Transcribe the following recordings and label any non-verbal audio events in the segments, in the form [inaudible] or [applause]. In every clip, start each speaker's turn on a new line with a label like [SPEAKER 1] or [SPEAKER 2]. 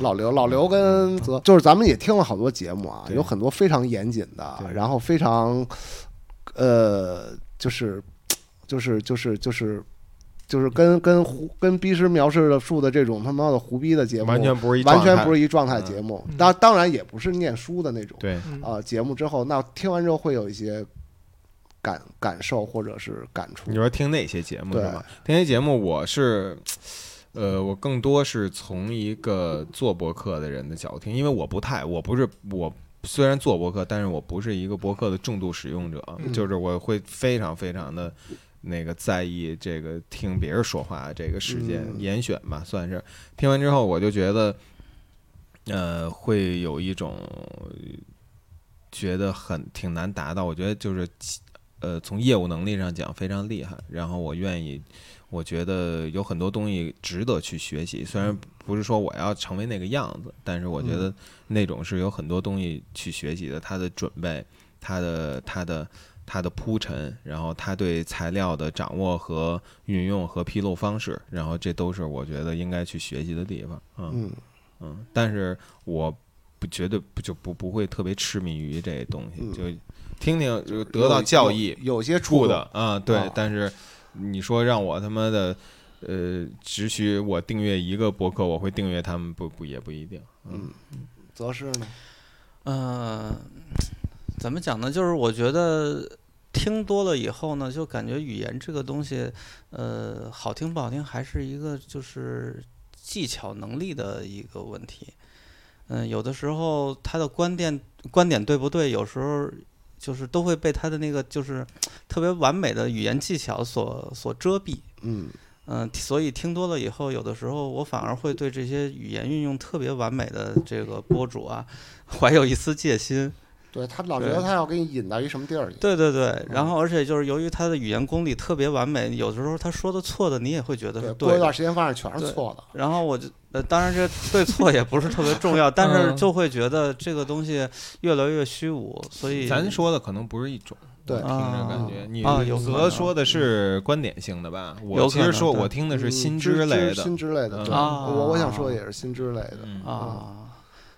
[SPEAKER 1] 老刘，老刘跟泽，就是咱们也听了好多节目啊，
[SPEAKER 2] 对
[SPEAKER 1] 有很多非常严谨的，
[SPEAKER 2] 对
[SPEAKER 1] 然后非常，呃，就是，就是，就是，就是，就是跟跟胡跟逼师描述的述的这种他妈的胡逼的节目，
[SPEAKER 2] 完全不是一
[SPEAKER 1] 完全
[SPEAKER 2] 状态
[SPEAKER 1] 不是一状态节目
[SPEAKER 3] 嗯。
[SPEAKER 1] 当当然也不是念书的那种
[SPEAKER 2] 对，
[SPEAKER 3] 嗯
[SPEAKER 1] 啊、节目之后，那听完之后会有一些感感受或者是感触
[SPEAKER 2] 你。说听哪些节目是
[SPEAKER 1] 对
[SPEAKER 2] 吧？听哪些节目，我是，呃，我更多是从一个做播客的人的角度听，因为我不太，我不是我。虽然做播客，但是我不是一个播客的重度使用者，
[SPEAKER 3] 嗯
[SPEAKER 2] 就是我会非常非常的那个在意这个听别人说话这个时间、
[SPEAKER 1] 嗯
[SPEAKER 2] 严选吧，算是听完之后，我就觉得，呃，会有一种觉得很挺难达到。我觉得就是，呃，从业务能力上讲非常厉害。然后我愿意，我觉得有很多东西值得去学习。虽然不是说我要成为那个样子，但是我觉得那种是有很多东西去学习的。他的准备，他的他的。他的铺陈，然后他对材料的掌握和运用和披露方式，然后这都是我觉得应该去学习的地方。嗯
[SPEAKER 1] 嗯，
[SPEAKER 2] 嗯，但是我不绝对不就不不会特别痴迷于这东西，
[SPEAKER 1] 嗯
[SPEAKER 2] 就听听就得到教益
[SPEAKER 1] 有有有些
[SPEAKER 2] 处
[SPEAKER 1] 触
[SPEAKER 2] 的啊、对。
[SPEAKER 1] 啊
[SPEAKER 2] 但是你说让我他妈的呃，只许我订阅一个博客，我会订阅他们不不也不一定。嗯
[SPEAKER 1] 则是呢，
[SPEAKER 3] 呃，怎么讲呢？就是我觉得听多了以后呢，就感觉语言这个东西，呃，好听不好听，还是一个就是技巧能力的一个问题。嗯、有的时候他的观点观点对不对，有时候就是都会被他的那个就是特别完美的语言技巧所所遮蔽。
[SPEAKER 1] 嗯
[SPEAKER 3] 嗯，所以听多了以后，有的时候我反而会对这些语言运用特别完美的这个博主啊， [laughs] 怀有一丝戒心。
[SPEAKER 1] 对他老觉得
[SPEAKER 3] 对
[SPEAKER 1] 他要给你引到一什么地儿去，
[SPEAKER 3] 对对对，然后而且就是由于他的语言功底特别完美，有的时候他说的错的，你也会觉得是
[SPEAKER 1] 对，过一
[SPEAKER 3] 的
[SPEAKER 1] 段时间发现全是
[SPEAKER 3] 对
[SPEAKER 1] 错的。
[SPEAKER 3] 然后我就呃，当然这对错也不是特别重要，但是
[SPEAKER 2] 嗯
[SPEAKER 3] 就会觉得这个东西越来越虚无，所以
[SPEAKER 2] 咱说的可能不是一种。
[SPEAKER 1] 对
[SPEAKER 2] 听着感觉
[SPEAKER 1] 啊
[SPEAKER 2] 你
[SPEAKER 3] 啊有可
[SPEAKER 2] 泽
[SPEAKER 3] 能
[SPEAKER 2] 说的是观点性的吧？我
[SPEAKER 3] 有
[SPEAKER 2] 其
[SPEAKER 3] 可
[SPEAKER 2] 实
[SPEAKER 3] 能
[SPEAKER 2] 说
[SPEAKER 3] 对
[SPEAKER 2] 我听的是
[SPEAKER 1] 嗯
[SPEAKER 2] 新
[SPEAKER 1] 知
[SPEAKER 2] 类
[SPEAKER 1] 知
[SPEAKER 2] 的，
[SPEAKER 1] 新知类的，
[SPEAKER 2] 嗯
[SPEAKER 1] 对，
[SPEAKER 3] 啊
[SPEAKER 1] 我我想说的也是新知类的，
[SPEAKER 2] 嗯
[SPEAKER 3] 啊，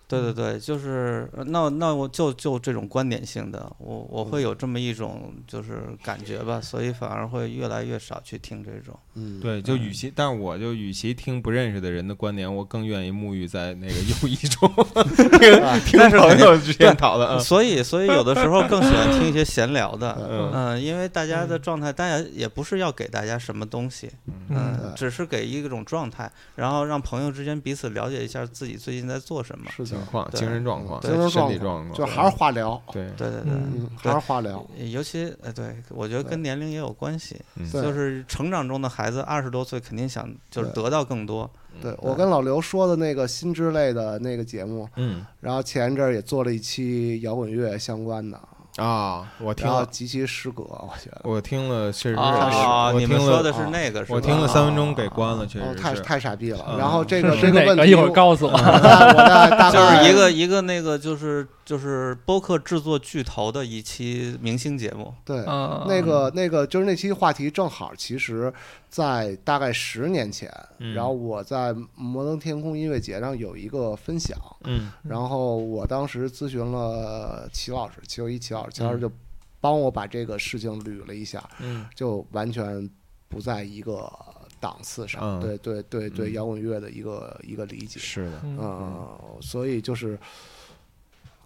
[SPEAKER 3] 对对对，就是呃那那我就就这种观点性的，我我会有这么一种就是感觉吧，所以反而会越来越少去听这种。
[SPEAKER 1] 嗯，
[SPEAKER 2] 对，就与其，但是我就与其听不认识的人的观点，我更愿意沐浴在那个友谊中。那
[SPEAKER 1] [laughs] 哎
[SPEAKER 2] 个 [laughs] 听
[SPEAKER 3] 但是
[SPEAKER 2] 朋
[SPEAKER 3] 肯定
[SPEAKER 2] 友之间讨论，
[SPEAKER 3] 所以所以有的时候更喜欢听一些闲聊
[SPEAKER 2] [laughs]
[SPEAKER 3] 的，
[SPEAKER 2] 嗯
[SPEAKER 3] 嗯，因为大家的状态，大家也不是要给大家什么东西，
[SPEAKER 1] 对呃
[SPEAKER 3] 嗯，只是给一种状态，然后让朋友之间彼此了解一下自己最近在做什么。
[SPEAKER 1] 是的
[SPEAKER 2] 情，况、
[SPEAKER 3] 对
[SPEAKER 2] 精神状况、
[SPEAKER 1] 精神
[SPEAKER 2] 身体
[SPEAKER 1] 状
[SPEAKER 2] 状况，
[SPEAKER 1] 就还是化疗，
[SPEAKER 2] 对，
[SPEAKER 3] 对对
[SPEAKER 4] 嗯
[SPEAKER 3] 对，
[SPEAKER 1] 嗯，还是化疗，
[SPEAKER 3] 尤其呃，对我觉得跟年龄也有关系。
[SPEAKER 2] 嗯
[SPEAKER 1] 对
[SPEAKER 3] 就是成长中的孩子，二十多岁肯定想就是
[SPEAKER 1] 对
[SPEAKER 3] 得到更多。
[SPEAKER 1] 对我跟老刘说的那个新知类的那个节目，
[SPEAKER 2] 嗯
[SPEAKER 1] 然后前一阵儿也做了一期摇滚乐相关的，
[SPEAKER 2] 啊，我听
[SPEAKER 1] 然后
[SPEAKER 2] 了，
[SPEAKER 1] 极其失格，我觉得，
[SPEAKER 2] 我听了，确实是，
[SPEAKER 3] 啊，
[SPEAKER 2] 我啊
[SPEAKER 3] 你们
[SPEAKER 2] 听
[SPEAKER 3] 说
[SPEAKER 2] 了，
[SPEAKER 3] 的是那个是吧？
[SPEAKER 2] 我听了三分钟给关了，确
[SPEAKER 1] 哦，太
[SPEAKER 2] 实是。
[SPEAKER 1] 太傻逼了。
[SPEAKER 2] 嗯
[SPEAKER 1] 然后这个
[SPEAKER 4] 是
[SPEAKER 1] 这
[SPEAKER 4] 哪
[SPEAKER 1] 问
[SPEAKER 4] 个
[SPEAKER 1] 题，
[SPEAKER 4] 一会儿告
[SPEAKER 1] [laughs]
[SPEAKER 4] 诉我。
[SPEAKER 1] 我大我大大
[SPEAKER 3] [laughs] 就
[SPEAKER 1] 概
[SPEAKER 3] 是一个
[SPEAKER 2] 嗯
[SPEAKER 3] 一个那个就是就是播客制作巨头的一期明星节目。
[SPEAKER 1] 对
[SPEAKER 4] 嗯，
[SPEAKER 1] 那个那个就是那期话题正好，其实，在大概十年前，
[SPEAKER 2] 嗯
[SPEAKER 1] 然后我在摩登天空音乐节上有一个分享， [laughs]
[SPEAKER 2] 嗯
[SPEAKER 1] 然后我当时咨询了齐老师，齐友一齐老师，齐老师就帮我把这个事情捋了一下，
[SPEAKER 2] 嗯
[SPEAKER 1] 就完全不在一个档次上，
[SPEAKER 2] 嗯
[SPEAKER 1] 对对对对，
[SPEAKER 2] 嗯
[SPEAKER 1] 摇滚乐的一个一个理解，
[SPEAKER 2] 是的，
[SPEAKER 4] 嗯
[SPEAKER 1] 嗯，所以就是。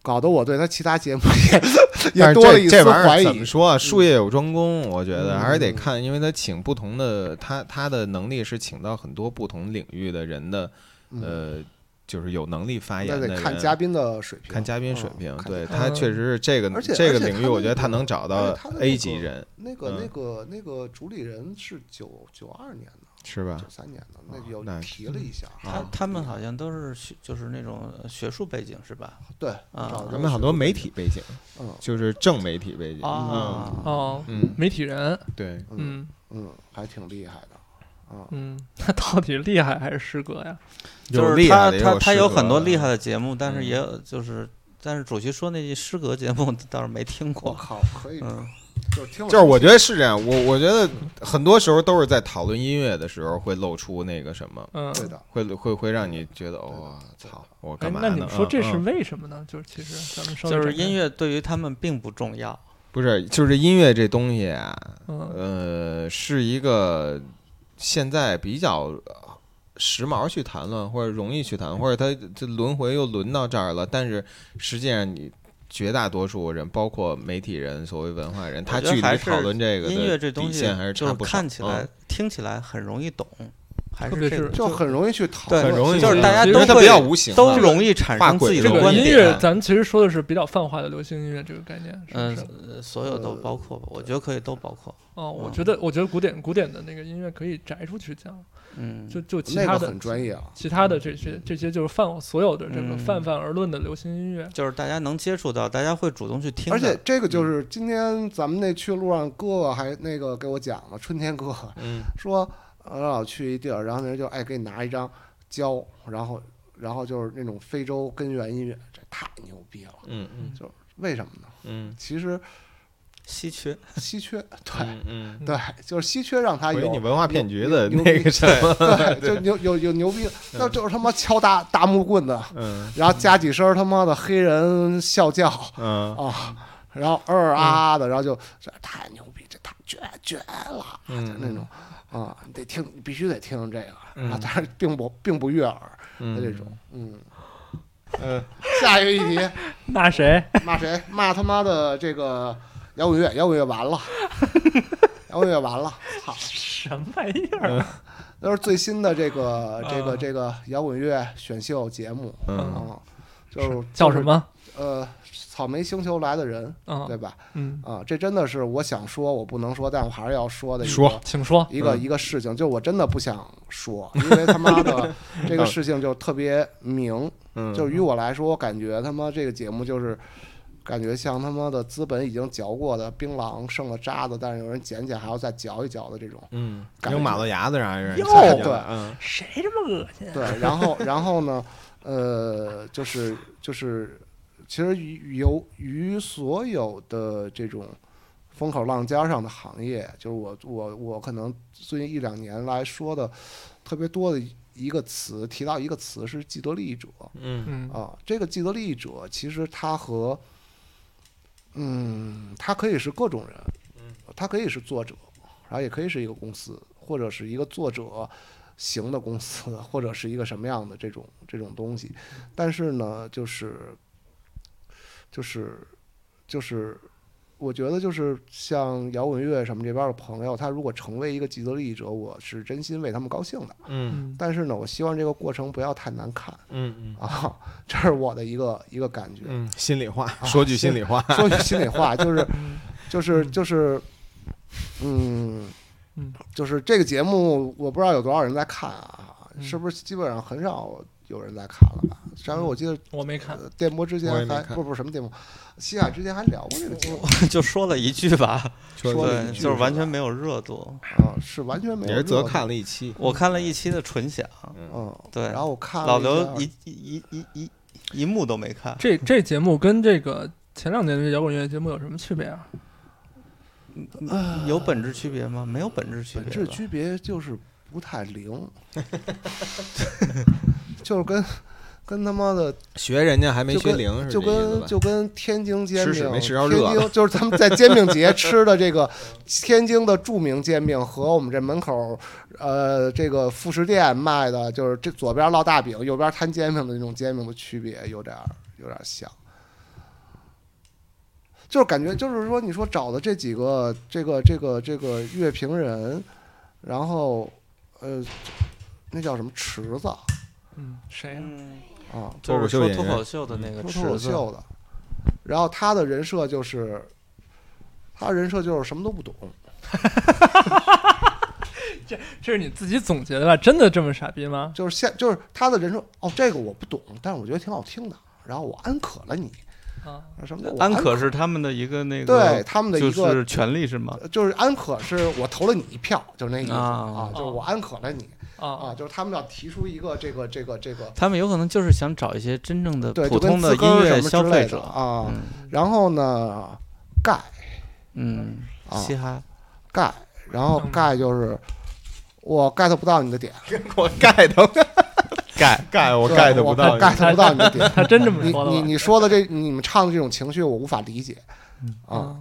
[SPEAKER 1] 搞得我对他其他节目也
[SPEAKER 2] 但
[SPEAKER 1] 也
[SPEAKER 2] 是
[SPEAKER 1] 多了
[SPEAKER 2] 这
[SPEAKER 1] 一
[SPEAKER 2] 这
[SPEAKER 1] 丝
[SPEAKER 2] 玩意
[SPEAKER 1] 怀
[SPEAKER 2] 儿
[SPEAKER 1] 疑。
[SPEAKER 2] 怎么说啊？术业有专攻，我觉得还是得
[SPEAKER 1] 嗯
[SPEAKER 2] 看，因为他请不同的，他他的能力是请到很多不同领域的人的，
[SPEAKER 1] 嗯
[SPEAKER 2] 呃，哎就是有能力发言
[SPEAKER 1] 那
[SPEAKER 2] 的
[SPEAKER 1] 得
[SPEAKER 2] 人。
[SPEAKER 1] 看嘉宾的水平，
[SPEAKER 2] 看嘉宾水
[SPEAKER 1] 嗯
[SPEAKER 2] 平，
[SPEAKER 1] 看
[SPEAKER 2] 对
[SPEAKER 1] 嘉
[SPEAKER 2] 他
[SPEAKER 4] 嗯
[SPEAKER 2] 确实是这个
[SPEAKER 1] 而且
[SPEAKER 2] 这个
[SPEAKER 1] 而且
[SPEAKER 2] 领域，
[SPEAKER 1] 他
[SPEAKER 2] 我觉得
[SPEAKER 1] 那
[SPEAKER 2] 他能找
[SPEAKER 1] 而
[SPEAKER 2] 到
[SPEAKER 1] 且他的那
[SPEAKER 2] A
[SPEAKER 1] 个
[SPEAKER 2] 级人，
[SPEAKER 1] 那个、
[SPEAKER 2] 嗯
[SPEAKER 1] 那个那个主理人是九九二年的，
[SPEAKER 2] 是吧
[SPEAKER 1] 九？三年的，那有
[SPEAKER 2] 啊那
[SPEAKER 1] 提了一下，
[SPEAKER 3] 他
[SPEAKER 2] 啊
[SPEAKER 3] 他们好像都是学就是那种呃学术背景是吧？
[SPEAKER 2] 嗯
[SPEAKER 1] 对，
[SPEAKER 3] 啊
[SPEAKER 1] 找
[SPEAKER 2] 咱们好多媒体，背景，
[SPEAKER 1] 嗯
[SPEAKER 2] 就是正媒体背景。
[SPEAKER 3] 啊，
[SPEAKER 4] 哦，
[SPEAKER 2] 嗯，
[SPEAKER 4] 媒体人，
[SPEAKER 2] 嗯对，
[SPEAKER 1] 嗯
[SPEAKER 4] 嗯
[SPEAKER 1] 嗯，还挺厉害的，啊，
[SPEAKER 4] 嗯，他到底是厉害还是师哥呀？
[SPEAKER 3] 就
[SPEAKER 2] 有
[SPEAKER 3] 是
[SPEAKER 2] 厉
[SPEAKER 3] 他
[SPEAKER 2] 害的也
[SPEAKER 3] 他他
[SPEAKER 2] 失
[SPEAKER 3] 有
[SPEAKER 2] 格
[SPEAKER 3] 很多
[SPEAKER 2] 的
[SPEAKER 3] 厉害的节目，但是
[SPEAKER 2] 嗯
[SPEAKER 3] 也有就是但是主席说那些诗歌节目倒是没听
[SPEAKER 1] 我
[SPEAKER 3] 过。
[SPEAKER 2] 哦
[SPEAKER 1] 靠，可以，
[SPEAKER 3] 嗯，
[SPEAKER 1] 就是听
[SPEAKER 2] 就是我觉得是这样，我我觉得很多时候都是在讨论音乐的时候会露出那个什么，
[SPEAKER 4] 嗯，
[SPEAKER 1] 对的，
[SPEAKER 2] 会会会让你觉得哦，操，我
[SPEAKER 4] 哎
[SPEAKER 2] 干，嘛呢？
[SPEAKER 4] 那你们说
[SPEAKER 2] 嗯
[SPEAKER 4] 这是
[SPEAKER 2] 嗯
[SPEAKER 4] 为什么呢？就是其实咱们稍微
[SPEAKER 3] 就是
[SPEAKER 4] 展开
[SPEAKER 3] 音，乐对于他们并不重要。
[SPEAKER 2] 不是就是音乐这东西啊？
[SPEAKER 4] 嗯
[SPEAKER 2] 呃，是一个现在比较呃时髦去谈论，或者容易去谈论，或者它这轮回又轮到这儿了。但是实际上，你绝大多数人，包括媒体人、所谓文化人，他
[SPEAKER 3] 我觉得
[SPEAKER 2] 距
[SPEAKER 3] 还
[SPEAKER 2] 离
[SPEAKER 3] 是
[SPEAKER 2] 讨论这个
[SPEAKER 3] 音乐
[SPEAKER 2] 的
[SPEAKER 3] 这东
[SPEAKER 2] 底
[SPEAKER 3] 西
[SPEAKER 2] 线还是
[SPEAKER 3] 就
[SPEAKER 2] 差
[SPEAKER 3] 是
[SPEAKER 2] 不少。
[SPEAKER 3] 看起来、
[SPEAKER 2] 嗯
[SPEAKER 3] 听起来很容易懂，还
[SPEAKER 4] 特
[SPEAKER 3] 是
[SPEAKER 4] 别
[SPEAKER 3] 这
[SPEAKER 4] 是
[SPEAKER 3] 个
[SPEAKER 1] 就很容易去讨
[SPEAKER 3] 嗯对
[SPEAKER 1] 论，
[SPEAKER 2] 很容易
[SPEAKER 3] 就是大家
[SPEAKER 4] 其
[SPEAKER 2] 因
[SPEAKER 4] 实
[SPEAKER 3] 都
[SPEAKER 2] 为它
[SPEAKER 3] 会
[SPEAKER 2] 比较无形嘛，
[SPEAKER 3] 都容易产
[SPEAKER 2] 跨
[SPEAKER 3] 生自
[SPEAKER 2] 轨
[SPEAKER 3] 己
[SPEAKER 4] 这
[SPEAKER 3] 的
[SPEAKER 2] 这
[SPEAKER 4] 个
[SPEAKER 3] 观
[SPEAKER 4] 音
[SPEAKER 3] 点。
[SPEAKER 4] 乐，咱们其实说的是比较泛化的流行音乐这个概念，是不
[SPEAKER 3] 嗯
[SPEAKER 4] 是？、
[SPEAKER 3] 呃所有都包括吧，我觉得可以都包括。
[SPEAKER 4] 哦，我
[SPEAKER 3] 嗯
[SPEAKER 4] 觉得，我觉得古典古典的那个音乐可以摘出去讲，
[SPEAKER 1] 呃
[SPEAKER 3] 嗯，
[SPEAKER 4] 就就其
[SPEAKER 1] 那
[SPEAKER 4] 他
[SPEAKER 1] 个
[SPEAKER 4] 的
[SPEAKER 1] 很专业啊。
[SPEAKER 4] 其他的这些这些就是泛所有的这个
[SPEAKER 3] 嗯
[SPEAKER 4] 泛泛而论的流行音乐，
[SPEAKER 3] 就是大家能接触到，大家会主动去听的。
[SPEAKER 1] 而且这个就是今天咱们那去路上哥哥还那个给我讲了，春天哥哥
[SPEAKER 2] 嗯，
[SPEAKER 1] 说，我老去一地儿，然后那人就爱给你拿一张胶，然后然后就是那种非洲根源音乐，这太牛逼了。
[SPEAKER 2] 嗯嗯
[SPEAKER 1] 为什么呢？
[SPEAKER 2] 嗯
[SPEAKER 1] 其实
[SPEAKER 3] 稀缺， [laughs]
[SPEAKER 1] 稀缺，对
[SPEAKER 2] 嗯嗯，
[SPEAKER 1] 对，就是稀缺让他
[SPEAKER 2] 回
[SPEAKER 1] 有
[SPEAKER 2] 你文化骗局的
[SPEAKER 1] 牛
[SPEAKER 2] 那个什 [laughs] 么，
[SPEAKER 1] 对， [laughs] 就牛有有牛逼，那就是他妈敲大大木棍子，
[SPEAKER 2] 嗯
[SPEAKER 1] 然后加几声他妈的黑人笑叫
[SPEAKER 2] 嗯
[SPEAKER 1] 啊，然后二啊的，然后就这太牛逼，这太绝绝了，就
[SPEAKER 2] 嗯
[SPEAKER 1] 那种啊，你得听，你必须得听这个
[SPEAKER 2] 嗯
[SPEAKER 1] 啊，但是并不并不悦耳的
[SPEAKER 2] 嗯，
[SPEAKER 1] 这种，嗯，
[SPEAKER 2] 嗯
[SPEAKER 1] 下一个议题
[SPEAKER 4] 那谁？ [laughs]
[SPEAKER 1] 骂谁？骂他妈的这个摇滚乐，摇滚乐完了，摇滚乐完了，操！
[SPEAKER 4] 什么玩意儿？
[SPEAKER 1] 那是最新的这个这
[SPEAKER 4] 啊
[SPEAKER 1] 个这个摇滚乐选秀节目
[SPEAKER 2] 嗯
[SPEAKER 1] 啊，就是
[SPEAKER 4] 叫
[SPEAKER 1] 就
[SPEAKER 4] 什？
[SPEAKER 1] 是
[SPEAKER 4] 么？
[SPEAKER 1] 呃，草莓星球来的人，
[SPEAKER 4] 嗯
[SPEAKER 1] 对吧？
[SPEAKER 4] 嗯，
[SPEAKER 1] 啊，这真的是我想说，我不能说，但我还是要说的一个
[SPEAKER 2] 说
[SPEAKER 4] 请说。
[SPEAKER 1] 一个
[SPEAKER 2] 嗯
[SPEAKER 1] 一个事情，就是我真的不想说，因为他妈
[SPEAKER 2] [laughs]
[SPEAKER 1] 的这个事情就特别明，
[SPEAKER 2] 嗯，
[SPEAKER 1] 就是于我来说，我感觉他妈这个节目就是。感觉像他妈的资本已经嚼过的槟榔剩了渣子，但是有人捡起来还要再嚼一嚼的这种。
[SPEAKER 2] 嗯，
[SPEAKER 1] 感
[SPEAKER 2] 扔
[SPEAKER 1] 觉
[SPEAKER 2] 马路牙子上还是
[SPEAKER 4] 哟
[SPEAKER 2] 吓人
[SPEAKER 1] 对
[SPEAKER 2] 嗯
[SPEAKER 4] 谁这么恶心？
[SPEAKER 1] 对，然后然后呢，呃，就是就是，其实于由于所有的这种风口浪尖儿上的行业，就是我我我可能最近一两年来说的特别多的一个词，提到一个词是既得利益者
[SPEAKER 2] 嗯
[SPEAKER 4] 嗯
[SPEAKER 1] 啊，这个既得利益者其实他和嗯，他可以是各种人，他可以是作者，然后也可以是一个公司，或者是一个作者型的公司，或者是一个什么样的这种这种东西。但是呢，就是就是就是，我觉得就是像摇滚乐什么这边的朋友，他如果成为一个既得利益者，我是真心为他们高兴的。
[SPEAKER 2] 嗯
[SPEAKER 4] 嗯
[SPEAKER 1] 但是呢，我希望这个过程不要太难看
[SPEAKER 2] 嗯
[SPEAKER 1] 啊，这是我的一个一个感觉。
[SPEAKER 2] 嗯，心里话，
[SPEAKER 1] 啊
[SPEAKER 2] 说句心里话，
[SPEAKER 1] [laughs] 说句心里话，就是
[SPEAKER 4] 嗯
[SPEAKER 1] 就是
[SPEAKER 4] 嗯
[SPEAKER 1] 就是，嗯
[SPEAKER 4] 嗯，
[SPEAKER 1] 就是这个节目，我不知道有多少人在看啊，
[SPEAKER 4] 嗯
[SPEAKER 1] 是不是基本上很少有人在看了吧？上回我记得
[SPEAKER 4] 我没看，
[SPEAKER 1] 呃电波之前
[SPEAKER 2] 嗯我也没
[SPEAKER 1] 还
[SPEAKER 2] 看哦
[SPEAKER 1] 不不是什么电波，西海之前还聊过这个节目
[SPEAKER 3] 就说了一句吧，
[SPEAKER 1] 说了
[SPEAKER 3] 对，
[SPEAKER 1] 一句
[SPEAKER 3] 就是
[SPEAKER 1] 是
[SPEAKER 3] 完
[SPEAKER 1] 吧
[SPEAKER 3] 全没有热度。
[SPEAKER 1] 啊，是完全没
[SPEAKER 2] 也
[SPEAKER 1] 有。
[SPEAKER 2] 是则，看了一期，
[SPEAKER 3] 我看了一期的纯享，
[SPEAKER 1] 嗯，
[SPEAKER 3] 对
[SPEAKER 1] 然后我看了
[SPEAKER 3] 老
[SPEAKER 1] 一
[SPEAKER 3] 刘
[SPEAKER 1] 下
[SPEAKER 3] 一一一一一一幕都没看，
[SPEAKER 4] 这这节目跟这个前两年的摇滚乐节目有什么区别啊？
[SPEAKER 3] 有本质区别吗？没有本质区别
[SPEAKER 1] 本质
[SPEAKER 3] 吧，
[SPEAKER 1] 区别就是不太
[SPEAKER 2] [laughs]
[SPEAKER 1] 灵， [laughs] 就是跟跟他妈的
[SPEAKER 2] 学人家还没
[SPEAKER 1] 就
[SPEAKER 2] 学
[SPEAKER 1] 跟
[SPEAKER 2] 灵是
[SPEAKER 1] 就
[SPEAKER 2] 这意思
[SPEAKER 1] 跟
[SPEAKER 2] 吧
[SPEAKER 1] 就跟天津煎饼，
[SPEAKER 2] 吃屎
[SPEAKER 1] 天
[SPEAKER 2] 没
[SPEAKER 1] 津
[SPEAKER 2] 吃着热 [laughs]
[SPEAKER 1] 就是咱们在煎饼节吃的这个天津的著名煎饼和我们这门口呃这个副食店卖的，就是这左边烙大饼，右边摊煎饼的那种煎饼的区别，有点儿有点儿像。就是感觉，就是说，你说找的这几个这个这个这个乐评人，然后呃，那叫什么池子
[SPEAKER 4] 嗯，谁呀？
[SPEAKER 3] 嗯，
[SPEAKER 1] 啊，
[SPEAKER 3] 就
[SPEAKER 2] 脱口
[SPEAKER 3] 是
[SPEAKER 2] 秀
[SPEAKER 3] 说
[SPEAKER 2] 演
[SPEAKER 3] 脱
[SPEAKER 2] 员
[SPEAKER 3] 口秀的那
[SPEAKER 1] 说
[SPEAKER 3] 个
[SPEAKER 1] 脱口
[SPEAKER 3] 呃池子，
[SPEAKER 1] 秀的。然后他的人设就是，他人设就是什么都不懂，
[SPEAKER 4] 这是你自己总结的吧？真的这么傻逼吗？
[SPEAKER 1] 就是现就是他的人设哦，这个我不懂，但是我觉得挺好听的。然后我安可了你，
[SPEAKER 4] 啊，
[SPEAKER 1] 什么叫我
[SPEAKER 3] 安
[SPEAKER 1] 可
[SPEAKER 3] 可是他们的一个那
[SPEAKER 1] 对
[SPEAKER 3] 个，
[SPEAKER 1] 他们的
[SPEAKER 3] 就
[SPEAKER 1] 一个
[SPEAKER 3] 是权利是吗？
[SPEAKER 1] 就是安可是我投了你一票，就是那意思
[SPEAKER 3] 啊
[SPEAKER 1] 啊，就是我安可了你啊，
[SPEAKER 4] 啊
[SPEAKER 1] 就是他们要提出一个这个这个这个
[SPEAKER 3] 他们有可能就是想找一些真正的
[SPEAKER 1] 对，
[SPEAKER 3] 呃普
[SPEAKER 1] 就跟
[SPEAKER 3] 通
[SPEAKER 1] 自
[SPEAKER 3] 的
[SPEAKER 1] 个儿
[SPEAKER 3] 音乐
[SPEAKER 1] 什么
[SPEAKER 3] 消
[SPEAKER 1] 之
[SPEAKER 3] 费
[SPEAKER 1] 类的
[SPEAKER 3] 者，
[SPEAKER 1] 啊。
[SPEAKER 3] 嗯
[SPEAKER 1] 然后呢，盖
[SPEAKER 3] 嗯，
[SPEAKER 1] 啊
[SPEAKER 3] 嘻哈，
[SPEAKER 1] 盖，然后
[SPEAKER 4] 嗯
[SPEAKER 1] 盖就是我 get 不到你的点，
[SPEAKER 2] 我
[SPEAKER 1] [laughs]
[SPEAKER 2] get [laughs]
[SPEAKER 3] 盖
[SPEAKER 2] get 我
[SPEAKER 1] 对
[SPEAKER 2] get
[SPEAKER 1] 我
[SPEAKER 2] 不到你，
[SPEAKER 1] get 不到你的点。
[SPEAKER 4] 他真这么
[SPEAKER 1] 你
[SPEAKER 4] 说的
[SPEAKER 1] 你
[SPEAKER 4] 吗？
[SPEAKER 1] 你说的这你们唱的这种情绪，我无法理解啊。
[SPEAKER 4] 啊，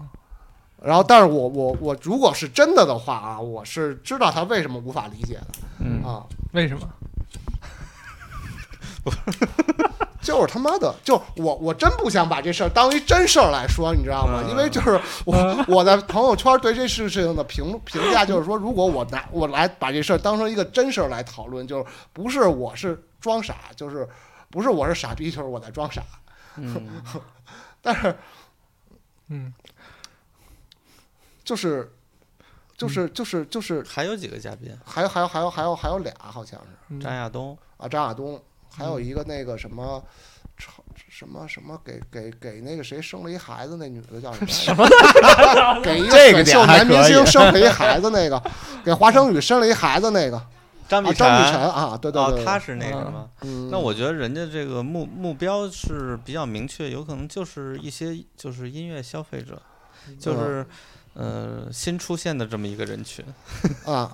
[SPEAKER 1] 然后，但是我我我如果是真的的话啊，我是知道他为什么无法理解的
[SPEAKER 3] 嗯，
[SPEAKER 1] 啊，
[SPEAKER 4] 为什么？
[SPEAKER 1] 就是他妈的，就我我真不想把这事儿当一真事儿来说，你知道吗？
[SPEAKER 2] 嗯
[SPEAKER 1] 因为就是
[SPEAKER 4] [laughs]
[SPEAKER 1] 我我在朋友圈对这事情的评评价就是说，如果我拿我来把这事儿当成一个真事儿来讨论，就是不是我是装傻，就是不是我是傻逼，就是我在装傻。
[SPEAKER 3] 嗯，
[SPEAKER 1] [laughs] 但是
[SPEAKER 4] 嗯，
[SPEAKER 1] 就是
[SPEAKER 2] 嗯
[SPEAKER 1] 就是就是就是
[SPEAKER 3] 还有几个嘉宾，
[SPEAKER 1] 还有还有还有还有还有俩好像是
[SPEAKER 4] 嗯
[SPEAKER 3] 张亚东，
[SPEAKER 1] 啊，张亚东，还
[SPEAKER 2] 嗯
[SPEAKER 1] 有一个那个什么。超什么什么给给给那个谁生了一孩子那女的叫什么来着？ [laughs] 给一
[SPEAKER 2] 这
[SPEAKER 1] 选
[SPEAKER 2] 个点
[SPEAKER 1] 秀
[SPEAKER 2] 还
[SPEAKER 1] 男明
[SPEAKER 2] 可以
[SPEAKER 1] 星生了一孩子那个，给华晨宇生了一孩子那个，啊
[SPEAKER 3] 张
[SPEAKER 1] 张
[SPEAKER 3] 碧
[SPEAKER 1] 碧晨啊，对对
[SPEAKER 3] 哦，
[SPEAKER 1] 对，
[SPEAKER 3] 他是那个
[SPEAKER 4] 嗯
[SPEAKER 3] 吗？
[SPEAKER 1] 嗯，
[SPEAKER 3] 那我觉得人家这个目目标是比较明确，有可能就是一些就是音乐消费者，
[SPEAKER 1] 嗯
[SPEAKER 3] 就是呃新出现的这么一个人群。
[SPEAKER 1] 啊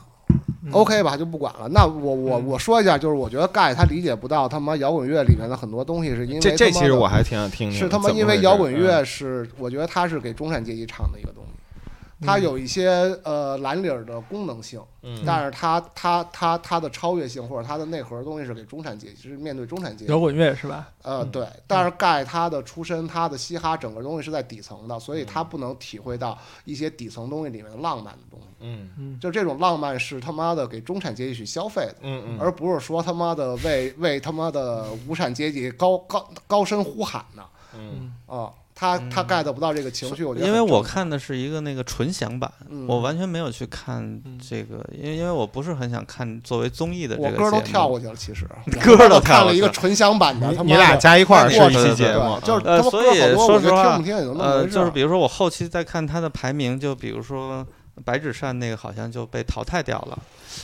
[SPEAKER 4] 嗯
[SPEAKER 1] OK 吧，就不管了。那我我
[SPEAKER 4] 嗯
[SPEAKER 1] 我说一下，就是我觉得盖他理解不到他妈摇滚乐里面的很多东西，是因为
[SPEAKER 2] 这这
[SPEAKER 1] 他妈
[SPEAKER 2] 其实
[SPEAKER 1] 的
[SPEAKER 2] 我还挺想听听的，
[SPEAKER 1] 是他妈
[SPEAKER 2] 嗯怎么
[SPEAKER 1] 因
[SPEAKER 2] 回
[SPEAKER 1] 为
[SPEAKER 2] 事
[SPEAKER 1] 摇滚，
[SPEAKER 2] 嗯
[SPEAKER 1] 乐是，我觉得它是给中产阶级唱的一个东西，它有一些呃蓝领儿的功能性，
[SPEAKER 2] 嗯
[SPEAKER 1] 但是它它它它的超越性或者它的内核的东西是给中产阶级，是面对中产阶级
[SPEAKER 4] 摇。滚乐是吧？
[SPEAKER 2] 嗯
[SPEAKER 1] 呃，对，但是盖他的出身，他的嘻哈整个东西是在底层的，所以
[SPEAKER 2] 嗯
[SPEAKER 1] 他不能体会到一些底层东西里面的浪漫的东西。
[SPEAKER 2] 嗯
[SPEAKER 4] 嗯，
[SPEAKER 1] 就这种浪漫是他妈的给中产阶级去消费的。
[SPEAKER 2] 嗯嗯，
[SPEAKER 1] 而不是说他妈的为为他妈的无产阶级高高高声呼喊呢，
[SPEAKER 2] 嗯
[SPEAKER 1] 啊，他他
[SPEAKER 3] 嗯
[SPEAKER 1] get 不到这个情绪，我觉得
[SPEAKER 3] 因为
[SPEAKER 1] 很
[SPEAKER 3] 我
[SPEAKER 1] 正
[SPEAKER 3] 看的是一个那个纯享版，
[SPEAKER 1] 嗯
[SPEAKER 3] 我完全没有去看这个，因为因为我不是很想看作为综艺的这
[SPEAKER 1] 我
[SPEAKER 3] 个
[SPEAKER 1] 歌都
[SPEAKER 3] 节
[SPEAKER 1] 跳
[SPEAKER 3] 目
[SPEAKER 1] 过去了，其
[SPEAKER 3] [laughs]
[SPEAKER 1] 实
[SPEAKER 2] 歌
[SPEAKER 1] 我
[SPEAKER 2] 都
[SPEAKER 1] 看
[SPEAKER 2] 跳
[SPEAKER 1] 了
[SPEAKER 2] 过
[SPEAKER 1] 一个
[SPEAKER 2] 去
[SPEAKER 1] 纯享版的，他
[SPEAKER 2] 你
[SPEAKER 1] 妈
[SPEAKER 2] 俩
[SPEAKER 1] 的
[SPEAKER 2] 加一块儿
[SPEAKER 1] 太
[SPEAKER 2] 是
[SPEAKER 1] 过
[SPEAKER 2] 一
[SPEAKER 1] 分
[SPEAKER 2] 期
[SPEAKER 1] 了
[SPEAKER 2] 节
[SPEAKER 1] 对
[SPEAKER 2] 目，
[SPEAKER 1] 就是
[SPEAKER 2] 嗯
[SPEAKER 1] 他
[SPEAKER 3] 呃
[SPEAKER 1] 们
[SPEAKER 3] 所
[SPEAKER 1] 歌
[SPEAKER 3] 以
[SPEAKER 1] 好多，
[SPEAKER 3] 说
[SPEAKER 1] 我觉
[SPEAKER 3] 实
[SPEAKER 1] 得
[SPEAKER 3] 话
[SPEAKER 1] 听不听也就那么
[SPEAKER 3] 呃，
[SPEAKER 1] 回事
[SPEAKER 3] 就是
[SPEAKER 1] 儿。啊
[SPEAKER 3] 比如说我后期在看它的排名，就比如说白纸扇那个好像就被淘汰掉了，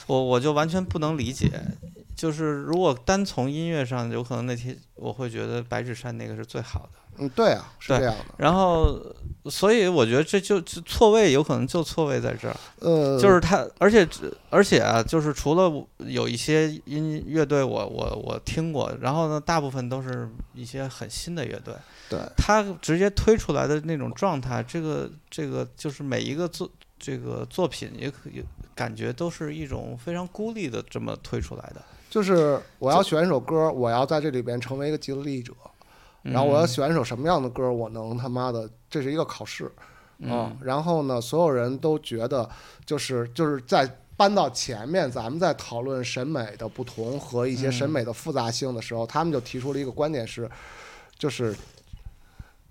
[SPEAKER 3] 我我就完全不能理解。就是如果单从音乐上，有可能那天我会觉得白纸扇那个是最好的。
[SPEAKER 1] 嗯，对啊，是
[SPEAKER 3] 对
[SPEAKER 1] 这样的。
[SPEAKER 3] 然后，所以我觉得这就就错位，有可能就错位在这儿。
[SPEAKER 1] 呃，
[SPEAKER 3] 就是他，而且而且啊，就是除了我有一些音乐队我，我我听过，然后呢，大部分都是一些很新的乐队。
[SPEAKER 1] 对，
[SPEAKER 3] 他直接推出来的那种状态，这个这个就是每一个作这个作品也可以感觉都是一种非常孤立的这么推出来的。
[SPEAKER 1] 就是我要选一首歌，我要在这里边成为一个激励者，
[SPEAKER 3] 嗯
[SPEAKER 1] 然后我要选一首什么样的歌，我能他妈的，这是一个考试。
[SPEAKER 3] 嗯
[SPEAKER 1] 然后呢，所有人都觉得就是就是在搬到前面，咱们在讨论审美的不同和一些
[SPEAKER 3] 嗯
[SPEAKER 1] 审美的复杂性的时候，他们就提出了一个观点是，就是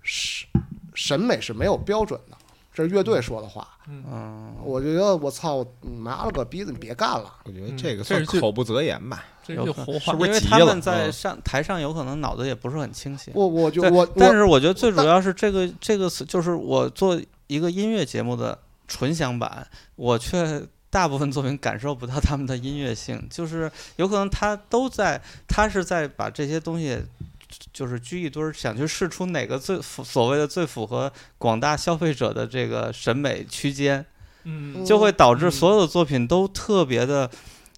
[SPEAKER 1] 审审美是没有标准的。这是乐队说的话，
[SPEAKER 3] 嗯
[SPEAKER 1] 我觉得我操，你妈了个逼的，你别干了。
[SPEAKER 2] 我觉得
[SPEAKER 4] 嗯
[SPEAKER 2] 这个
[SPEAKER 4] 这
[SPEAKER 2] 算
[SPEAKER 4] 是最
[SPEAKER 2] 口不择言吧，
[SPEAKER 4] 这
[SPEAKER 3] 有
[SPEAKER 4] 就
[SPEAKER 3] 可
[SPEAKER 4] 胡
[SPEAKER 3] 能
[SPEAKER 4] 话
[SPEAKER 2] 是不。是
[SPEAKER 3] 因为
[SPEAKER 2] 急
[SPEAKER 3] 他
[SPEAKER 2] 了
[SPEAKER 3] 们在
[SPEAKER 2] 嗯
[SPEAKER 3] 上台上有可能脑子也不是很清晰。
[SPEAKER 1] 我我就
[SPEAKER 3] 对
[SPEAKER 1] 我
[SPEAKER 3] 嗯但
[SPEAKER 1] 我
[SPEAKER 3] 是我觉得最主
[SPEAKER 1] 但
[SPEAKER 3] 要是这个这个词，就是我做一个音乐节目的纯享版，我却大部分作品感受不到他们的音乐性，就是有可能他都在，他是在把这些东西。就是聚一堆儿，想去试出哪个最符所谓的最符合广大消费者的这个审美区间，
[SPEAKER 4] 嗯
[SPEAKER 3] 就会导致
[SPEAKER 4] 嗯
[SPEAKER 3] 所有的作品都特别的，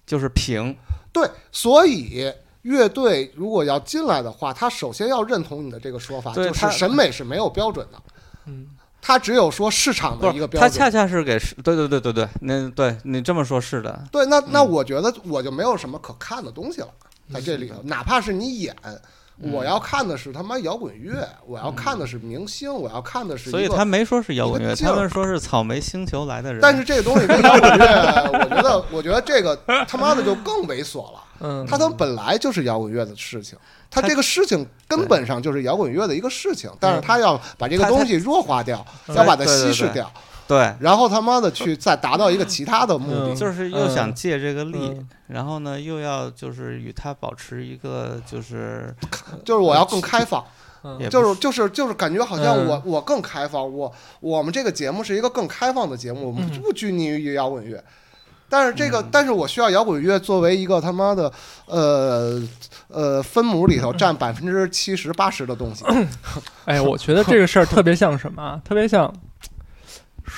[SPEAKER 3] 就是平。
[SPEAKER 1] 对，所以乐队如果要进来的话，他首先要认同你的这个说法，
[SPEAKER 3] 对
[SPEAKER 1] 就是
[SPEAKER 3] 他
[SPEAKER 1] 审美是没有标准的，
[SPEAKER 4] 嗯
[SPEAKER 1] 他只有说市场
[SPEAKER 3] 不
[SPEAKER 1] 的一
[SPEAKER 3] 是，
[SPEAKER 1] 个标
[SPEAKER 3] 他
[SPEAKER 1] 准。
[SPEAKER 3] 恰恰是给是对对对对对，那对你这么说，是的，
[SPEAKER 1] 对，那那
[SPEAKER 3] 嗯
[SPEAKER 1] 我觉得我就没有什么可看的东西了，在这里头，哪怕是你演，
[SPEAKER 3] 嗯
[SPEAKER 1] 我要看的是他妈摇滚乐，我要看的是明星，我要看的是
[SPEAKER 3] 所
[SPEAKER 1] 一
[SPEAKER 3] 以
[SPEAKER 1] 个
[SPEAKER 3] 他没说是摇滚乐，
[SPEAKER 1] 一个劲儿
[SPEAKER 3] 他们说是草莓星球来的人。
[SPEAKER 1] 但是这个东西跟摇滚乐，我觉得，我觉得这个他妈的就更猥琐了。
[SPEAKER 4] 嗯，
[SPEAKER 1] 他他本来就是摇滚乐的事情，他
[SPEAKER 3] 他嗯
[SPEAKER 1] 这个事情根本上就是摇滚乐的一个事情，但是他要把这个
[SPEAKER 3] 他
[SPEAKER 1] 东西弱化掉，
[SPEAKER 4] 嗯
[SPEAKER 1] 要把它
[SPEAKER 3] 对对
[SPEAKER 1] 稀
[SPEAKER 3] 对
[SPEAKER 1] 释掉，
[SPEAKER 3] 对，
[SPEAKER 1] 然后他妈的去再达到一个其他的目的
[SPEAKER 4] 嗯。
[SPEAKER 3] 就是又想借这个力，
[SPEAKER 4] 嗯
[SPEAKER 3] 然后呢又要就是与他保持一个就是
[SPEAKER 1] 就是我要更开放，
[SPEAKER 4] 嗯
[SPEAKER 3] 也
[SPEAKER 1] 就
[SPEAKER 3] 不
[SPEAKER 1] 是就是就是感觉好像我、
[SPEAKER 4] 嗯
[SPEAKER 1] 我更开放，我我们这个节目是一个更开放的节目，我们不拘泥于摇滚乐。但是这个，但是我需要摇滚乐作为一个他妈的，呃呃分母里头占百分之七十八十的东西。
[SPEAKER 4] 哎，我觉得这个事儿特别像什么啊？特别像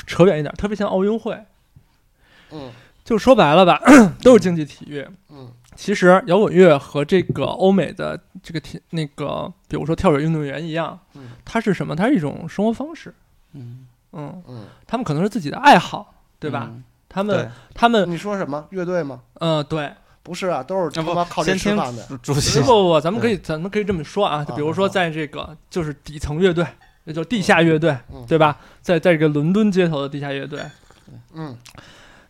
[SPEAKER 4] 扯远一点，特别像奥运会，
[SPEAKER 1] 嗯
[SPEAKER 4] 就说白了吧， [coughs] 都是竞技体育。
[SPEAKER 1] 嗯
[SPEAKER 4] 其实摇滚乐和这个欧美的这个体那个，比如说跳水运动员一样
[SPEAKER 1] 嗯，
[SPEAKER 4] 它是什么？它是一种生活方式。
[SPEAKER 3] 嗯，
[SPEAKER 4] 嗯，
[SPEAKER 1] 嗯，
[SPEAKER 4] 他们可能是自己的爱好，对吧？
[SPEAKER 3] 嗯？
[SPEAKER 4] 他
[SPEAKER 3] 对
[SPEAKER 4] 们，他们，
[SPEAKER 1] 嗯你说什么乐队吗？
[SPEAKER 4] 嗯、对。
[SPEAKER 1] 不是啊，都是他
[SPEAKER 3] 啊不
[SPEAKER 1] 妈靠这
[SPEAKER 3] 先
[SPEAKER 1] 吃
[SPEAKER 3] 听
[SPEAKER 1] 饭的。
[SPEAKER 3] 主主席
[SPEAKER 4] 不不不，咱们可以咱们可以这么说啊，就比如
[SPEAKER 1] 啊
[SPEAKER 4] 说
[SPEAKER 1] 啊
[SPEAKER 4] 在这个就是底层乐队，也就是地下乐队
[SPEAKER 1] 嗯，
[SPEAKER 4] 对吧？在在这个伦敦街头的地下乐队，
[SPEAKER 1] 嗯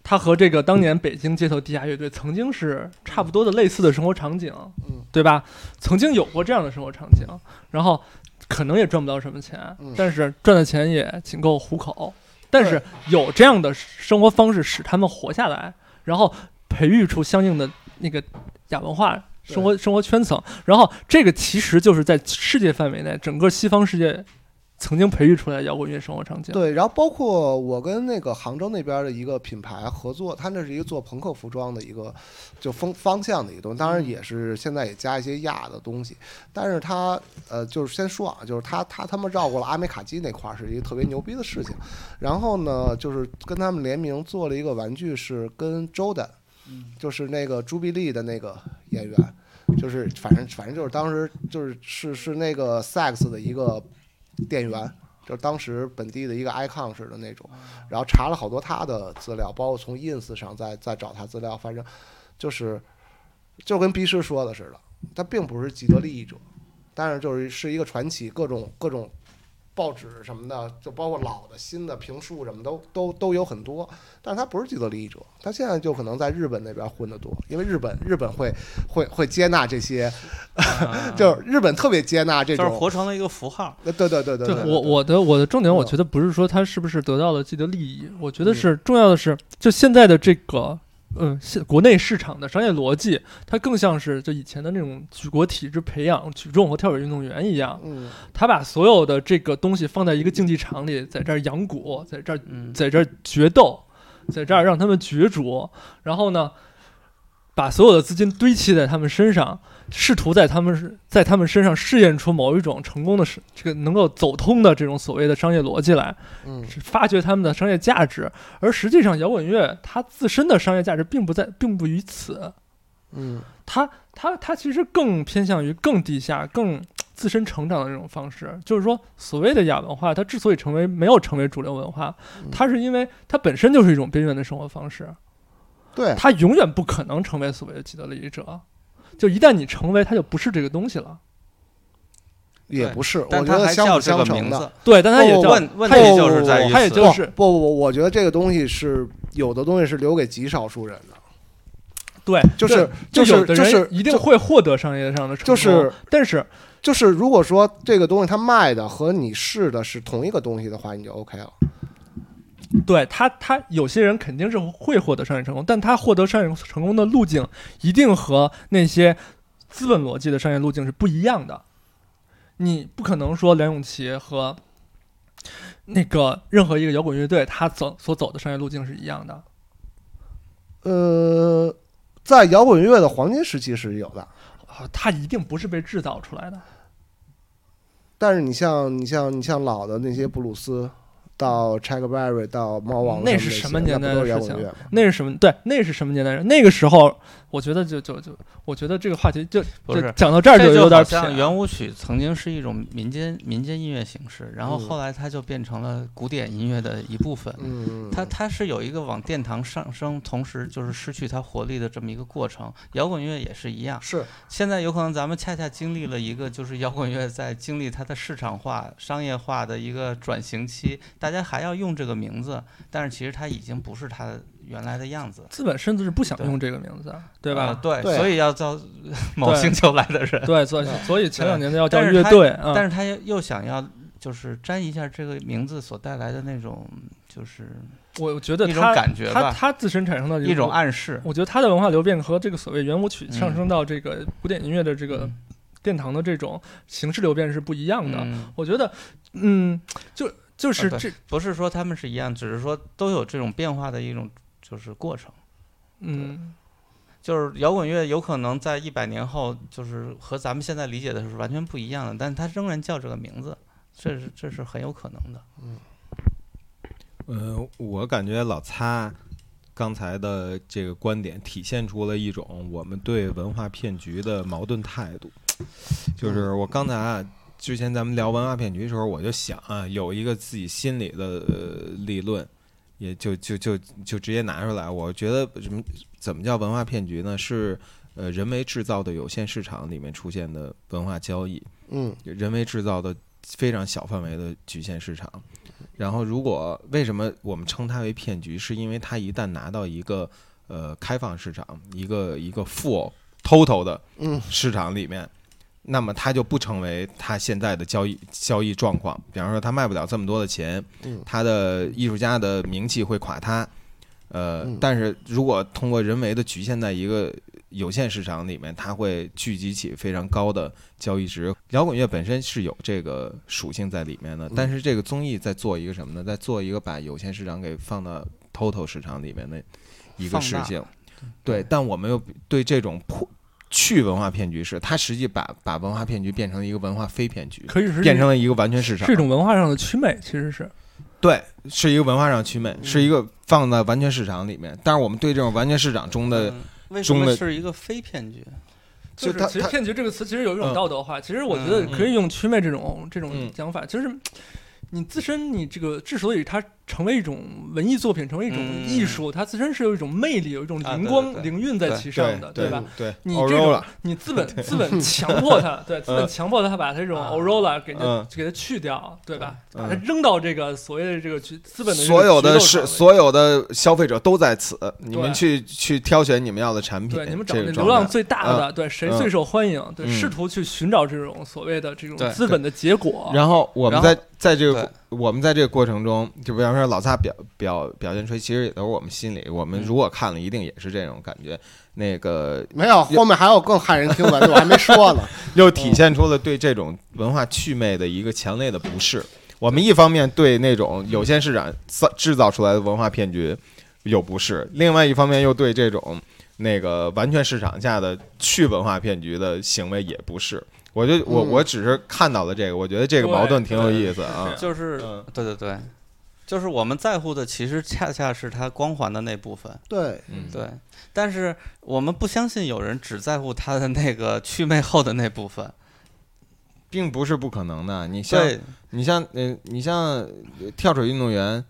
[SPEAKER 4] 它和这个当年北京街头地下乐队曾经是差不多的类似的生活场景，
[SPEAKER 1] 嗯
[SPEAKER 4] 对吧？曾经有过这样的生活场景，然后可能也赚不到什么钱
[SPEAKER 1] 嗯，
[SPEAKER 4] 但是赚的钱也仅够糊口。但是
[SPEAKER 1] 对
[SPEAKER 4] 有这样的生活方式使他们活下来，然后培育出相应的那个亚文化生活生活圈层，然后这个其实就是在世界范围内整个西方世界曾经培育出来的摇滚乐生活场景。
[SPEAKER 1] 对，然后包括我跟那个杭州那边的一个品牌合作，他那是一个做朋克服装的一个就风方向的一个东西，当然也是现在也加一些亚的东西，但是他呃就是先说啊，就是他他他们绕过了阿美卡基那块儿是一个特别牛逼的事情，然后呢就是跟他们联名做了一个玩具，是跟 Jordan，就是那个朱碧丽的那个演员。就是反正反正就是当时就是是是那个 Sex 的一个店员，就是当时本地的一个 icon 似的那
[SPEAKER 3] 哦
[SPEAKER 1] 种，然后查了好多他的资料，包括从 ins 上再再找他资料，反正就是就跟毕师说的似的，他并不是既得利益者，但是就是是一个传奇，各种各种报纸什么的，就包括老的、新的评述什么都都都有很多，但是他不是既得利益者，他现在就可能在日本那边混得多，因为日本日本会会会接纳这些，
[SPEAKER 3] 啊 [laughs]
[SPEAKER 1] 就是日本特别接纳这
[SPEAKER 3] 就是
[SPEAKER 1] 种，
[SPEAKER 3] 活成了一个符号。
[SPEAKER 1] 对对对对对，对
[SPEAKER 4] 我我的我的重点，我
[SPEAKER 1] 嗯
[SPEAKER 4] 觉得不是说他是不是得到了既得利益，我觉得
[SPEAKER 1] 嗯
[SPEAKER 4] 是重要的是，就现在的这个，嗯，现国内市场的商业逻辑，它更像是就以前的那种举国体制培养举重和跳水运动员一样，
[SPEAKER 1] 嗯
[SPEAKER 4] 他把所有的这个东西放在一个竞技场里，在这儿养蛊，在这儿
[SPEAKER 3] 嗯，
[SPEAKER 4] 在这儿决斗，在这儿让他们角逐，然后呢，把所有的资金堆砌在他们身上，试图在他们在他们身上试验出某一种成功的是这个能够走通的这种所谓的商业逻辑来，
[SPEAKER 1] 嗯
[SPEAKER 4] 是发掘他们的商业价值。而实际上，摇滚乐它自身的商业价值并不在，并不于此，
[SPEAKER 1] 嗯。
[SPEAKER 4] 它它它其实更偏向于更地下、更自身成长的这种方式。就是说，所谓的亚文化，它之所以成为没有成为主流文化，
[SPEAKER 1] 嗯
[SPEAKER 4] 它是因为它本身就是一种边缘的生活方式，
[SPEAKER 1] 对，
[SPEAKER 4] 它永远不可能成为所谓的既得利益者。就一旦你成为，它就不是这个东西了。
[SPEAKER 1] 也
[SPEAKER 3] 对
[SPEAKER 1] 不是，我
[SPEAKER 3] 但
[SPEAKER 1] 觉
[SPEAKER 3] 它
[SPEAKER 1] 得
[SPEAKER 3] 还
[SPEAKER 1] 相
[SPEAKER 3] 叫
[SPEAKER 1] 辅
[SPEAKER 3] 这
[SPEAKER 1] 相
[SPEAKER 3] 个
[SPEAKER 1] 成
[SPEAKER 3] 名
[SPEAKER 1] 的。
[SPEAKER 3] 字。
[SPEAKER 4] 对，但它也
[SPEAKER 1] 不
[SPEAKER 4] 叫、
[SPEAKER 1] 问
[SPEAKER 3] 哦问问
[SPEAKER 4] 它也
[SPEAKER 3] 题就是在于
[SPEAKER 4] 它也
[SPEAKER 3] 此哦
[SPEAKER 4] 就
[SPEAKER 1] 不
[SPEAKER 4] 是
[SPEAKER 1] 不不不，我觉得这个东西是有的东西是留给极少数人的，
[SPEAKER 4] 对，
[SPEAKER 1] 就是
[SPEAKER 4] 对
[SPEAKER 1] 是
[SPEAKER 4] 有的
[SPEAKER 1] 就
[SPEAKER 4] 人
[SPEAKER 1] 是
[SPEAKER 4] 一定
[SPEAKER 1] 就
[SPEAKER 4] 会获得商业上的成
[SPEAKER 1] 就
[SPEAKER 4] 功，
[SPEAKER 1] 是
[SPEAKER 4] 但是
[SPEAKER 1] 就是如果说这个东西它卖的和你试的是同一个东西的话，你就 OK 了。
[SPEAKER 4] 对他，他有些人肯定是会获得商业成功，但他获得商业成功的路径一定和那些资本逻辑的商业路径是不一样的。你不可能说梁咏琪和那个任何一个摇滚乐队，他走所走的商业路径是一样的。
[SPEAKER 1] 呃，在摇滚乐的黄金时期是有的，
[SPEAKER 4] 啊，他一定不是被制造出来的。
[SPEAKER 3] 嗯
[SPEAKER 1] 但是你像你像你像老的那些布鲁斯，到 Chuck Berry 到猫王，
[SPEAKER 4] 那是什么年代
[SPEAKER 1] 那不都
[SPEAKER 4] 的
[SPEAKER 1] 是摇
[SPEAKER 4] 事
[SPEAKER 1] 滚
[SPEAKER 4] 情
[SPEAKER 1] 乐吗？
[SPEAKER 4] 那是什么？对，那是什么年代人？那个时候，我觉得就就就，我觉得这个话题就
[SPEAKER 3] 不是
[SPEAKER 4] 就讲到这儿
[SPEAKER 3] 这
[SPEAKER 4] 有
[SPEAKER 3] 好
[SPEAKER 4] 点
[SPEAKER 3] 像
[SPEAKER 4] 偏。
[SPEAKER 3] 圆舞曲曾经是一种民间民间音乐形式，然后
[SPEAKER 1] 嗯
[SPEAKER 3] 后来它就变成了古典音乐的一部分。
[SPEAKER 1] 嗯，
[SPEAKER 3] 它它是有一个往殿堂上升，同时就是失去它活力的这么一个过程。摇滚乐也是一样，
[SPEAKER 1] 嗯是
[SPEAKER 3] 现在有可能咱们恰恰经历了一个就是摇滚乐在经历它的市场化、商业化的一个转型期，大家还要用这个名字，但是其实它已经不是它原来的样子，
[SPEAKER 4] 资本甚至是不想
[SPEAKER 3] 对呃
[SPEAKER 4] 用这个名字，对
[SPEAKER 3] 对
[SPEAKER 4] 吧？
[SPEAKER 3] 对，
[SPEAKER 1] 对
[SPEAKER 3] 所以要造某
[SPEAKER 4] 对
[SPEAKER 3] 星球来的人。 [laughs]
[SPEAKER 4] 对，所以
[SPEAKER 1] 对
[SPEAKER 4] 所以前两年的要叫
[SPEAKER 3] 但是
[SPEAKER 4] 乐
[SPEAKER 3] 他
[SPEAKER 4] 队啊，
[SPEAKER 3] 但是他又又想要就是沾一下这个名字所带来的那种就是
[SPEAKER 4] 我觉得
[SPEAKER 3] 一种
[SPEAKER 4] 他
[SPEAKER 3] 感觉
[SPEAKER 4] 他
[SPEAKER 3] 吧，
[SPEAKER 4] 他自身产生的
[SPEAKER 3] 一种，暗示。
[SPEAKER 4] 我觉得他的文化流变和这个所谓圆舞曲
[SPEAKER 3] 嗯
[SPEAKER 4] 上升到这个古典音乐的这个
[SPEAKER 3] 嗯
[SPEAKER 4] 殿堂的这种形式流变是不一样的。
[SPEAKER 3] 嗯，
[SPEAKER 4] 我觉得，嗯，就就是
[SPEAKER 3] 啊对
[SPEAKER 4] 这，
[SPEAKER 3] 不是说他们是一样，只是说都有这种变化的一种就是过程。
[SPEAKER 4] 嗯，
[SPEAKER 3] 就是摇滚乐有可能在一百年后，就是和咱们现在理解的是完全不一样的，但它仍然叫这个名字，这是这是很有可能的。
[SPEAKER 2] 呃，我感觉老擦刚才的这个观点体现出了一种我们对文化骗局的矛盾态度。就是我刚才啊，之前咱们聊文化骗局的时候，我就想啊，有一个自己心里的、呃理论，也就就就就直接拿出来。我觉得什么怎么叫文化骗局呢？是呃人为制造的有限市场里面出现的文化交易。
[SPEAKER 1] 嗯
[SPEAKER 2] 人为制造的非常小范围的局限市场。然后，如果为什么我们称它为骗局，是因为它一旦拿到一个呃开放市场，一个一个 full total 的
[SPEAKER 1] 嗯
[SPEAKER 2] 市场里面，那么它就不成为它现在的交易交易状况。比方说，它卖不了这么多的钱
[SPEAKER 1] 嗯，
[SPEAKER 2] 它的艺术家的名气会垮塌。呃
[SPEAKER 1] 嗯，
[SPEAKER 2] 但是如果通过人为的局限在一个有限市场里面，它会聚集起非常高的交易值。摇滚乐本身是有这个属性在里面的，但是这个综艺在做一个什么呢？在做一个把有限市场给放到 total 市场里面的一个
[SPEAKER 3] 放
[SPEAKER 2] 事
[SPEAKER 3] 大
[SPEAKER 2] 情。对，但我们又对这种破去文化骗局是，它实际把把文化骗局变成了一个文化非骗局，
[SPEAKER 4] 可以是
[SPEAKER 2] 变成了一个完全市场
[SPEAKER 4] 是一。种文化上的祛魅，其实是
[SPEAKER 2] 对，是一个文化上祛
[SPEAKER 4] 嗯
[SPEAKER 2] 魅，是一个放在完全市场里面。但是我们对这种完全市场中的
[SPEAKER 3] 嗯为什
[SPEAKER 2] 中
[SPEAKER 3] 么
[SPEAKER 2] 的
[SPEAKER 3] 是一个非骗局？
[SPEAKER 1] 就
[SPEAKER 4] 就是
[SPEAKER 1] 他
[SPEAKER 4] 其实
[SPEAKER 1] 他
[SPEAKER 4] “骗局”这个词其实有一种
[SPEAKER 2] 嗯
[SPEAKER 4] 道德化，其实我觉得可以用“祛魅”这种、这种
[SPEAKER 2] 嗯
[SPEAKER 4] 讲法，其实你自身你这个之所以它成为一种文艺作品，成为一种
[SPEAKER 3] 嗯
[SPEAKER 4] 艺术，它自身是有一种魅力，有一种
[SPEAKER 3] 啊
[SPEAKER 4] 灵
[SPEAKER 3] 对
[SPEAKER 4] 光、
[SPEAKER 3] 对对
[SPEAKER 4] 灵韵在
[SPEAKER 3] 对
[SPEAKER 4] 其上的，
[SPEAKER 2] 对
[SPEAKER 4] 吧？？
[SPEAKER 2] 对，
[SPEAKER 4] 你
[SPEAKER 2] 欧
[SPEAKER 4] 这
[SPEAKER 2] 洲
[SPEAKER 4] 种
[SPEAKER 2] 了，
[SPEAKER 4] 你资本资本强迫他，对资本
[SPEAKER 2] 嗯
[SPEAKER 4] 强迫他把他这种
[SPEAKER 3] 啊
[SPEAKER 4] aurora 给他
[SPEAKER 2] 嗯
[SPEAKER 4] 给他去掉，对吧？
[SPEAKER 2] 嗯
[SPEAKER 4] 把它扔到这个所谓的这个局资本的这个
[SPEAKER 2] 所有
[SPEAKER 4] 局
[SPEAKER 2] 的
[SPEAKER 4] 斗
[SPEAKER 2] 是
[SPEAKER 4] 上
[SPEAKER 2] 所有的消费者都在此，你
[SPEAKER 4] 对
[SPEAKER 2] 们去去挑选你们要的产品。
[SPEAKER 4] 对你们找
[SPEAKER 2] 这
[SPEAKER 4] 那
[SPEAKER 2] 个
[SPEAKER 4] 流
[SPEAKER 2] 状
[SPEAKER 4] 量
[SPEAKER 2] 态。
[SPEAKER 4] 最大的，对谁
[SPEAKER 2] 嗯
[SPEAKER 4] 最受欢迎，对
[SPEAKER 2] 嗯
[SPEAKER 4] 试图去寻找这种所谓的这种
[SPEAKER 3] 对
[SPEAKER 4] 资本的结果，
[SPEAKER 2] 然后我们
[SPEAKER 3] 然后
[SPEAKER 2] 在在这个我们在这个过程中，就比方说老萨表表表现出，其实也都是我们心里，我们
[SPEAKER 3] 嗯
[SPEAKER 2] 如果看了，一定也是这种感觉。那个
[SPEAKER 1] 没有，后面还有更骇人听闻的，我还没说呢。
[SPEAKER 2] 又体现出了对这种文化祛魅的一个强烈的不适。我们一方面对那种有限市场造制造出来的文化骗局有不适，另外一方面又对这种那个完全市场下的去文化骗局的行为也不适。我就我
[SPEAKER 1] 嗯
[SPEAKER 2] 我只是看到了这个，我觉得这个矛盾挺有意思啊。
[SPEAKER 3] 就是
[SPEAKER 2] 嗯
[SPEAKER 3] 对对对，就是我们在乎的，其实恰恰是它光环的那部分。
[SPEAKER 1] 对，
[SPEAKER 2] 嗯，
[SPEAKER 3] 对，但是我们不相信有人只在乎它的那个祛魅后的那部分。
[SPEAKER 2] 并不是不可能的。你像
[SPEAKER 3] 对，
[SPEAKER 2] 你像呃，你像呃跳水运动员，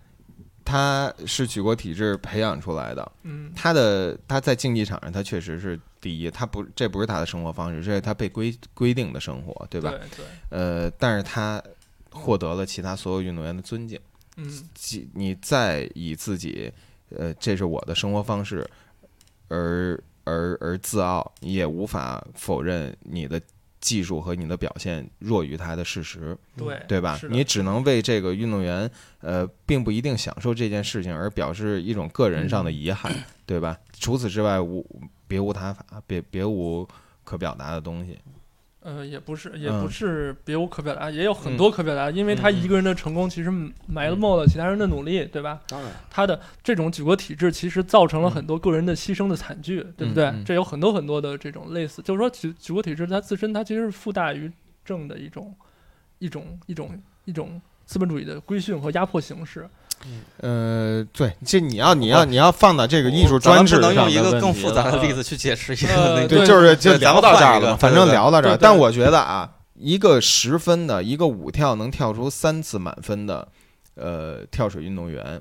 [SPEAKER 2] 他是举国体制培养出来的，
[SPEAKER 4] 嗯，
[SPEAKER 2] 他的他在竞技场上他确实是第一，他不这不是他的生活方式，这是他被规规定的生活，对
[SPEAKER 4] 对
[SPEAKER 2] 吧？
[SPEAKER 4] 对，
[SPEAKER 2] 呃，但是他获得了其他所有运动员的尊敬。
[SPEAKER 4] 嗯，
[SPEAKER 2] 即你再以自己，呃，这是我的生活方式，而而而自傲，你也无法否认你的技术和你的表现弱于他的事实，
[SPEAKER 4] 对
[SPEAKER 2] 对吧
[SPEAKER 4] 是？的
[SPEAKER 2] 你只能为这个运动员，呃，并不一定享受这件事情而表示一种个人上的遗
[SPEAKER 3] [clears throat]
[SPEAKER 2] 憾，对吧？除此之外，无别无他法，别别无可表达的东西。
[SPEAKER 4] 呃，也不是，也
[SPEAKER 2] 嗯
[SPEAKER 4] 不是别无可表达，也有很多可表达，因为他
[SPEAKER 2] 嗯嗯嗯
[SPEAKER 4] 一个人的成功其实埋没了其他人的努力，对吧？
[SPEAKER 1] 当然，
[SPEAKER 4] 他的这种举国体制其实造成了
[SPEAKER 2] 嗯
[SPEAKER 4] 很多个人的牺牲的惨剧，对不对？
[SPEAKER 2] 嗯嗯
[SPEAKER 4] 这有很多很多的这种类似，就是说举举国体制它自身它其实是附带于政的一种一种一种一种资本主义的规训和压迫形式。
[SPEAKER 2] 呃，对，这你要你要你要放到这个艺术
[SPEAKER 3] 咱
[SPEAKER 2] 专
[SPEAKER 3] 们
[SPEAKER 2] 制
[SPEAKER 3] 不能
[SPEAKER 2] 上
[SPEAKER 3] 用一
[SPEAKER 2] 的
[SPEAKER 3] 个
[SPEAKER 2] 问
[SPEAKER 3] 更
[SPEAKER 2] 题
[SPEAKER 3] 复
[SPEAKER 2] 了
[SPEAKER 3] 杂的
[SPEAKER 4] 了
[SPEAKER 3] 例子去解释一个
[SPEAKER 4] 呃
[SPEAKER 3] 那个。
[SPEAKER 4] 对
[SPEAKER 2] 对，就是就
[SPEAKER 3] 对
[SPEAKER 2] 聊到
[SPEAKER 3] 咱换
[SPEAKER 2] 这儿
[SPEAKER 3] 一个
[SPEAKER 2] 了嘛，
[SPEAKER 3] 对
[SPEAKER 2] 反正
[SPEAKER 3] 对
[SPEAKER 2] 聊到这儿。
[SPEAKER 4] 对对
[SPEAKER 2] 但我觉得啊，一个十分的，一个五跳能跳出三次满分的，呃，跳水运动员，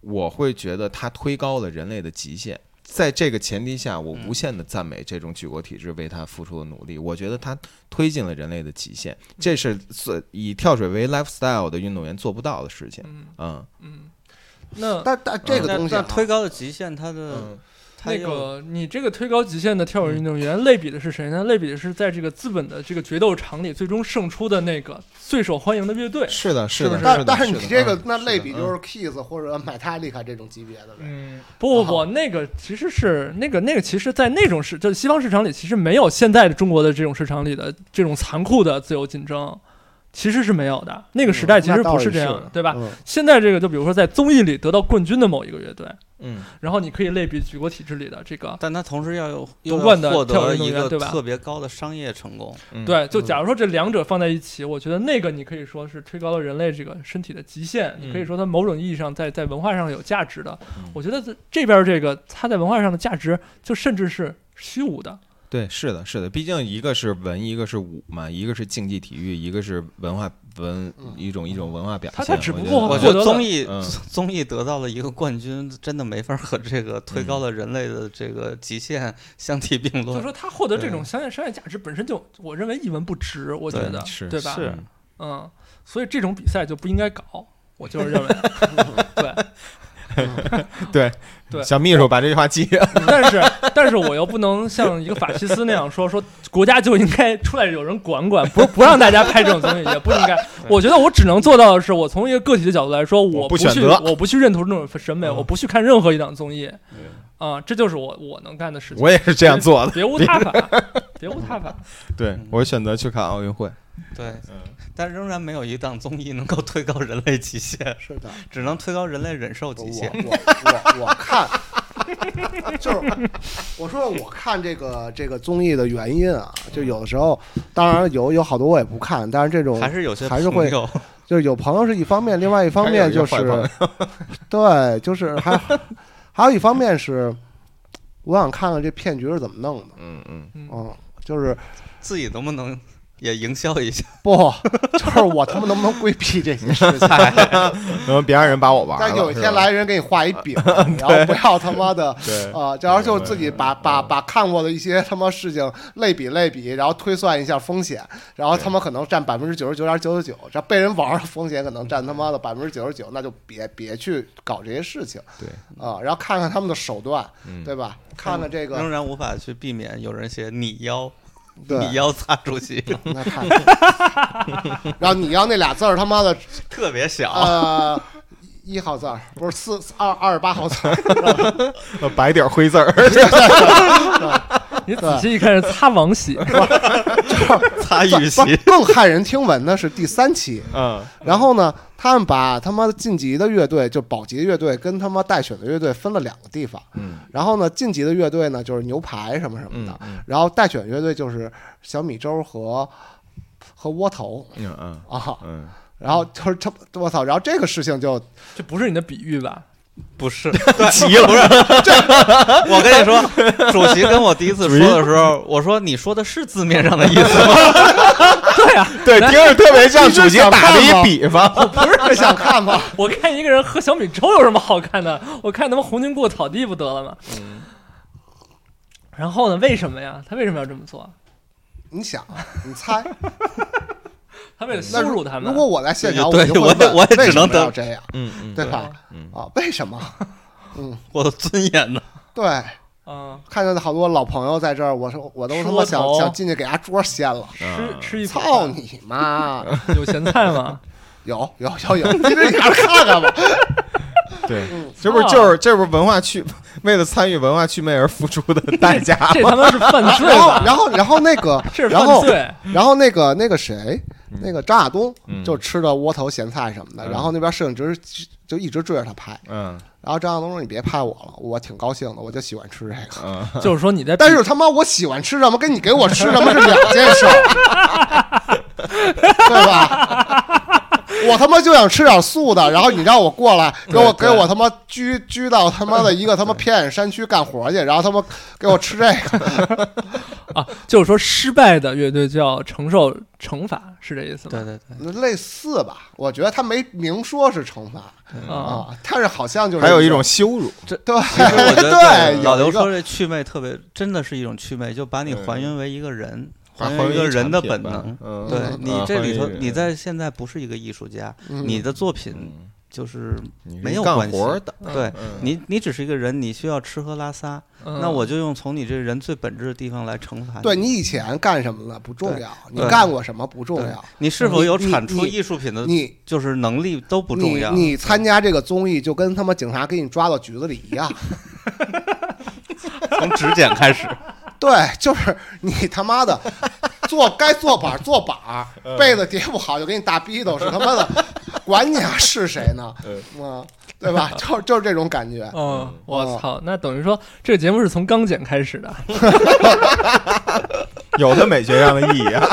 [SPEAKER 2] 我会觉得他推高了人类的极限。在这个前提下，我
[SPEAKER 3] 嗯
[SPEAKER 2] 无限的赞美这种举国体制为他付出的努力。我觉得他推进了人类的极限，这是所以跳水为 lifestyle 的运动员做不到的事情。
[SPEAKER 4] 嗯
[SPEAKER 2] 嗯，
[SPEAKER 4] 嗯，那
[SPEAKER 1] 但但这个
[SPEAKER 3] 那
[SPEAKER 1] 东西、
[SPEAKER 3] 那
[SPEAKER 1] 啊、
[SPEAKER 3] 推高的极限，它的
[SPEAKER 2] 嗯
[SPEAKER 3] 它
[SPEAKER 4] 那
[SPEAKER 3] 又
[SPEAKER 4] 个你这个推高极限的跳水运动员类比的是谁呢？类比的是在这个资本的这个决斗场里最终胜出的那个最受欢迎的乐队。
[SPEAKER 2] 是的，是
[SPEAKER 4] 不
[SPEAKER 2] 的，
[SPEAKER 4] 是
[SPEAKER 2] 的
[SPEAKER 1] 但但是
[SPEAKER 2] 是
[SPEAKER 1] 你
[SPEAKER 2] 的
[SPEAKER 1] 这个
[SPEAKER 2] 嗯
[SPEAKER 1] 那
[SPEAKER 2] 的
[SPEAKER 1] 类比就
[SPEAKER 2] 嗯
[SPEAKER 1] 是 Kiss 或者 Metallica 这种级别的呗。
[SPEAKER 2] 嗯，
[SPEAKER 4] 不不不，那个其实是那个那个，其实，在那种市，就是西方市场里，其实没有现在的中国的这种市场里的这种残酷的自由竞争。其实是没有的。那个时代其实不
[SPEAKER 1] 嗯是
[SPEAKER 4] 这样的，对吧？
[SPEAKER 1] 嗯
[SPEAKER 4] 现在这个就比如说在综艺里得到冠军的某一个乐队，
[SPEAKER 2] 嗯，
[SPEAKER 4] 然后你可以类比举国体制里的这个。
[SPEAKER 3] 但他同时要有
[SPEAKER 4] 夺
[SPEAKER 3] 又
[SPEAKER 4] 冠
[SPEAKER 3] 要
[SPEAKER 4] 的
[SPEAKER 3] 获
[SPEAKER 4] 跳
[SPEAKER 3] 得
[SPEAKER 4] 运动
[SPEAKER 3] 一
[SPEAKER 4] 员
[SPEAKER 3] 个
[SPEAKER 4] 对吧
[SPEAKER 3] 特别高的商业成功，
[SPEAKER 2] 嗯，
[SPEAKER 4] 对，就
[SPEAKER 1] 嗯
[SPEAKER 4] 假如说这两者放在一起，我觉得那个你可以说是推高了人类这个身体的极限，
[SPEAKER 2] 嗯
[SPEAKER 4] 你可以说它某种意义上在在文化上有价值的
[SPEAKER 2] 嗯。
[SPEAKER 4] 我觉得这这边这个它在文化上的价值，就甚至是虚无的。
[SPEAKER 2] 对，是的，是的，毕竟一个是文，一个是武嘛，一个是竞技体育，一个是文化文
[SPEAKER 1] 嗯
[SPEAKER 2] 一种一种文化表现。
[SPEAKER 4] 他他只不
[SPEAKER 2] 我觉
[SPEAKER 4] 过
[SPEAKER 2] 得
[SPEAKER 3] 我
[SPEAKER 4] 获
[SPEAKER 3] 觉
[SPEAKER 4] 得
[SPEAKER 3] 得
[SPEAKER 4] 了
[SPEAKER 3] 综艺、
[SPEAKER 2] 嗯
[SPEAKER 3] 综艺得到了一个冠军，真的没法和这
[SPEAKER 4] 嗯
[SPEAKER 3] 个推高了人类的这个极限相提并
[SPEAKER 4] 就是
[SPEAKER 3] 论。
[SPEAKER 4] 说，它获得这
[SPEAKER 3] 对
[SPEAKER 4] 种商业商业价值本身就，我认为一文不值，我觉
[SPEAKER 3] 对
[SPEAKER 4] 得，
[SPEAKER 2] 是
[SPEAKER 4] 对吧？
[SPEAKER 3] 是
[SPEAKER 2] 嗯
[SPEAKER 4] 嗯，所以这种比赛就不应该搞，我就是认为。 [laughs]
[SPEAKER 1] 嗯
[SPEAKER 4] 对，
[SPEAKER 2] 对
[SPEAKER 4] 对
[SPEAKER 2] 小秘书把这句话记着。
[SPEAKER 4] 但是但是我又不能像一个法西斯那样说说 [laughs] 国家就应该出来有人管管，不不让大家拍这种综艺，也不应
[SPEAKER 2] [laughs]
[SPEAKER 4] 该。我觉得我只能做到的是，我从一个个体的角度来说，我
[SPEAKER 2] 不
[SPEAKER 4] 不
[SPEAKER 2] 选
[SPEAKER 4] 去
[SPEAKER 2] 择
[SPEAKER 4] 我不去认同这种审美，
[SPEAKER 2] 嗯
[SPEAKER 4] 我不去看任何一档综艺。啊，这就是我我能干的事情。
[SPEAKER 2] 我也是这样
[SPEAKER 4] [laughs]
[SPEAKER 2] 做的。
[SPEAKER 4] 别无他法，别无他法。
[SPEAKER 2] [laughs] 对我选择去看奥运会。
[SPEAKER 3] 对，
[SPEAKER 2] 嗯
[SPEAKER 3] 但仍然没有一档综艺能够推高人类极限，
[SPEAKER 1] 是的，
[SPEAKER 3] 只能推高人类忍受
[SPEAKER 1] 我
[SPEAKER 3] 极限。
[SPEAKER 1] 我我我看，就是我说我看这个这个综艺的原因啊，就有的时候，当然有有好多我也不看，但是这种
[SPEAKER 3] 还是有些
[SPEAKER 1] 还是会
[SPEAKER 3] 朋友
[SPEAKER 1] 就是有朋友是一方面，另外一方面就是
[SPEAKER 2] 还有一个坏，
[SPEAKER 1] 对，就是还还有一方面是，我想看看这骗局是怎么弄的。
[SPEAKER 2] 嗯嗯，
[SPEAKER 4] 嗯，
[SPEAKER 1] 嗯，就是
[SPEAKER 3] 自己能不能也营销一下？
[SPEAKER 1] 不， [laughs] 就是我他妈能不能规避这些事情？
[SPEAKER 2] 然后别让人把
[SPEAKER 1] [laughs]
[SPEAKER 2] 我玩了。
[SPEAKER 1] 但有一
[SPEAKER 2] 是
[SPEAKER 1] 天
[SPEAKER 2] 吧
[SPEAKER 1] 来人给你画一
[SPEAKER 2] [laughs]
[SPEAKER 1] 饼，然后不要他妈的。
[SPEAKER 2] 对
[SPEAKER 1] 啊，然后就自己把把把看过的一些他妈事情类比类比，然后推算一下风险，然后他妈可能占百分之九十九点九九九，这被人玩儿的风险可能占他妈的百分之九十九，那就别别去搞这些事情
[SPEAKER 2] 对，
[SPEAKER 1] 啊，然后看看他们的手段，
[SPEAKER 2] 嗯
[SPEAKER 1] 对吧？看看这个
[SPEAKER 3] 仍，然无法去避免有人写你腰，
[SPEAKER 1] 对，
[SPEAKER 3] 嗯你腰擦主席，
[SPEAKER 1] 那看， [laughs] 然后你要那俩字儿他妈的
[SPEAKER 3] 特别小。
[SPEAKER 1] 呃一号字儿，不是四二二十八号字儿，
[SPEAKER 2] 呃白底儿灰字儿。
[SPEAKER 4] 你仔细一看是擦王喜，
[SPEAKER 3] [laughs] 擦雨
[SPEAKER 1] 不是
[SPEAKER 3] 席，
[SPEAKER 1] 更骇人听闻的是第三期。
[SPEAKER 2] 嗯，
[SPEAKER 1] 然后呢，他们把他妈晋级的乐队，就保级乐队跟他妈待选的乐队分了两个地方。
[SPEAKER 2] 嗯，
[SPEAKER 1] 然后呢，晋级的乐队呢就是牛排什么什么的，
[SPEAKER 2] 嗯嗯
[SPEAKER 1] 然后待选乐队就是小米粥和和窝头
[SPEAKER 2] 嗯嗯
[SPEAKER 1] 啊。
[SPEAKER 2] 嗯，
[SPEAKER 1] 然后就是这，我操！然后这个事情
[SPEAKER 3] [laughs]
[SPEAKER 1] 就
[SPEAKER 4] 这不是你的比喻吧？
[SPEAKER 3] 不是，
[SPEAKER 2] 急了。
[SPEAKER 3] 我跟你说，主席跟我第一次说的时 [laughs] 候，我说你说的是字面上的意思 [laughs] 吗？
[SPEAKER 4] 对呀、 [laughs]
[SPEAKER 2] 对，听着特别像主席打的
[SPEAKER 1] 你是
[SPEAKER 2] 一
[SPEAKER 1] 想
[SPEAKER 2] 比方。
[SPEAKER 1] 不是想看吗？
[SPEAKER 4] 我看一个人喝小米粥有什么好看的？我看他们红军过草地不得了吗？
[SPEAKER 3] 嗯
[SPEAKER 4] 然后呢？为什么呀？他为什么要这么做？
[SPEAKER 1] 你想，你猜，
[SPEAKER 4] 他为了
[SPEAKER 1] 那
[SPEAKER 4] 羞
[SPEAKER 1] 如
[SPEAKER 4] 辱他们
[SPEAKER 1] 如。果我在现场，
[SPEAKER 3] 对
[SPEAKER 1] 就会
[SPEAKER 3] 我也
[SPEAKER 1] 问
[SPEAKER 3] 我也只能
[SPEAKER 1] 为什么要
[SPEAKER 3] 得
[SPEAKER 1] 这样，
[SPEAKER 2] 嗯嗯
[SPEAKER 1] 对吧？
[SPEAKER 2] 嗯
[SPEAKER 1] 啊，为什么？嗯，
[SPEAKER 3] 我的尊严呢？
[SPEAKER 1] 对，
[SPEAKER 3] 啊
[SPEAKER 4] 嗯，
[SPEAKER 1] 看见好多老朋友在这儿，我说我都他
[SPEAKER 4] 说
[SPEAKER 1] 妈想
[SPEAKER 4] 头哎
[SPEAKER 1] 想进去给他桌掀了。
[SPEAKER 4] 吃吃一口
[SPEAKER 1] 操你妈！
[SPEAKER 4] 有咸菜
[SPEAKER 1] [laughs]
[SPEAKER 4] 吗？
[SPEAKER 1] 有有有有，你这眼看看吧。
[SPEAKER 2] 对，这不是
[SPEAKER 4] 哦
[SPEAKER 2] 就是这不是文化趣，为了参与文化祛魅而付出的代价
[SPEAKER 4] [laughs] 这他妈是犯罪
[SPEAKER 1] 然后
[SPEAKER 4] 吧？
[SPEAKER 1] 然后然后那个
[SPEAKER 4] 这是，
[SPEAKER 1] 然
[SPEAKER 4] 犯
[SPEAKER 1] 后
[SPEAKER 4] 罪。
[SPEAKER 1] 然后那个那个谁，那个张亚东
[SPEAKER 2] 嗯
[SPEAKER 1] 就吃的窝头咸菜什么的，
[SPEAKER 2] 嗯
[SPEAKER 1] 然后那边摄影师就一直追着他拍，
[SPEAKER 2] 嗯
[SPEAKER 1] 然后张亚东说：“你别拍我了，我挺高兴的，我就喜欢吃这个。”
[SPEAKER 2] 嗯，
[SPEAKER 4] 就是说你在比，
[SPEAKER 1] [laughs] 但是他妈我喜欢吃什么，跟你给我吃什么是两件事儿，对吧？我他妈就想吃点素的，然后你让我过来，给我给
[SPEAKER 2] 对
[SPEAKER 1] 我他妈拘拘到他妈的一个他妈偏远山区干活去，然后他妈给我吃这个，
[SPEAKER 4] 啊，就是说失败的乐队就要承受惩罚，是这意思
[SPEAKER 3] 对
[SPEAKER 4] 吗？
[SPEAKER 3] 对对，
[SPEAKER 1] 类似吧？我觉得他没明说是惩罚
[SPEAKER 4] 啊，
[SPEAKER 1] 啊，但是好像就是
[SPEAKER 2] 还有一种羞辱。
[SPEAKER 1] 对
[SPEAKER 3] 其实我觉得
[SPEAKER 1] [laughs] 对
[SPEAKER 3] 老
[SPEAKER 1] 有
[SPEAKER 3] 刘
[SPEAKER 1] 一个
[SPEAKER 3] 说这祛魅特别，真的是一种祛魅，就把你还原为一个人，还
[SPEAKER 2] 还
[SPEAKER 3] 原
[SPEAKER 2] 原
[SPEAKER 3] 一个
[SPEAKER 2] 一
[SPEAKER 3] 人的
[SPEAKER 2] 产品
[SPEAKER 3] 本
[SPEAKER 2] 吧
[SPEAKER 3] 能。
[SPEAKER 2] 嗯
[SPEAKER 3] 对
[SPEAKER 1] 嗯
[SPEAKER 3] 你
[SPEAKER 2] 啊
[SPEAKER 3] 这
[SPEAKER 2] 还原
[SPEAKER 3] 里
[SPEAKER 2] 一
[SPEAKER 3] 头，
[SPEAKER 2] 人
[SPEAKER 3] 你在现在不是一个艺术家，
[SPEAKER 1] 嗯
[SPEAKER 3] 你的作品
[SPEAKER 2] 嗯
[SPEAKER 3] 就是
[SPEAKER 2] 你是
[SPEAKER 3] 没有
[SPEAKER 2] 干
[SPEAKER 3] 关系
[SPEAKER 2] 活的，
[SPEAKER 3] 对
[SPEAKER 2] 嗯
[SPEAKER 3] 你，你只是一个人，你需要吃喝拉撒，
[SPEAKER 4] 嗯
[SPEAKER 3] 那我就用从你这人最本质的地方来惩罚你。
[SPEAKER 1] 对你以前干什么了不重要，你
[SPEAKER 3] 对
[SPEAKER 1] 干过什么不重
[SPEAKER 3] 对呃
[SPEAKER 1] 要，
[SPEAKER 3] 你是否
[SPEAKER 1] 你
[SPEAKER 3] 有
[SPEAKER 1] 你
[SPEAKER 3] 产出
[SPEAKER 1] 你
[SPEAKER 3] 艺术品的，
[SPEAKER 1] 你
[SPEAKER 3] 就是能力都不重要。
[SPEAKER 1] 你你参加这个综艺就跟他妈警察给你抓到局子里一样，
[SPEAKER 3] 从质检开始，
[SPEAKER 1] 对，就是你他妈的，做该做板儿做板儿，被子叠不好就给你大逼斗，是他妈的，管你啊是谁呢？啊，对吧？就就是这种感觉。
[SPEAKER 4] 嗯，
[SPEAKER 1] 哦
[SPEAKER 4] 我操，那等于说这个节目是从刚剪开始的，
[SPEAKER 5] [laughs] 有它美学上的意义啊。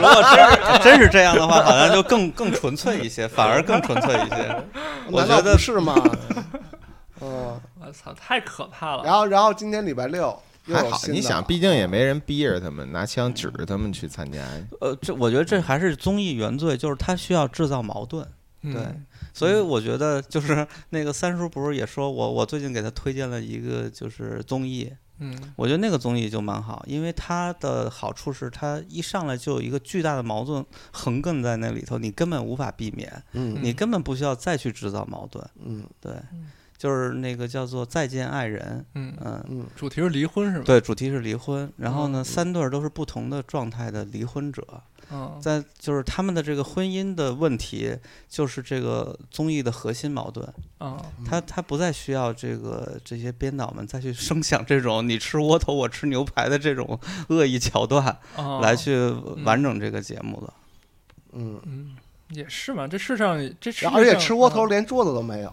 [SPEAKER 3] 如果真是 [laughs] 真是这样的话，好像就更更纯粹一些，反而更纯粹一些。我
[SPEAKER 1] 难
[SPEAKER 3] 觉
[SPEAKER 1] 道
[SPEAKER 3] 得
[SPEAKER 1] 不是吗？嗯，
[SPEAKER 4] 我操，太可怕了。
[SPEAKER 1] 然后然后今天礼拜六 [laughs] 又
[SPEAKER 5] 还
[SPEAKER 1] 有
[SPEAKER 5] 好，
[SPEAKER 1] 新的
[SPEAKER 5] 你想，毕竟也没人逼着他们拿枪指着他们去参加。
[SPEAKER 3] [laughs] 呃，这我觉得这还是综艺原罪，就是它需要制造矛盾。
[SPEAKER 4] 嗯
[SPEAKER 3] 对，所以我觉得就是 [laughs] 那个三叔不是也说我我最近给他推荐了一个就是综艺，
[SPEAKER 4] 嗯
[SPEAKER 3] 我觉得那个综艺就蛮好，因为它的好处是它一上来就有一个巨大的矛盾横亘在那里头，你根本无法避免，
[SPEAKER 1] 嗯
[SPEAKER 3] 你根本不需要再去制造矛盾。
[SPEAKER 1] 嗯
[SPEAKER 3] 对，就是那个叫做《再见爱人》，
[SPEAKER 4] 嗯，
[SPEAKER 3] 嗯，
[SPEAKER 1] 嗯
[SPEAKER 4] 主题是离婚是吧？
[SPEAKER 3] 对，主题是离婚。然后呢，三对儿都是不同的状态的离婚者，
[SPEAKER 4] 嗯
[SPEAKER 3] 在就是他们的这个婚姻的问题，就是这个综艺的核心矛盾。
[SPEAKER 4] 嗯
[SPEAKER 3] 他他不再需要这个这些编导们再去生想这种你吃窝头我吃牛排的这种 [laughs] 恶意桥段
[SPEAKER 4] 嗯，
[SPEAKER 3] 来去完整这个节目了。
[SPEAKER 1] 嗯，
[SPEAKER 4] 嗯，也是嘛，这世上这世
[SPEAKER 1] 然
[SPEAKER 4] 上
[SPEAKER 1] 后而且吃窝头连桌子都没有，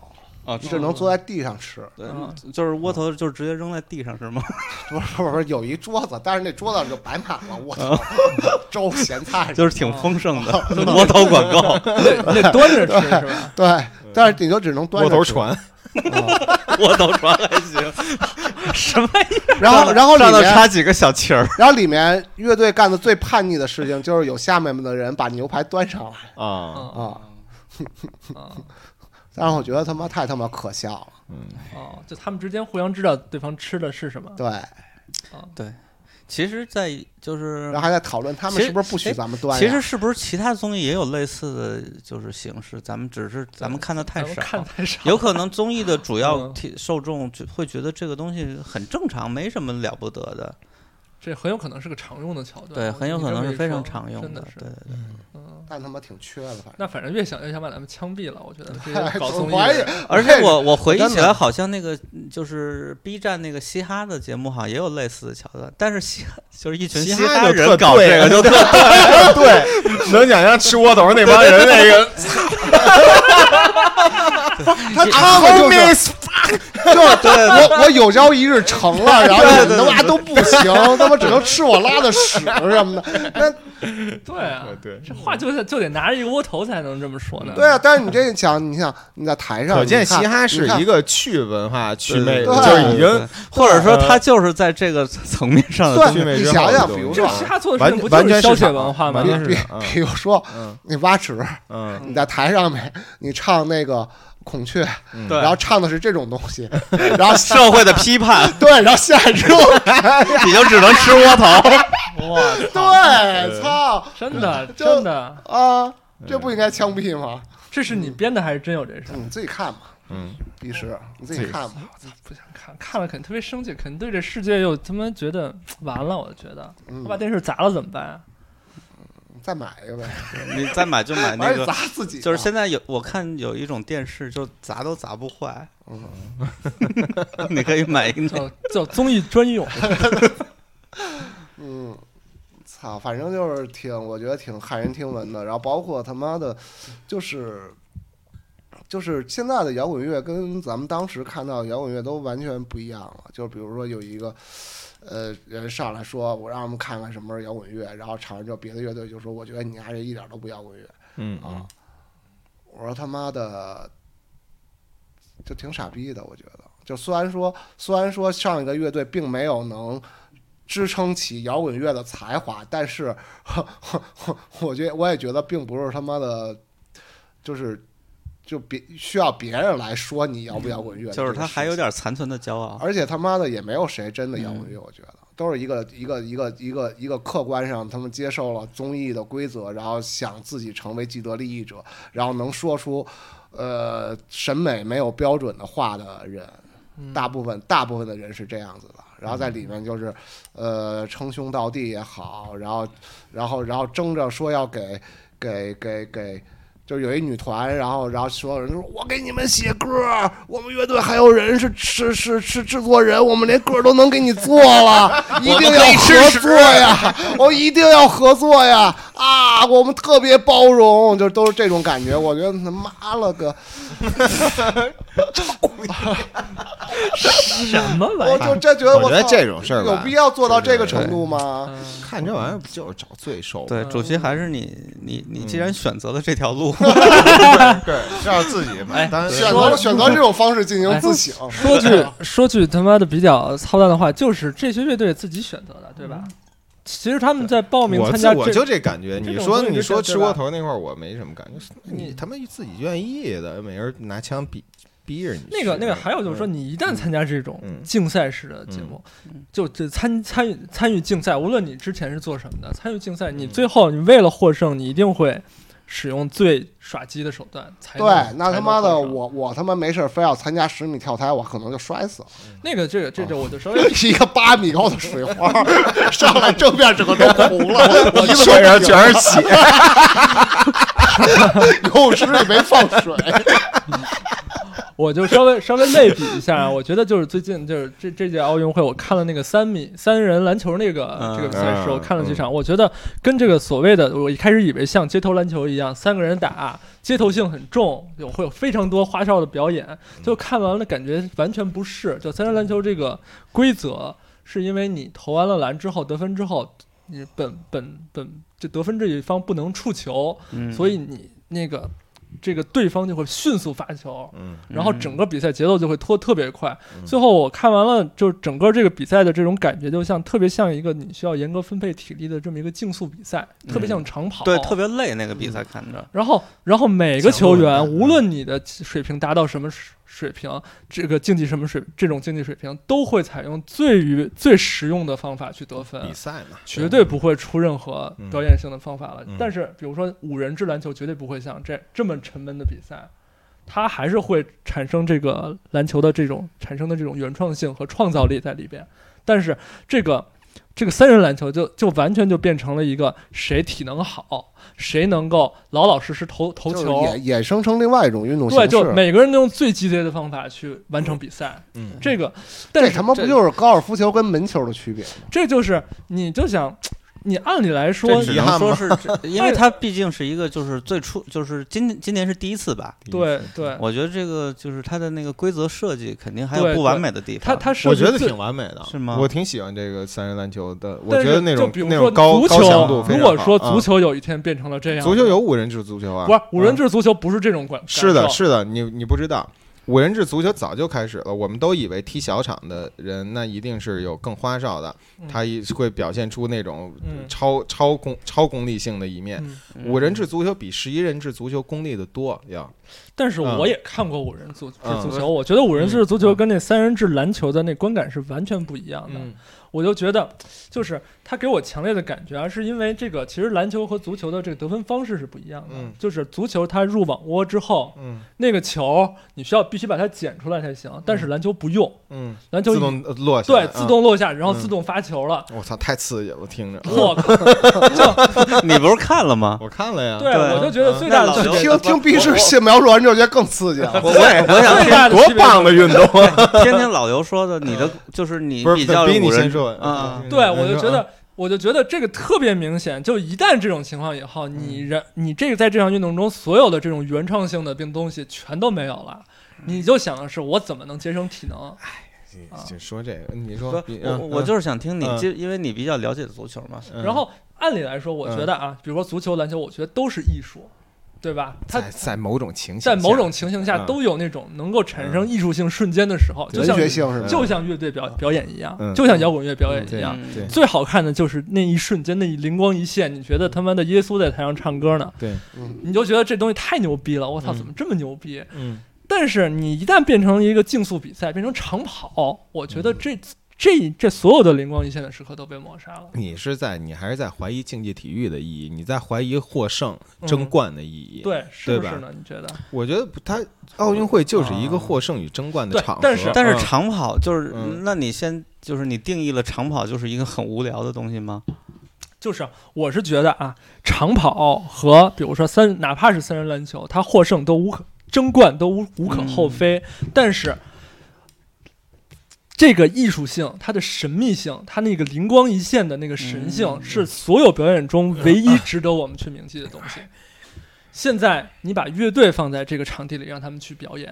[SPEAKER 3] 啊，
[SPEAKER 1] 你只能坐在地上吃。
[SPEAKER 3] 对
[SPEAKER 4] 嗯，
[SPEAKER 3] 就是窝头就是直接扔在地上是吗？ [laughs]
[SPEAKER 1] 不是不是不是，有一桌子，但是那桌子上就摆满了，我操，粥咸菜。
[SPEAKER 3] 嗯就是挺丰盛的 [laughs] 窝头广告。
[SPEAKER 4] 你得嗯端着吃是吧？
[SPEAKER 1] 对，但是你就只能端
[SPEAKER 5] 窝
[SPEAKER 1] 着
[SPEAKER 5] 头
[SPEAKER 1] 吃。
[SPEAKER 5] 船，
[SPEAKER 1] 啊
[SPEAKER 3] 窝头船还行，
[SPEAKER 4] 什么意
[SPEAKER 1] 然后然后里
[SPEAKER 3] 上头
[SPEAKER 1] 面
[SPEAKER 3] 插几个小旗儿，
[SPEAKER 1] 然后里面乐队干的最叛逆的事情就是有下面的人把牛排端上来
[SPEAKER 5] 啊，
[SPEAKER 4] 思？
[SPEAKER 1] 啊，
[SPEAKER 4] 啊
[SPEAKER 1] 但是我觉得他妈太他妈可笑了。
[SPEAKER 4] 哦，就他们之间互相知道对方吃的是什么。嗯
[SPEAKER 1] 对，然
[SPEAKER 3] 其实，在就是
[SPEAKER 1] 后还在讨论他们
[SPEAKER 3] 其实哎
[SPEAKER 1] 是不是不许咱们端呀。
[SPEAKER 3] 其实是不是其他综艺也有类似的就是形式？咱们只是咱们看的太
[SPEAKER 4] 咱们
[SPEAKER 3] 少，
[SPEAKER 4] 看太少，
[SPEAKER 3] 有可能综艺的主要
[SPEAKER 4] 嗯
[SPEAKER 3] 体受众就会觉得这个东西很正常，没什么了不得的。
[SPEAKER 4] 这很有可能是个常用的桥段。
[SPEAKER 3] 对，
[SPEAKER 4] 我
[SPEAKER 3] 很有
[SPEAKER 4] 你
[SPEAKER 3] 可
[SPEAKER 4] 这
[SPEAKER 3] 能
[SPEAKER 4] 么
[SPEAKER 3] 是
[SPEAKER 4] 一
[SPEAKER 3] 非常
[SPEAKER 4] 说
[SPEAKER 3] 常用
[SPEAKER 4] 真的是
[SPEAKER 3] 对对对，
[SPEAKER 4] 嗯，
[SPEAKER 1] 但他妈挺缺的，反正。
[SPEAKER 4] 那反正越想越想把咱们枪毙了，我觉得这
[SPEAKER 1] 哎
[SPEAKER 4] 些 [laughs] 搞综艺
[SPEAKER 1] 我还以
[SPEAKER 4] 的人，
[SPEAKER 3] 而且我我回忆
[SPEAKER 1] 哎真
[SPEAKER 3] 起
[SPEAKER 1] 的
[SPEAKER 3] 来，好像那个就是 B 站那个嘻哈的节目，好像也有类似的桥段，但是嘻哈就是一群
[SPEAKER 5] 嘻
[SPEAKER 3] 嘻
[SPEAKER 5] 哈
[SPEAKER 3] 哈
[SPEAKER 5] 就特
[SPEAKER 3] 人搞这
[SPEAKER 2] 啊
[SPEAKER 5] 对
[SPEAKER 3] 个就
[SPEAKER 5] [laughs]
[SPEAKER 3] 特
[SPEAKER 5] 对，能想象吃窝头那帮人那个
[SPEAKER 1] 他他们就是就是我我有朝一日成
[SPEAKER 3] [laughs]
[SPEAKER 1] 了，然后你们他妈都不行，他妈只能吃我拉的屎什么
[SPEAKER 3] [laughs]
[SPEAKER 1] 的。那
[SPEAKER 4] 对啊，
[SPEAKER 5] 对，
[SPEAKER 4] 这话就得就得拿着一窝头才能这么说呢。
[SPEAKER 1] [laughs] 对啊，但是你这想，你想你在台上，
[SPEAKER 5] 可见
[SPEAKER 1] 你看
[SPEAKER 5] 嘻哈是
[SPEAKER 1] 你看
[SPEAKER 5] 一个去文化、去魅，
[SPEAKER 2] 啊
[SPEAKER 1] 对
[SPEAKER 5] 就是已经
[SPEAKER 3] 或者说他就是在这个层面上的
[SPEAKER 5] 趣
[SPEAKER 1] 对，啊
[SPEAKER 5] 味
[SPEAKER 1] 你
[SPEAKER 5] 之
[SPEAKER 1] 想
[SPEAKER 5] 后
[SPEAKER 1] 想，
[SPEAKER 5] 的
[SPEAKER 1] 比如
[SPEAKER 5] 东
[SPEAKER 4] 这
[SPEAKER 1] 说
[SPEAKER 5] 西
[SPEAKER 1] 啊，
[SPEAKER 4] 嘻哈做的事
[SPEAKER 5] 完
[SPEAKER 4] 情不
[SPEAKER 5] 完
[SPEAKER 4] 就是
[SPEAKER 5] 全
[SPEAKER 4] 消
[SPEAKER 5] 市场
[SPEAKER 4] 遣文化吗
[SPEAKER 5] 完？全是
[SPEAKER 1] 比
[SPEAKER 5] 嗯
[SPEAKER 1] 比如说
[SPEAKER 5] 嗯
[SPEAKER 1] 那挖池，
[SPEAKER 5] 嗯，
[SPEAKER 1] 你在台上面你唱那个孔雀，
[SPEAKER 5] 嗯
[SPEAKER 1] 然后唱的是这种东西，然后下
[SPEAKER 3] 社会的批判，
[SPEAKER 1] 对，然后下
[SPEAKER 5] [laughs]
[SPEAKER 1] 一周来，
[SPEAKER 3] 你就只能吃窝头。
[SPEAKER 1] 对，操
[SPEAKER 4] 真的
[SPEAKER 1] 就
[SPEAKER 4] 真的，
[SPEAKER 5] 嗯
[SPEAKER 1] 啊，这不应该枪毙吗？
[SPEAKER 4] 这是你编的还是真有这事儿？
[SPEAKER 1] 你自己看吧，
[SPEAKER 5] 嗯，
[SPEAKER 1] 律师，你自己看吧，
[SPEAKER 4] 我操，不想看，看了肯定特别生气，肯定对这世界又他妈觉得完了。我觉得
[SPEAKER 1] 嗯
[SPEAKER 4] 我把电视砸了怎么办啊？
[SPEAKER 1] 你再买一个呗，
[SPEAKER 3] 你再买就啊买那
[SPEAKER 1] 反
[SPEAKER 3] 个
[SPEAKER 1] 正砸自己吧，
[SPEAKER 2] 哦
[SPEAKER 3] 就是现在有我看有一种电视，就砸都砸不坏。
[SPEAKER 2] 嗯
[SPEAKER 3] [laughs] 你可以买一
[SPEAKER 2] [laughs]
[SPEAKER 3] 个
[SPEAKER 4] 叫叫综艺专用，
[SPEAKER 1] 嗯，操，反正就是挺，我觉得挺骇人听闻的。然后包括他妈的，就是就是现在的摇滚乐跟咱们当时看到的摇滚乐都完全不一样了。就是比如说有一个呃人上来说，我让他们看看什么是摇滚乐，然后唱完之后别的乐队就说，我觉得你丫这一点都不摇滚乐
[SPEAKER 5] 嗯
[SPEAKER 1] 啊。我说他妈的，就挺傻逼的，我觉得。就虽然说，虽然说上一个乐队并没有能支撑起摇滚乐的才华，但是 [laughs] 我觉得我也觉得并不是他妈的，就是就别需要别人来说你摇不摇滚乐，
[SPEAKER 3] 嗯就是他还有，点残存的骄傲。
[SPEAKER 1] 而且他妈的也没有谁真的摇滚乐，我觉得都是一个一个一个一个一个客观上他们接受了综艺的规则，然后想自己成为既得利益者，然后能说出呃审美没有标准的话的人，大部分大部分的人是这样子的，然后在里面就是，呃，称兄道弟也好，然后，然后，然后争着说要给给给给就是有一女团，然后然后所有人都说：“我给你们写歌，我们乐队还有人是是是是制作人，我们连歌都能给你做了，一定要合作呀！我一定要合作呀！啊，我们特别包容，就都是这种感觉。我觉得他妈了个，
[SPEAKER 4] 什么玩
[SPEAKER 1] 我
[SPEAKER 4] 意
[SPEAKER 1] 就
[SPEAKER 4] 儿？
[SPEAKER 1] 真觉得
[SPEAKER 5] 啊我觉得
[SPEAKER 1] 操
[SPEAKER 5] 这种事儿
[SPEAKER 1] 有
[SPEAKER 5] 吧
[SPEAKER 1] 必，要做到这个程度吗？
[SPEAKER 4] 嗯
[SPEAKER 2] 看这玩意儿不就是找罪受？
[SPEAKER 3] 对，主席还是你你你既
[SPEAKER 2] 嗯
[SPEAKER 3] 然选择了这条
[SPEAKER 2] [laughs]
[SPEAKER 3] 路，
[SPEAKER 5] 对，让自己买
[SPEAKER 4] 哎
[SPEAKER 5] 单。
[SPEAKER 1] 选择了选择这种方式进行自省，
[SPEAKER 5] 哎
[SPEAKER 4] 说句说句他妈的比较操蛋的话，就是这些乐队自己选择的，对吧？其实他们在报名
[SPEAKER 2] 我
[SPEAKER 4] 参
[SPEAKER 2] 自
[SPEAKER 4] 加
[SPEAKER 2] 我
[SPEAKER 4] 这
[SPEAKER 2] 就这感觉，
[SPEAKER 4] 这
[SPEAKER 2] 你
[SPEAKER 4] 种
[SPEAKER 2] 说
[SPEAKER 4] 东西
[SPEAKER 2] 你
[SPEAKER 4] 就
[SPEAKER 2] 说
[SPEAKER 4] 是
[SPEAKER 2] 吃
[SPEAKER 4] 对
[SPEAKER 2] 窝
[SPEAKER 4] 吧
[SPEAKER 2] 头那块儿我没什么感觉，那你
[SPEAKER 4] 你
[SPEAKER 2] 他妈自己愿意的，没人拿枪逼逼着你去。
[SPEAKER 4] 那个那个，还有就是说，你一旦参加这种
[SPEAKER 2] 嗯
[SPEAKER 4] 竞赛式的节目，就这参参与参与竞赛，无论你之前是做什么的，参与竞赛，
[SPEAKER 1] 嗯
[SPEAKER 4] 你最后你为了获胜，你一定会使用最耍鸡的手段才能。
[SPEAKER 1] 对，那他
[SPEAKER 4] 才能
[SPEAKER 1] 妈的
[SPEAKER 4] 获胜
[SPEAKER 1] 我我他妈没事儿非要参加十米跳台，我可能就摔死了。 [laughs]
[SPEAKER 4] 那个这个
[SPEAKER 1] 哦
[SPEAKER 4] 这个我就稍微
[SPEAKER 1] 一个八米高的水花上来，正面整个都红
[SPEAKER 4] [laughs]
[SPEAKER 1] 了，我一
[SPEAKER 5] 身上全是血，
[SPEAKER 1] 游泳池里没放水。
[SPEAKER 4] 我就稍微稍微类比一下啊，我觉得就是最近就是这这届奥运会，我看了那个三米三人篮球那个
[SPEAKER 3] 嗯
[SPEAKER 4] 这个比赛时，
[SPEAKER 5] 嗯
[SPEAKER 4] 我看了几场，我觉得跟这个所谓的我一开始以为像街头篮球一样，三个人打，街头性很重，有会有非常多花哨的表演，
[SPEAKER 3] 嗯
[SPEAKER 4] 就看完了感觉完全不是。就三人篮球这个规则，是因为你投完了篮之后得分之后，你本本本就得分这一方不能触球，
[SPEAKER 3] 嗯
[SPEAKER 4] 所以你那个这个对方就会迅速发球。
[SPEAKER 2] 嗯，
[SPEAKER 4] 然后整个比赛节奏就会拖特别快。
[SPEAKER 2] 嗯
[SPEAKER 4] 最后我看完了，就是整个这个比赛的这种感觉，就像特别像一个你需要严格分配体力的这么一个竞速比赛，特别
[SPEAKER 2] 嗯
[SPEAKER 4] 像长跑。
[SPEAKER 3] 对特。别累那个比赛看着，
[SPEAKER 4] 然后，然后每个球
[SPEAKER 2] 强
[SPEAKER 4] 员，
[SPEAKER 2] 弱很大嗯
[SPEAKER 4] 无论你的水平达到什么水水平，这个竞技什么水，这种竞技水平，都会采用最于最实用的方法去得分。
[SPEAKER 2] 比赛嘛，
[SPEAKER 4] 绝对不会出任何
[SPEAKER 1] 嗯
[SPEAKER 4] 表演性的方法了。
[SPEAKER 2] 嗯
[SPEAKER 4] 但是，比如说五人制篮球，绝对不会像这这么沉闷的比赛，它还是会产生这个篮球的这种产生的这种原创性和创造力在里边。但是这个这个三人篮球就就完全就变成了一个谁体能好，谁能够老老实实投 [laughs] 投
[SPEAKER 1] 就是
[SPEAKER 4] 球。
[SPEAKER 1] 衍衍生成另外一种运动形
[SPEAKER 4] 对，
[SPEAKER 1] 式，
[SPEAKER 4] 就每个人都用最激烈的方法去完成比赛，
[SPEAKER 2] 嗯
[SPEAKER 4] 这个，但
[SPEAKER 1] 这
[SPEAKER 4] 是
[SPEAKER 1] 他妈不就是高尔夫球跟门球的区别吗？
[SPEAKER 4] 这就是你就想，你按理来说，
[SPEAKER 2] 这
[SPEAKER 3] 只
[SPEAKER 2] 遗
[SPEAKER 3] 能
[SPEAKER 2] 憾
[SPEAKER 3] 说
[SPEAKER 2] 吗
[SPEAKER 3] 是这，
[SPEAKER 2] [laughs]
[SPEAKER 3] 因为它毕竟是一个就是最初就是今今年是第一次吧，
[SPEAKER 4] 对
[SPEAKER 1] 嗯
[SPEAKER 2] 嗯
[SPEAKER 4] 对，
[SPEAKER 3] 我觉得这个就是它的那个规则设计肯定还有
[SPEAKER 4] 对
[SPEAKER 3] 不
[SPEAKER 4] 对
[SPEAKER 3] 完美的地
[SPEAKER 4] 他
[SPEAKER 3] 方。嗯
[SPEAKER 4] 他
[SPEAKER 2] 啊
[SPEAKER 4] 设
[SPEAKER 2] 我
[SPEAKER 4] 计
[SPEAKER 2] 觉得
[SPEAKER 4] 最
[SPEAKER 2] 挺完美的，
[SPEAKER 3] 是吗
[SPEAKER 2] 我挺喜欢这个三人篮球的，我
[SPEAKER 4] 但
[SPEAKER 2] 觉
[SPEAKER 4] 是
[SPEAKER 2] 得那
[SPEAKER 4] 就
[SPEAKER 2] 种
[SPEAKER 4] 比如
[SPEAKER 2] 那
[SPEAKER 4] 说
[SPEAKER 2] 种高
[SPEAKER 4] 足
[SPEAKER 2] 高强度
[SPEAKER 4] 球，
[SPEAKER 2] 非
[SPEAKER 4] 如
[SPEAKER 2] 常好。
[SPEAKER 4] 果说足
[SPEAKER 2] 啊
[SPEAKER 4] 球有一天变成了这样，
[SPEAKER 2] 足球有五人制足球啊，
[SPEAKER 4] 不是五人
[SPEAKER 2] 嗯
[SPEAKER 4] 制足球不是这种管，
[SPEAKER 2] 是的，
[SPEAKER 4] 感受
[SPEAKER 2] 是的，你你不知道，五人制足球早就开始了。我们都以为踢小场的人，那一定是有更花哨的，
[SPEAKER 4] 嗯
[SPEAKER 2] 他一会表现出那种
[SPEAKER 4] 嗯
[SPEAKER 2] 超、超功超功利性的一面。
[SPEAKER 4] 嗯，
[SPEAKER 3] 嗯
[SPEAKER 2] 五人制足球比十一人制足球功利的多，要
[SPEAKER 4] 但是
[SPEAKER 2] 嗯
[SPEAKER 4] 我也看过五人足制
[SPEAKER 2] 嗯
[SPEAKER 4] 足球，我觉得五人制足球
[SPEAKER 2] 嗯
[SPEAKER 4] 跟那三人制篮球的那观感是完全不一样的。我就觉得，就是他给我强烈的感觉啊，是因为这个其实篮球和足球的这个得分方式是不一样的
[SPEAKER 2] 嗯，
[SPEAKER 4] 就是足球它入网窝之后，
[SPEAKER 2] 嗯
[SPEAKER 4] 那个球你需要必须把它捡出来才行，但是篮球不用，
[SPEAKER 2] 嗯，
[SPEAKER 4] 篮球
[SPEAKER 2] 自动呃落下来
[SPEAKER 4] 对自。动落下，然后自动发球了。
[SPEAKER 2] 嗯我操，太刺激了，听着。
[SPEAKER 4] 我靠！
[SPEAKER 3] 你不是看
[SPEAKER 2] [laughs]
[SPEAKER 3] 了吗？
[SPEAKER 2] 我看了呀，嗯
[SPEAKER 4] 对，
[SPEAKER 3] 对
[SPEAKER 4] 我就觉 [laughs] 得最大的
[SPEAKER 3] 那老
[SPEAKER 4] 区别
[SPEAKER 3] 啊对
[SPEAKER 1] 听听毕师写描述完之后，觉得更刺激啊了。
[SPEAKER 3] 我我
[SPEAKER 4] [laughs]
[SPEAKER 3] 也我想
[SPEAKER 4] 最大的区
[SPEAKER 5] 多
[SPEAKER 4] 别
[SPEAKER 5] 棒的运动啊！
[SPEAKER 3] 天天老刘说的，你的就是你
[SPEAKER 2] 嗯不是
[SPEAKER 3] 比较
[SPEAKER 2] 逼你
[SPEAKER 3] 五人
[SPEAKER 2] 先说完
[SPEAKER 3] 啊，
[SPEAKER 2] 嗯
[SPEAKER 4] 对，
[SPEAKER 2] 嗯
[SPEAKER 4] 我
[SPEAKER 2] 你
[SPEAKER 4] 就
[SPEAKER 2] 说
[SPEAKER 4] 觉
[SPEAKER 2] 啊
[SPEAKER 4] 得，我就觉得这个特别明显。就一旦这种情况以后，你人你这个在这项运动中所有的这种原创性的并东西全都没有了，你就想的是我怎么能节省体能？啊
[SPEAKER 2] 就说这个，你
[SPEAKER 3] 不
[SPEAKER 2] 说
[SPEAKER 3] 是，
[SPEAKER 2] 你
[SPEAKER 3] 我
[SPEAKER 2] 嗯
[SPEAKER 3] 我
[SPEAKER 2] 嗯
[SPEAKER 3] 就是想听你
[SPEAKER 2] 嗯，
[SPEAKER 3] 就因为你比较了解足球嘛。
[SPEAKER 2] 嗯
[SPEAKER 4] 然后按理来说，我觉得啊，比如说足球、篮球，我觉得都是艺术，对吧？它
[SPEAKER 2] 在在某种情形下，
[SPEAKER 4] 在某种情形下
[SPEAKER 2] 嗯
[SPEAKER 4] 都有那种能够产生艺术性瞬间的时候，就
[SPEAKER 1] 文
[SPEAKER 4] 像
[SPEAKER 1] 学性是吧？
[SPEAKER 4] 就像乐队表表演一样，
[SPEAKER 2] 嗯
[SPEAKER 4] 就像摇滚乐表演一
[SPEAKER 2] 对
[SPEAKER 4] 样。
[SPEAKER 2] 呀
[SPEAKER 3] 嗯
[SPEAKER 2] 对
[SPEAKER 4] [laughs] 最好看的就是那一瞬间，那一灵光一现，你觉得他妈的耶稣在台上唱歌呢，
[SPEAKER 2] 对，
[SPEAKER 1] 嗯
[SPEAKER 4] 你就觉得这东西太牛逼了，我操，
[SPEAKER 2] 嗯
[SPEAKER 4] 怎么这么牛逼？
[SPEAKER 2] 嗯
[SPEAKER 4] 但是你一旦变成一个竞速比赛，变成长跑，我觉得
[SPEAKER 2] 嗯
[SPEAKER 4] 这这这所有的灵光一现的时刻都被抹杀了。
[SPEAKER 2] 你是在你还是在怀疑竞技体育的意义，你在怀疑获胜、
[SPEAKER 4] 嗯
[SPEAKER 2] 争冠的意义。，
[SPEAKER 4] 对，是不
[SPEAKER 2] 对吧
[SPEAKER 4] 是呢？你觉得？
[SPEAKER 2] 我觉得不它奥运会就是
[SPEAKER 3] 啊
[SPEAKER 2] 一个获胜与争冠的
[SPEAKER 4] 对
[SPEAKER 2] 场合。
[SPEAKER 4] 但是
[SPEAKER 3] 但是
[SPEAKER 2] 嗯
[SPEAKER 3] 长跑就是
[SPEAKER 2] 嗯，
[SPEAKER 3] 那你先就是你定义了长跑就是一个很无聊的东西吗？
[SPEAKER 4] 就是我是觉得啊，长跑和比如说三，哪怕是三人篮球，它获胜都无可争冠都无无可
[SPEAKER 3] 嗯
[SPEAKER 4] 厚非，但是。这个艺术性，它的神秘性，它那个灵光一现的那个神性，
[SPEAKER 3] 嗯
[SPEAKER 4] 是所有表演中唯一值得我们去铭记的东西。
[SPEAKER 3] 哎
[SPEAKER 4] 现在你把乐队放在这个场地里，让他们去表演，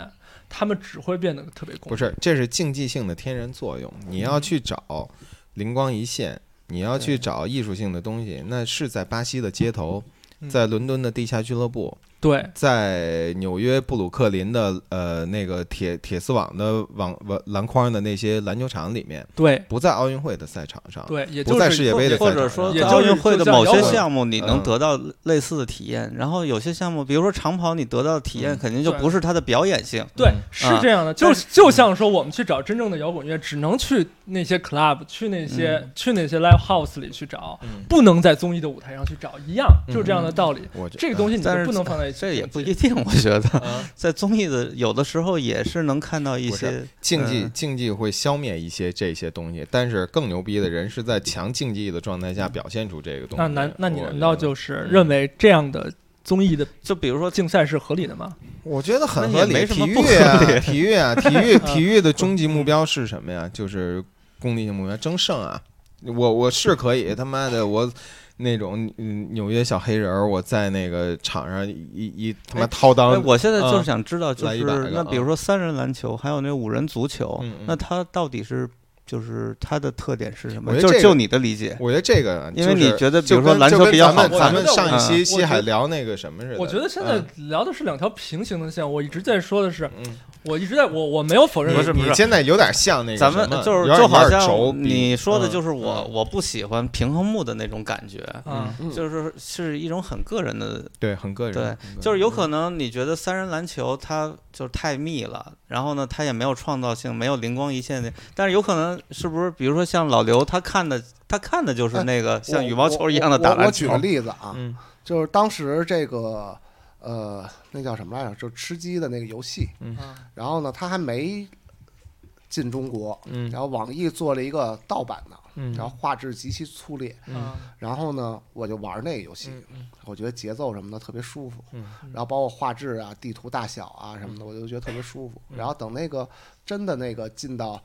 [SPEAKER 4] 他们只会变得特别
[SPEAKER 2] 不
[SPEAKER 4] 工。
[SPEAKER 2] 是，这是竞技性的天然作用。你要
[SPEAKER 4] 嗯
[SPEAKER 2] 去找灵光一现，你要去找艺术性的东西，那是在巴西的街头，
[SPEAKER 4] 嗯
[SPEAKER 2] 在伦敦的地下俱乐部，
[SPEAKER 4] 对，
[SPEAKER 2] 在纽约布鲁克林的呃那个铁铁丝网的网网篮筐的那些篮球场里面，
[SPEAKER 4] 对
[SPEAKER 2] 不在奥运会的赛场上，
[SPEAKER 4] 对，也
[SPEAKER 2] 不
[SPEAKER 4] 就
[SPEAKER 2] 在
[SPEAKER 4] 是
[SPEAKER 2] 世界杯的赛场上，
[SPEAKER 3] 或者说
[SPEAKER 4] 也
[SPEAKER 3] 在
[SPEAKER 4] 就
[SPEAKER 3] 奥
[SPEAKER 4] 是
[SPEAKER 3] 运会
[SPEAKER 4] 就
[SPEAKER 3] 的
[SPEAKER 4] 像
[SPEAKER 3] 某些
[SPEAKER 4] 摇滚
[SPEAKER 3] 项目，你能
[SPEAKER 2] 嗯
[SPEAKER 3] 得到类似的体验。然后有些项目，比如说长跑，你得到的体验
[SPEAKER 2] 嗯
[SPEAKER 3] 肯定就
[SPEAKER 4] 对
[SPEAKER 3] 不是它的表演性。
[SPEAKER 4] 对
[SPEAKER 2] 嗯，
[SPEAKER 4] 是
[SPEAKER 3] 啊
[SPEAKER 4] 这样的，就
[SPEAKER 3] 但
[SPEAKER 4] 就像说我们去找真正的摇滚乐，只能去那些 club，去那些、
[SPEAKER 3] 嗯
[SPEAKER 4] 去那些 live house 里去找，
[SPEAKER 2] 嗯
[SPEAKER 4] 不能在综艺的舞台上去找，一样，就是这样的道理。
[SPEAKER 2] 我觉呃
[SPEAKER 4] 这个东西你就
[SPEAKER 3] 但是
[SPEAKER 4] 不能放在一起
[SPEAKER 3] 这也不
[SPEAKER 4] 竞
[SPEAKER 3] 一
[SPEAKER 4] 技
[SPEAKER 3] 定，我觉得
[SPEAKER 2] 啊
[SPEAKER 3] 在综艺的有的时候也是能看到一
[SPEAKER 2] 不是
[SPEAKER 3] 些
[SPEAKER 2] 竞技
[SPEAKER 3] 嗯
[SPEAKER 2] 竞技会消灭一些这些东西，但是更牛逼的人是在强竞技的状态下表现出这个东西。
[SPEAKER 4] 嗯那难，那你
[SPEAKER 2] 我
[SPEAKER 4] 难道
[SPEAKER 2] 觉得
[SPEAKER 4] 就是认为这样的综艺的
[SPEAKER 3] 就比如说
[SPEAKER 4] 竞赛是合理的吗？
[SPEAKER 2] 我觉得很合
[SPEAKER 3] 那也
[SPEAKER 2] 理。
[SPEAKER 3] 没什
[SPEAKER 2] 体
[SPEAKER 3] 么
[SPEAKER 2] 育
[SPEAKER 3] 不
[SPEAKER 2] 啊
[SPEAKER 3] 合，理嗯
[SPEAKER 2] 体育啊，
[SPEAKER 3] [laughs]
[SPEAKER 2] 体育，体育的终极目标是什么呀？就是功利性目标，争胜啊！我我是可以，他妈的我。那种嗯纽约小黑人儿，我在那个场上一一一他妈
[SPEAKER 3] 哎
[SPEAKER 2] 掏
[SPEAKER 3] 哎，
[SPEAKER 2] 裆，
[SPEAKER 3] 我现在就是
[SPEAKER 2] 嗯
[SPEAKER 3] 想知道，就
[SPEAKER 2] 来
[SPEAKER 3] 是
[SPEAKER 2] 一百个
[SPEAKER 3] 那比如
[SPEAKER 2] 嗯
[SPEAKER 3] 说三人篮球，还有那五人足球
[SPEAKER 2] 嗯嗯，
[SPEAKER 3] 那它到底是就是它的特点是什
[SPEAKER 2] 我
[SPEAKER 3] 么？
[SPEAKER 2] 觉得
[SPEAKER 3] 就
[SPEAKER 2] 这
[SPEAKER 3] 是
[SPEAKER 2] 个
[SPEAKER 3] 就你的理解，
[SPEAKER 2] 我觉得这个就
[SPEAKER 3] 因
[SPEAKER 2] 是，
[SPEAKER 3] 为你觉得比
[SPEAKER 2] 就
[SPEAKER 3] 如说
[SPEAKER 2] 跟
[SPEAKER 3] 篮
[SPEAKER 2] 就
[SPEAKER 3] 球
[SPEAKER 2] 跟
[SPEAKER 3] 比较
[SPEAKER 2] 咱
[SPEAKER 3] 好
[SPEAKER 2] 们咱
[SPEAKER 3] 看，
[SPEAKER 2] 们上一期西
[SPEAKER 4] 我觉
[SPEAKER 2] 海
[SPEAKER 4] 得
[SPEAKER 2] 聊那个什么似的，
[SPEAKER 4] 我觉得现在聊的是两条平行的线，我一直在说的是，
[SPEAKER 2] 嗯
[SPEAKER 4] 我一直在我我没有否认
[SPEAKER 3] 不是
[SPEAKER 2] 你现在有点像那个
[SPEAKER 3] 咱
[SPEAKER 2] 什
[SPEAKER 3] 们
[SPEAKER 2] 么
[SPEAKER 3] 就是
[SPEAKER 2] 有点
[SPEAKER 3] 就好
[SPEAKER 2] 有点轴
[SPEAKER 3] 像
[SPEAKER 2] 比
[SPEAKER 3] 你说的，
[SPEAKER 2] 嗯
[SPEAKER 3] 就是我
[SPEAKER 2] 嗯
[SPEAKER 3] 我不喜欢平衡木的那种感觉，
[SPEAKER 4] 啊，
[SPEAKER 1] 嗯
[SPEAKER 3] 就是是一种很个人的，
[SPEAKER 2] 对，很个人，
[SPEAKER 3] 对
[SPEAKER 2] 很个人
[SPEAKER 3] 就是
[SPEAKER 1] 嗯
[SPEAKER 3] 有可能你觉得三人篮球它就是太密了，然后呢，它也没有创造性，没有灵光一现的，但是有可能是不是，比如说像老刘，他看的他看的就是那个像羽毛球一样的打
[SPEAKER 1] 哎我我我
[SPEAKER 3] 篮
[SPEAKER 1] 举
[SPEAKER 3] 球
[SPEAKER 1] 个，例子啊，
[SPEAKER 2] 嗯
[SPEAKER 1] 就是当时这个呃，那叫什么来着？就是吃鸡的那个游戏，
[SPEAKER 4] 啊
[SPEAKER 1] 然后呢，它还没进中国，
[SPEAKER 2] 嗯
[SPEAKER 1] 然后网易做了一个盗版的，
[SPEAKER 2] 嗯
[SPEAKER 1] 然后画质极其粗劣，
[SPEAKER 2] 嗯
[SPEAKER 4] 啊
[SPEAKER 1] 然后呢，我就玩那个游戏，我觉得节奏什么的特别舒服，
[SPEAKER 2] 嗯
[SPEAKER 1] 然后包括画质啊、地图大小啊什么的，我就觉得特别舒
[SPEAKER 2] 嗯
[SPEAKER 1] 服。然后等那个真的那个进到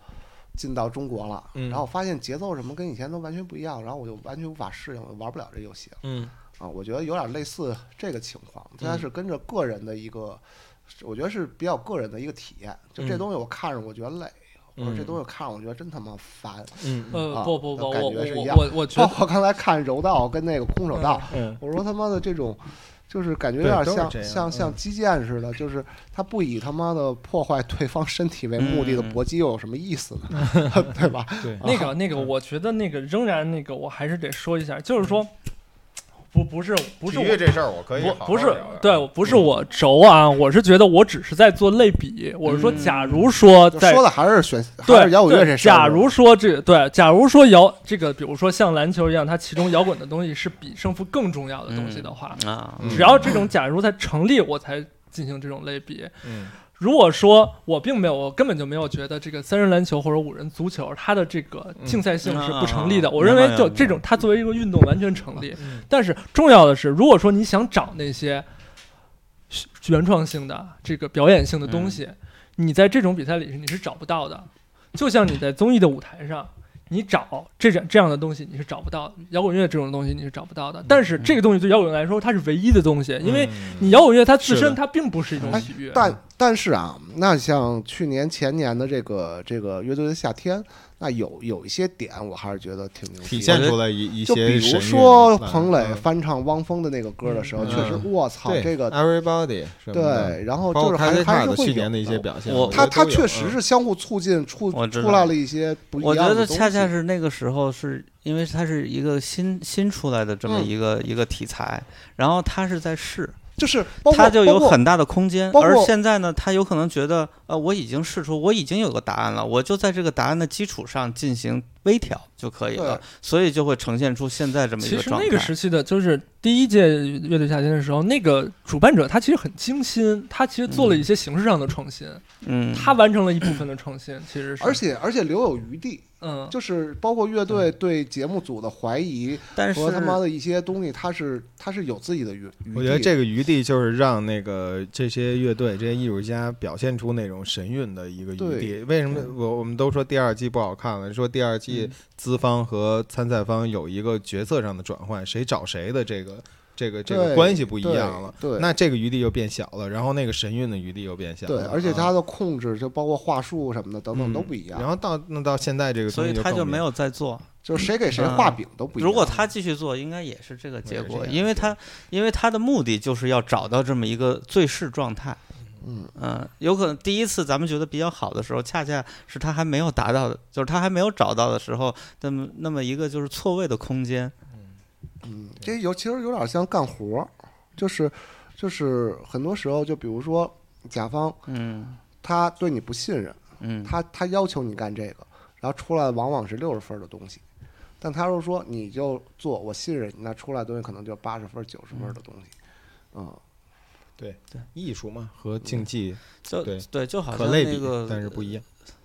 [SPEAKER 1] 进到中国了，
[SPEAKER 2] 嗯
[SPEAKER 1] 然后发现节奏什么跟以前都完全不一样，然后我就完全无法适应，我玩不了这游戏了
[SPEAKER 2] 嗯
[SPEAKER 1] 啊。我觉得有点类似这个情况，但是跟着个人的一个，我觉得是比较个人的一个体验。就这
[SPEAKER 2] 嗯
[SPEAKER 1] 东西我看着我觉得累，或者这
[SPEAKER 2] 嗯
[SPEAKER 1] 东西看着我觉得真他妈烦。
[SPEAKER 2] 嗯
[SPEAKER 4] 呃
[SPEAKER 1] 啊
[SPEAKER 4] 不不不，
[SPEAKER 1] 感
[SPEAKER 4] 我我
[SPEAKER 1] 觉是一
[SPEAKER 4] 我
[SPEAKER 1] 样
[SPEAKER 4] 我
[SPEAKER 2] [laughs]
[SPEAKER 4] 我觉
[SPEAKER 1] 包
[SPEAKER 4] 得
[SPEAKER 1] 括哦刚才看柔道跟那个空手道，
[SPEAKER 2] 哦嗯
[SPEAKER 1] 我说他妈的这种，就是感觉有
[SPEAKER 2] 对
[SPEAKER 1] 点
[SPEAKER 2] 都是
[SPEAKER 1] 像
[SPEAKER 2] 这样
[SPEAKER 1] 像
[SPEAKER 2] 嗯
[SPEAKER 1] 像击剑似的，就是他不以他妈的破坏对方身体为目的的
[SPEAKER 3] 嗯
[SPEAKER 1] 搏击又有什么意思呢？
[SPEAKER 2] [laughs]
[SPEAKER 1] 对吧？
[SPEAKER 2] 对啊嗯
[SPEAKER 4] 那个那个，我觉得那个仍然那个，我还是得说一下，就是说，
[SPEAKER 2] 嗯
[SPEAKER 4] 不不是不是
[SPEAKER 2] 体
[SPEAKER 4] 我
[SPEAKER 2] 育这事儿我可以
[SPEAKER 4] 不
[SPEAKER 2] 好好
[SPEAKER 4] 不是
[SPEAKER 2] 聊聊
[SPEAKER 4] 对，不是我轴啊，我是觉得我只是在做类比，我是说，
[SPEAKER 3] 嗯
[SPEAKER 4] 假如说
[SPEAKER 1] 就
[SPEAKER 4] 在
[SPEAKER 1] 说的还是选还
[SPEAKER 4] 对
[SPEAKER 1] 是摇滚乐
[SPEAKER 4] 对
[SPEAKER 1] 这事儿
[SPEAKER 4] 假如说这对，假如说摇这个，比如说像篮球一样，它其中摇滚的东西是比胜负更重要的东西的话，
[SPEAKER 3] 啊，
[SPEAKER 2] 嗯
[SPEAKER 4] 只要这种假如在成立，我才进行这种类比。
[SPEAKER 2] 嗯
[SPEAKER 4] 如果说我并没有，我根本就没有觉得这个三人篮球或者五人足球它的这个竞赛性是不成立的。
[SPEAKER 3] 嗯啊
[SPEAKER 4] 我认为就
[SPEAKER 3] 明白
[SPEAKER 4] 这种，它作为一个运动完全成立。
[SPEAKER 2] 嗯
[SPEAKER 4] 但是重要的是，如果说你想找那些原创性的、这个表演性的东西，
[SPEAKER 3] 嗯
[SPEAKER 4] 你在这种比赛里是你是找不到的。就像你在综艺的舞台上，你找这种这样的东西你是找不到的，摇滚乐这种东西你是找不
[SPEAKER 3] 嗯
[SPEAKER 4] 到的。但是这个东西对摇滚乐来说，它是唯一的东西，因为
[SPEAKER 2] 嗯
[SPEAKER 4] 你摇滚乐它自
[SPEAKER 2] 是
[SPEAKER 4] 身
[SPEAKER 2] 的
[SPEAKER 4] 它并不是一种
[SPEAKER 1] 哎
[SPEAKER 4] 体育。
[SPEAKER 1] 但但是啊，那像去年前年的这个这个乐队的夏天，那有有一些点我还是觉得挺牛逼的
[SPEAKER 2] 体现出来一一
[SPEAKER 1] 就比
[SPEAKER 2] 些
[SPEAKER 1] 如
[SPEAKER 2] 神韵
[SPEAKER 1] 说
[SPEAKER 2] 嗯
[SPEAKER 1] 彭磊
[SPEAKER 2] 嗯
[SPEAKER 1] 翻唱汪峰的那个歌的时候，
[SPEAKER 2] 嗯
[SPEAKER 1] 确实我操
[SPEAKER 2] 对
[SPEAKER 1] 这个
[SPEAKER 2] everybody 什么的
[SPEAKER 1] 对，然后
[SPEAKER 2] 包
[SPEAKER 1] 就
[SPEAKER 2] 括
[SPEAKER 1] 是还
[SPEAKER 2] Crazy
[SPEAKER 1] 还是
[SPEAKER 2] Cat
[SPEAKER 1] 会
[SPEAKER 2] 去
[SPEAKER 1] 有
[SPEAKER 2] 年的一些
[SPEAKER 1] 的
[SPEAKER 2] 表现，
[SPEAKER 3] 我
[SPEAKER 2] 我觉
[SPEAKER 1] 它
[SPEAKER 2] 得
[SPEAKER 1] 它
[SPEAKER 2] 都有
[SPEAKER 1] 确实
[SPEAKER 2] 嗯
[SPEAKER 1] 是相互促进，促
[SPEAKER 3] 我知
[SPEAKER 1] 出
[SPEAKER 3] 道
[SPEAKER 1] 来了一些不一
[SPEAKER 3] 我
[SPEAKER 1] 样
[SPEAKER 3] 觉
[SPEAKER 1] 的
[SPEAKER 3] 得
[SPEAKER 1] 东
[SPEAKER 3] 恰恰
[SPEAKER 1] 西
[SPEAKER 3] 是那个时候，是因为它是一个新新出来的这么
[SPEAKER 1] 嗯
[SPEAKER 3] 一个、一个题材，然后它是在试，
[SPEAKER 1] 就是包括
[SPEAKER 3] 它就
[SPEAKER 1] 包
[SPEAKER 3] 有
[SPEAKER 1] 括
[SPEAKER 3] 很大的空间。
[SPEAKER 1] 包括
[SPEAKER 3] 而现在呢，他有可能觉得，呃，我已经试出，我已经有个答案了，我就在这个答案的基础上进行微调就可以了
[SPEAKER 1] 对，
[SPEAKER 3] 所以就会呈现出现在这么一
[SPEAKER 4] 其
[SPEAKER 3] 个
[SPEAKER 4] 实
[SPEAKER 3] 状态。
[SPEAKER 4] 那个时期的，就是第一届乐队夏天的时候，那个主办者他其实很精心，他其实做了一些形式上的创新，
[SPEAKER 3] 嗯，
[SPEAKER 4] 他完成了一部分的创新，其实是
[SPEAKER 1] 而且而且留有余地，
[SPEAKER 4] 嗯，
[SPEAKER 1] 就是包括乐队对节目组的怀疑
[SPEAKER 3] 但是
[SPEAKER 1] 和他妈的一些东西，他是他是有自己的余余地的。
[SPEAKER 2] 我觉得这个余地就是让那个这些乐队、这些艺术家表现出那种神韵的一个余地。为什么我我们都说第二季不好看了？说第二
[SPEAKER 1] 嗯
[SPEAKER 2] 季资方和参赛方有一个角色上的转换，谁找谁的这个这个这个
[SPEAKER 1] 对
[SPEAKER 2] 关系不一
[SPEAKER 1] 对
[SPEAKER 2] 样了。
[SPEAKER 1] 对，
[SPEAKER 2] 那这个余地又变小了，然后那个神韵的余地又变小
[SPEAKER 1] 对，
[SPEAKER 2] 了。
[SPEAKER 1] 而且
[SPEAKER 2] 啊
[SPEAKER 1] 他的控制就包括话术什么的等等都不一样，
[SPEAKER 2] 嗯然后到那到现在这个东
[SPEAKER 3] 所
[SPEAKER 2] 西
[SPEAKER 3] 以他
[SPEAKER 2] 更
[SPEAKER 3] 就
[SPEAKER 2] 明
[SPEAKER 3] 没有再做。
[SPEAKER 1] 就是谁给谁画饼都不一样。
[SPEAKER 3] 嗯如果他继续做，应该也是这个结
[SPEAKER 2] 也是这
[SPEAKER 3] 果，
[SPEAKER 2] 样
[SPEAKER 3] 因为他因为他的目的就是要找到这么一个最适状态。
[SPEAKER 1] 嗯
[SPEAKER 3] 嗯，有可能第一次咱们觉得比较好的时候，恰恰是他还没有达到的，就是他还没有找到的时候，那么那么一个就是错位的空间。
[SPEAKER 1] 嗯，这有其实有点像干活儿，就是就是很多时候就比如说甲方
[SPEAKER 3] 嗯
[SPEAKER 1] 他对你不信任，
[SPEAKER 3] 嗯
[SPEAKER 1] 他他要求你干这个，然后出来往往是六十分的东西，但他又说你就做，我信任你，那出来的东西可能就八十分、九十分的东西，嗯，
[SPEAKER 2] 艺术嘛和竞技
[SPEAKER 3] 就
[SPEAKER 2] 对
[SPEAKER 3] 就好
[SPEAKER 2] 可
[SPEAKER 3] 像
[SPEAKER 2] 类比，
[SPEAKER 3] 那个，
[SPEAKER 2] 但是不一嗯样。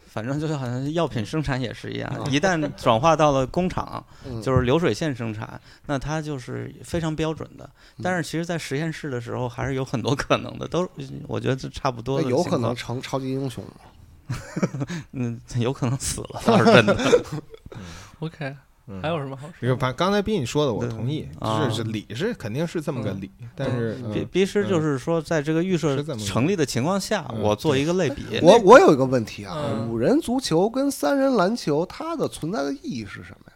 [SPEAKER 3] 反正就好像药品生产也是一样
[SPEAKER 1] 啊，
[SPEAKER 3] 一旦转化到了工厂，
[SPEAKER 1] 嗯
[SPEAKER 3] 就是流水线生产，那它就是非常标准的。
[SPEAKER 1] 嗯
[SPEAKER 3] 但是其实，在实验室的时候，还是有很多可能的，都我觉得这差不多
[SPEAKER 1] 那
[SPEAKER 3] 的。
[SPEAKER 1] 哎有可能，成超级英雄嘛？
[SPEAKER 3] 嗯，有可能死了，倒是
[SPEAKER 1] [laughs]
[SPEAKER 3] 真的。
[SPEAKER 4] OK，
[SPEAKER 2] 嗯
[SPEAKER 4] 还有什么好说？
[SPEAKER 2] 就把刚才斌你说的，我
[SPEAKER 3] 对
[SPEAKER 2] 同意，
[SPEAKER 3] 啊
[SPEAKER 2] 就是是理是肯定是这么个理，但是
[SPEAKER 1] 嗯
[SPEAKER 3] 必
[SPEAKER 2] 嗯
[SPEAKER 3] 必须就是说，在这个预设
[SPEAKER 2] 是这么个
[SPEAKER 3] 成立的情况下，
[SPEAKER 2] 嗯
[SPEAKER 3] 我做一个类比。
[SPEAKER 1] 哎我我有一个问题啊，
[SPEAKER 4] 嗯
[SPEAKER 1] 五人足球跟三人篮球，它的存在的意义是什么呀？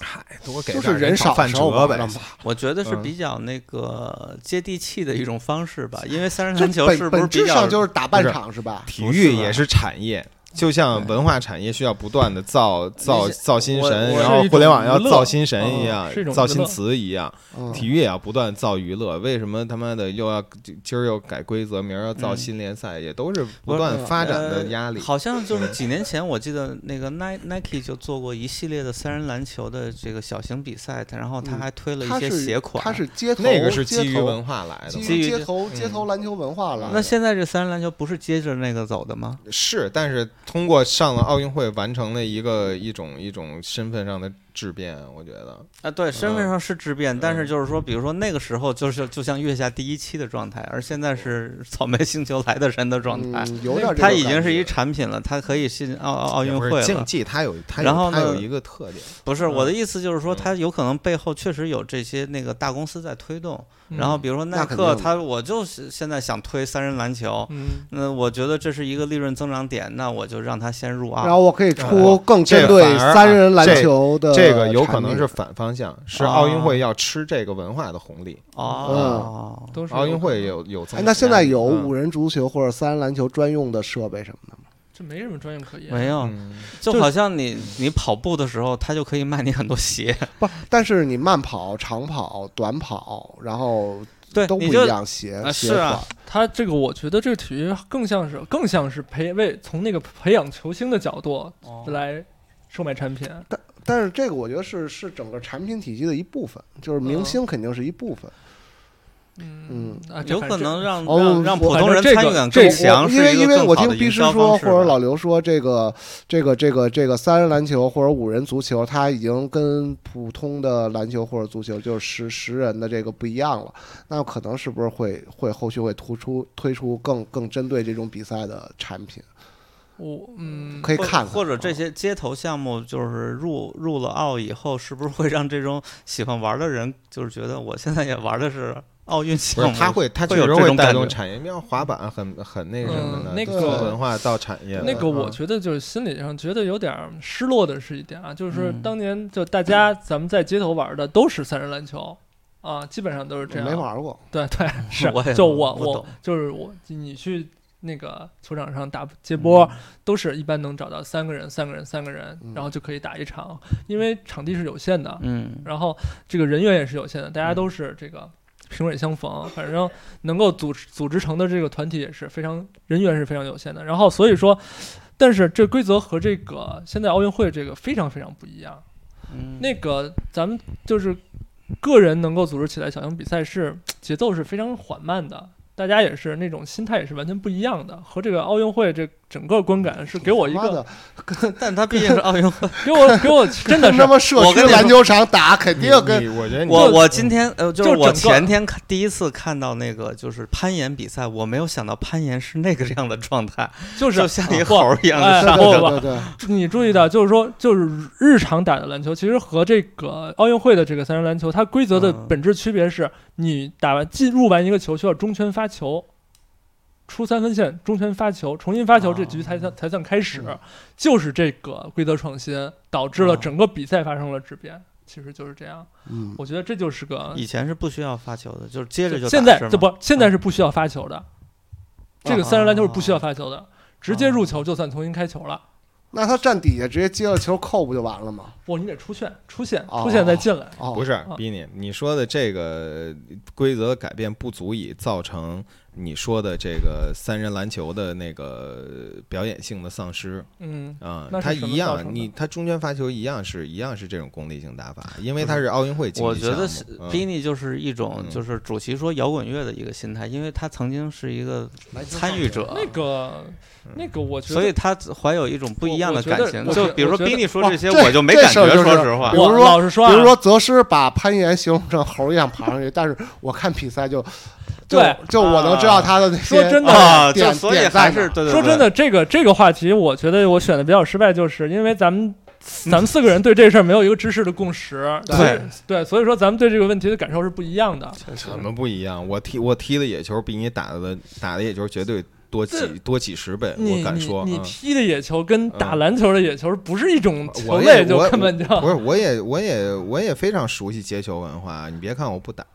[SPEAKER 2] 嗨，哎多给
[SPEAKER 1] 就是
[SPEAKER 2] 点人
[SPEAKER 1] 少
[SPEAKER 2] 炒饭
[SPEAKER 1] 时候
[SPEAKER 2] 辙
[SPEAKER 1] 玩
[SPEAKER 2] 呗
[SPEAKER 1] 的。嘛。
[SPEAKER 3] 我觉得是
[SPEAKER 2] 嗯
[SPEAKER 3] 比较那个接地气的一种方式吧，因为三人
[SPEAKER 1] 这
[SPEAKER 3] 篮球
[SPEAKER 1] 本
[SPEAKER 3] 是不是
[SPEAKER 1] 本
[SPEAKER 3] 比
[SPEAKER 1] 质
[SPEAKER 3] 较
[SPEAKER 1] 上就是打半场是吧？
[SPEAKER 2] 体
[SPEAKER 3] 不
[SPEAKER 2] 育
[SPEAKER 3] 是吧
[SPEAKER 2] 也是产业，就像文化产业需要不断的造造
[SPEAKER 3] 你想
[SPEAKER 2] 造新神，
[SPEAKER 3] 我
[SPEAKER 2] 然后
[SPEAKER 4] 是一种
[SPEAKER 2] 互联网要
[SPEAKER 4] 娱乐
[SPEAKER 2] 造新神一样
[SPEAKER 4] 嗯是一，种
[SPEAKER 2] 造
[SPEAKER 4] 娱
[SPEAKER 2] 新
[SPEAKER 4] 乐
[SPEAKER 2] 词一样，
[SPEAKER 1] 嗯，
[SPEAKER 2] 体育也要不断造娱乐。为什么他妈的又要今儿又改规则，明儿要造新联赛，也都是不断发展的压力。
[SPEAKER 3] 好像
[SPEAKER 1] 嗯
[SPEAKER 3] 就是几年前，我记得那个 Ni- Nike 就做过一系列的三人篮球的这个小型比赛，然后他
[SPEAKER 1] 嗯
[SPEAKER 3] 还推了
[SPEAKER 1] 它
[SPEAKER 3] 一些
[SPEAKER 1] 是
[SPEAKER 3] 鞋款。
[SPEAKER 1] 它是街头，
[SPEAKER 2] 那个是基
[SPEAKER 1] 街
[SPEAKER 2] 于
[SPEAKER 1] 头
[SPEAKER 2] 文化来的
[SPEAKER 1] 基
[SPEAKER 2] 嘛，
[SPEAKER 1] 于
[SPEAKER 3] 基于嗯
[SPEAKER 1] 街
[SPEAKER 3] 这
[SPEAKER 1] 头街头篮球文化了。
[SPEAKER 3] 那现在这三人篮球不是接着那个走的吗？
[SPEAKER 2] 是，但是通过上了奥运会，完成了一个一种一种身份上的质变，我觉得。
[SPEAKER 3] 啊，对，身份
[SPEAKER 2] 嗯
[SPEAKER 3] 上是质变，但是就是说，比如说那个时候就是就像月下第一期的状态，而现在是草莓星球来的人的状态。
[SPEAKER 1] 嗯，有点这
[SPEAKER 3] 它
[SPEAKER 1] 种
[SPEAKER 3] 已经
[SPEAKER 1] 感
[SPEAKER 3] 是一
[SPEAKER 1] 觉
[SPEAKER 3] 产品了，它可以进奥奥奥
[SPEAKER 2] 也
[SPEAKER 3] 运
[SPEAKER 2] 不是
[SPEAKER 3] 会
[SPEAKER 2] 竞
[SPEAKER 3] 了。
[SPEAKER 2] 技它有它有
[SPEAKER 3] 然后
[SPEAKER 2] 它有
[SPEAKER 3] 呢
[SPEAKER 2] 一个特点，
[SPEAKER 3] 不是我的意思，就是说
[SPEAKER 2] 嗯
[SPEAKER 3] 它有可能背后确实有这些那个大公司在推动。
[SPEAKER 4] 嗯
[SPEAKER 3] 然后比如说
[SPEAKER 1] 那
[SPEAKER 3] 耐
[SPEAKER 1] 肯
[SPEAKER 3] 克，
[SPEAKER 1] 定
[SPEAKER 3] 它我就是现在想推三人篮球，
[SPEAKER 4] 嗯，
[SPEAKER 3] 那我觉得这是一个利润增长点，那我就让它先入
[SPEAKER 1] 然
[SPEAKER 3] 啊。
[SPEAKER 1] 后我可以出
[SPEAKER 2] 嗯
[SPEAKER 1] 更针
[SPEAKER 2] 这
[SPEAKER 1] 对
[SPEAKER 2] 反而啊
[SPEAKER 1] 三人篮
[SPEAKER 2] 这
[SPEAKER 1] 球的
[SPEAKER 2] 这个有可
[SPEAKER 1] 呃产
[SPEAKER 2] 能
[SPEAKER 1] 品
[SPEAKER 2] 是反方向，是
[SPEAKER 3] 啊
[SPEAKER 2] 奥运会要吃这个文化的红利，
[SPEAKER 3] 哦，
[SPEAKER 4] 都是
[SPEAKER 2] 奥运会有有增
[SPEAKER 1] 哎
[SPEAKER 2] 长，
[SPEAKER 1] 那现在有
[SPEAKER 2] 嗯
[SPEAKER 1] 五人足球或者三人篮球专用的设备什么的吗？
[SPEAKER 4] 这没什么专业可言，
[SPEAKER 3] 没有，
[SPEAKER 2] 嗯
[SPEAKER 3] 就好像你你跑步的时候，它就可以卖你很
[SPEAKER 1] [laughs]
[SPEAKER 3] 多鞋，
[SPEAKER 1] 不，但是你慢跑、长跑、短跑，然后
[SPEAKER 3] 对，
[SPEAKER 1] 都不
[SPEAKER 3] 你
[SPEAKER 1] 一
[SPEAKER 3] 就
[SPEAKER 1] 样，鞋
[SPEAKER 3] 啊
[SPEAKER 1] 鞋
[SPEAKER 3] 是啊
[SPEAKER 1] 款。
[SPEAKER 4] 他这个我觉得这个体育更像是更像是培为从那个培养球星的角度
[SPEAKER 3] 哦
[SPEAKER 4] 来售卖产品，
[SPEAKER 1] 但是这个我觉得是是整个产品体系的一部分，就是明
[SPEAKER 4] 嗯
[SPEAKER 1] 星肯定是一部分。
[SPEAKER 4] 嗯啊，这
[SPEAKER 3] 有
[SPEAKER 4] 还
[SPEAKER 3] 可
[SPEAKER 4] 真
[SPEAKER 3] 能让
[SPEAKER 1] 哦
[SPEAKER 3] 让让普
[SPEAKER 4] 反
[SPEAKER 3] 通
[SPEAKER 4] 正
[SPEAKER 3] 人
[SPEAKER 4] 这
[SPEAKER 3] 参与
[SPEAKER 4] 个
[SPEAKER 3] 感
[SPEAKER 4] 这
[SPEAKER 3] 更
[SPEAKER 4] 个
[SPEAKER 3] 强，
[SPEAKER 1] 因为
[SPEAKER 3] 是一
[SPEAKER 1] 因
[SPEAKER 3] 个
[SPEAKER 1] 为
[SPEAKER 3] 更
[SPEAKER 1] 我
[SPEAKER 3] 好
[SPEAKER 1] 听
[SPEAKER 3] 的
[SPEAKER 1] 毕
[SPEAKER 3] 营
[SPEAKER 1] 师
[SPEAKER 3] 销
[SPEAKER 1] 说
[SPEAKER 3] 方
[SPEAKER 1] 或
[SPEAKER 3] 式
[SPEAKER 1] 者
[SPEAKER 3] 吧。
[SPEAKER 1] 老刘说，这个这个这个这个三人篮球或者五人足球，它已经跟普通的篮球或者足球就是十十人的这个不一样了。那可能是不是会会后续会突出推出更更针对这种比赛的产品？
[SPEAKER 4] 我嗯
[SPEAKER 1] 可以
[SPEAKER 3] 或
[SPEAKER 1] 看看，啊
[SPEAKER 3] 或者这些街头项目，就是入入了奥以后，是不是会让这种喜欢玩的人，就是觉得我现在也玩的是奥运
[SPEAKER 2] 不
[SPEAKER 3] 项
[SPEAKER 2] 是
[SPEAKER 3] 目？
[SPEAKER 2] 它会它确
[SPEAKER 3] 会有
[SPEAKER 2] 实
[SPEAKER 3] 这
[SPEAKER 2] 会
[SPEAKER 3] 种
[SPEAKER 2] 带
[SPEAKER 3] 感
[SPEAKER 2] 动
[SPEAKER 3] 觉
[SPEAKER 2] 产业，像滑板很很那个什么的，
[SPEAKER 4] 嗯那
[SPEAKER 2] 就是
[SPEAKER 1] 个
[SPEAKER 2] 文化到产业的
[SPEAKER 4] 那个我
[SPEAKER 2] 嗯
[SPEAKER 4] 觉得就是心理上觉得有点儿失落的是一点啊，就是说
[SPEAKER 3] 嗯
[SPEAKER 4] 当年就大家咱们在街头玩的都是三人篮球。啊，基本上都是这
[SPEAKER 1] 我
[SPEAKER 4] 样。
[SPEAKER 1] 没玩过。
[SPEAKER 4] 对对，是
[SPEAKER 3] 嗯我也
[SPEAKER 4] 就
[SPEAKER 3] 不
[SPEAKER 4] 我
[SPEAKER 3] 不
[SPEAKER 4] 我
[SPEAKER 3] 懂
[SPEAKER 4] 就是我，你去那个球场上
[SPEAKER 3] 嗯
[SPEAKER 4] 打接波，都是一般能找到三个人、三个人、三个人，
[SPEAKER 1] 嗯
[SPEAKER 4] 然后就可以打一场，因为场地是有限的，
[SPEAKER 3] 嗯，
[SPEAKER 4] 然后这个人员也是有限的，大家都是这个萍水相逢，反正能够组织组织成的这个团体也是非常人员是非常有限的。然后所以说，但是这规则和这个现在奥运会这个非常非常不一样。
[SPEAKER 3] 嗯，
[SPEAKER 4] 那个咱们就是个人能够组织起来小型比赛是节奏是非常缓慢的，大家也是那种心态也是完全不一样的，和这个奥运会这整个观感是给我一
[SPEAKER 1] 他妈
[SPEAKER 4] 个
[SPEAKER 1] 的，
[SPEAKER 3] 但他毕竟是奥运
[SPEAKER 4] [laughs]
[SPEAKER 3] 会。
[SPEAKER 4] 给我给我真的
[SPEAKER 1] 跟
[SPEAKER 4] 是
[SPEAKER 1] 他妈社
[SPEAKER 3] 我
[SPEAKER 1] 区
[SPEAKER 3] 跟你说
[SPEAKER 1] 篮球场打，肯定
[SPEAKER 2] 你
[SPEAKER 1] 跟
[SPEAKER 2] 你我觉得你
[SPEAKER 3] 我我今天呃，就是
[SPEAKER 4] 就整个
[SPEAKER 3] 我前天看第一次看到那个就是攀岩比赛，我没有想到攀岩是那个这样的状态，
[SPEAKER 4] 就
[SPEAKER 3] 就是像一个猴儿一样
[SPEAKER 1] 对
[SPEAKER 4] 哎
[SPEAKER 3] 的上
[SPEAKER 4] 不
[SPEAKER 1] 对
[SPEAKER 3] 来。
[SPEAKER 1] 对
[SPEAKER 4] 不
[SPEAKER 1] 对对，
[SPEAKER 4] 你注意到，就是说，就是日常打的篮球，其实和这个奥运会的这个三人篮球，它规则的
[SPEAKER 3] 嗯
[SPEAKER 4] 本质区别是，你打完进入完一个球需要中圈发球，出三分线中圈发球，重新发球，
[SPEAKER 3] 哦
[SPEAKER 4] 这局才算才算开始
[SPEAKER 1] 嗯。
[SPEAKER 4] 就是这个规则创新导致了
[SPEAKER 3] 哦
[SPEAKER 4] 整个比赛发生了质变，其实就是这样。
[SPEAKER 1] 嗯，
[SPEAKER 4] 我觉得这就是个
[SPEAKER 3] 以前是不需要发球的，就是接着就打
[SPEAKER 4] 现在
[SPEAKER 3] 是吗嗯
[SPEAKER 4] 这不现在是不需要发球的，这个三人篮球是不需
[SPEAKER 3] 哦
[SPEAKER 4] 要发球的，直接入球就算重新开球了。
[SPEAKER 1] 那他站底下直接接了球扣不就完了吗？
[SPEAKER 4] 不，你得出线，出线，
[SPEAKER 1] 哦
[SPEAKER 4] 出线再进来。
[SPEAKER 1] 哦，
[SPEAKER 2] 不是逼你，你说的这个规则的改变不足以造成你说的这个三人篮球的那个表演性的丧失
[SPEAKER 4] 嗯，
[SPEAKER 2] 啊、
[SPEAKER 4] 那是
[SPEAKER 2] 它
[SPEAKER 4] 什么
[SPEAKER 2] 一
[SPEAKER 4] 造
[SPEAKER 2] 样，
[SPEAKER 4] 成的
[SPEAKER 2] 你它中间发球一样是一样是这种功利性打法，因为它是奥运会竞
[SPEAKER 3] 我
[SPEAKER 2] 技
[SPEAKER 3] 觉
[SPEAKER 2] 项目。
[SPEAKER 3] 得是
[SPEAKER 2] 嗯
[SPEAKER 3] Vinny 就是一种就是主席说摇滚乐的一个心态，因为他曾经是一个参与者，
[SPEAKER 4] 那个，那个，我觉得，
[SPEAKER 3] 所以他怀有一种不一样的感情。
[SPEAKER 4] 我我觉得
[SPEAKER 3] 就比如说
[SPEAKER 4] 我觉得
[SPEAKER 3] Vinny 说
[SPEAKER 1] 哇
[SPEAKER 3] 这些，
[SPEAKER 1] 这
[SPEAKER 3] 我就没
[SPEAKER 1] 这
[SPEAKER 3] 感
[SPEAKER 1] 事儿
[SPEAKER 3] 觉，
[SPEAKER 1] 就是
[SPEAKER 3] 说实话
[SPEAKER 1] 比。如
[SPEAKER 4] 我
[SPEAKER 1] 说
[SPEAKER 4] 老实说啊，
[SPEAKER 1] 比如说泽师把攀岩形容成猴一样爬上去，但是我看比赛就就
[SPEAKER 4] 对
[SPEAKER 1] 就我能知道他的那些呃
[SPEAKER 4] 说真的
[SPEAKER 3] 啊，就
[SPEAKER 1] 点
[SPEAKER 3] 所以
[SPEAKER 1] 点
[SPEAKER 3] 还
[SPEAKER 1] 在
[SPEAKER 3] 是
[SPEAKER 1] 哪
[SPEAKER 3] 对对对
[SPEAKER 4] 说真，的，这个这个话题，我觉得我选的比较失败，就是因为咱
[SPEAKER 2] 嗯
[SPEAKER 4] 们。咱们四个人对这事儿没有一个知识的共识，
[SPEAKER 1] 对
[SPEAKER 4] 所以对，所以说咱们对这个问题的感受是不一样的。
[SPEAKER 2] 怎么不一样？我踢我踢的野球比你打的打的野球绝对多几
[SPEAKER 4] 这
[SPEAKER 2] 多几十倍，
[SPEAKER 4] 你
[SPEAKER 2] 我敢说。
[SPEAKER 4] 你你
[SPEAKER 2] 嗯
[SPEAKER 4] 踢的野球跟打
[SPEAKER 2] 嗯
[SPEAKER 4] 篮球的野球不是一种球
[SPEAKER 2] 我也
[SPEAKER 4] 类，就
[SPEAKER 2] 我
[SPEAKER 4] 根本就
[SPEAKER 2] 不是，我也我也我也非常熟悉接球文化。你别看我不打，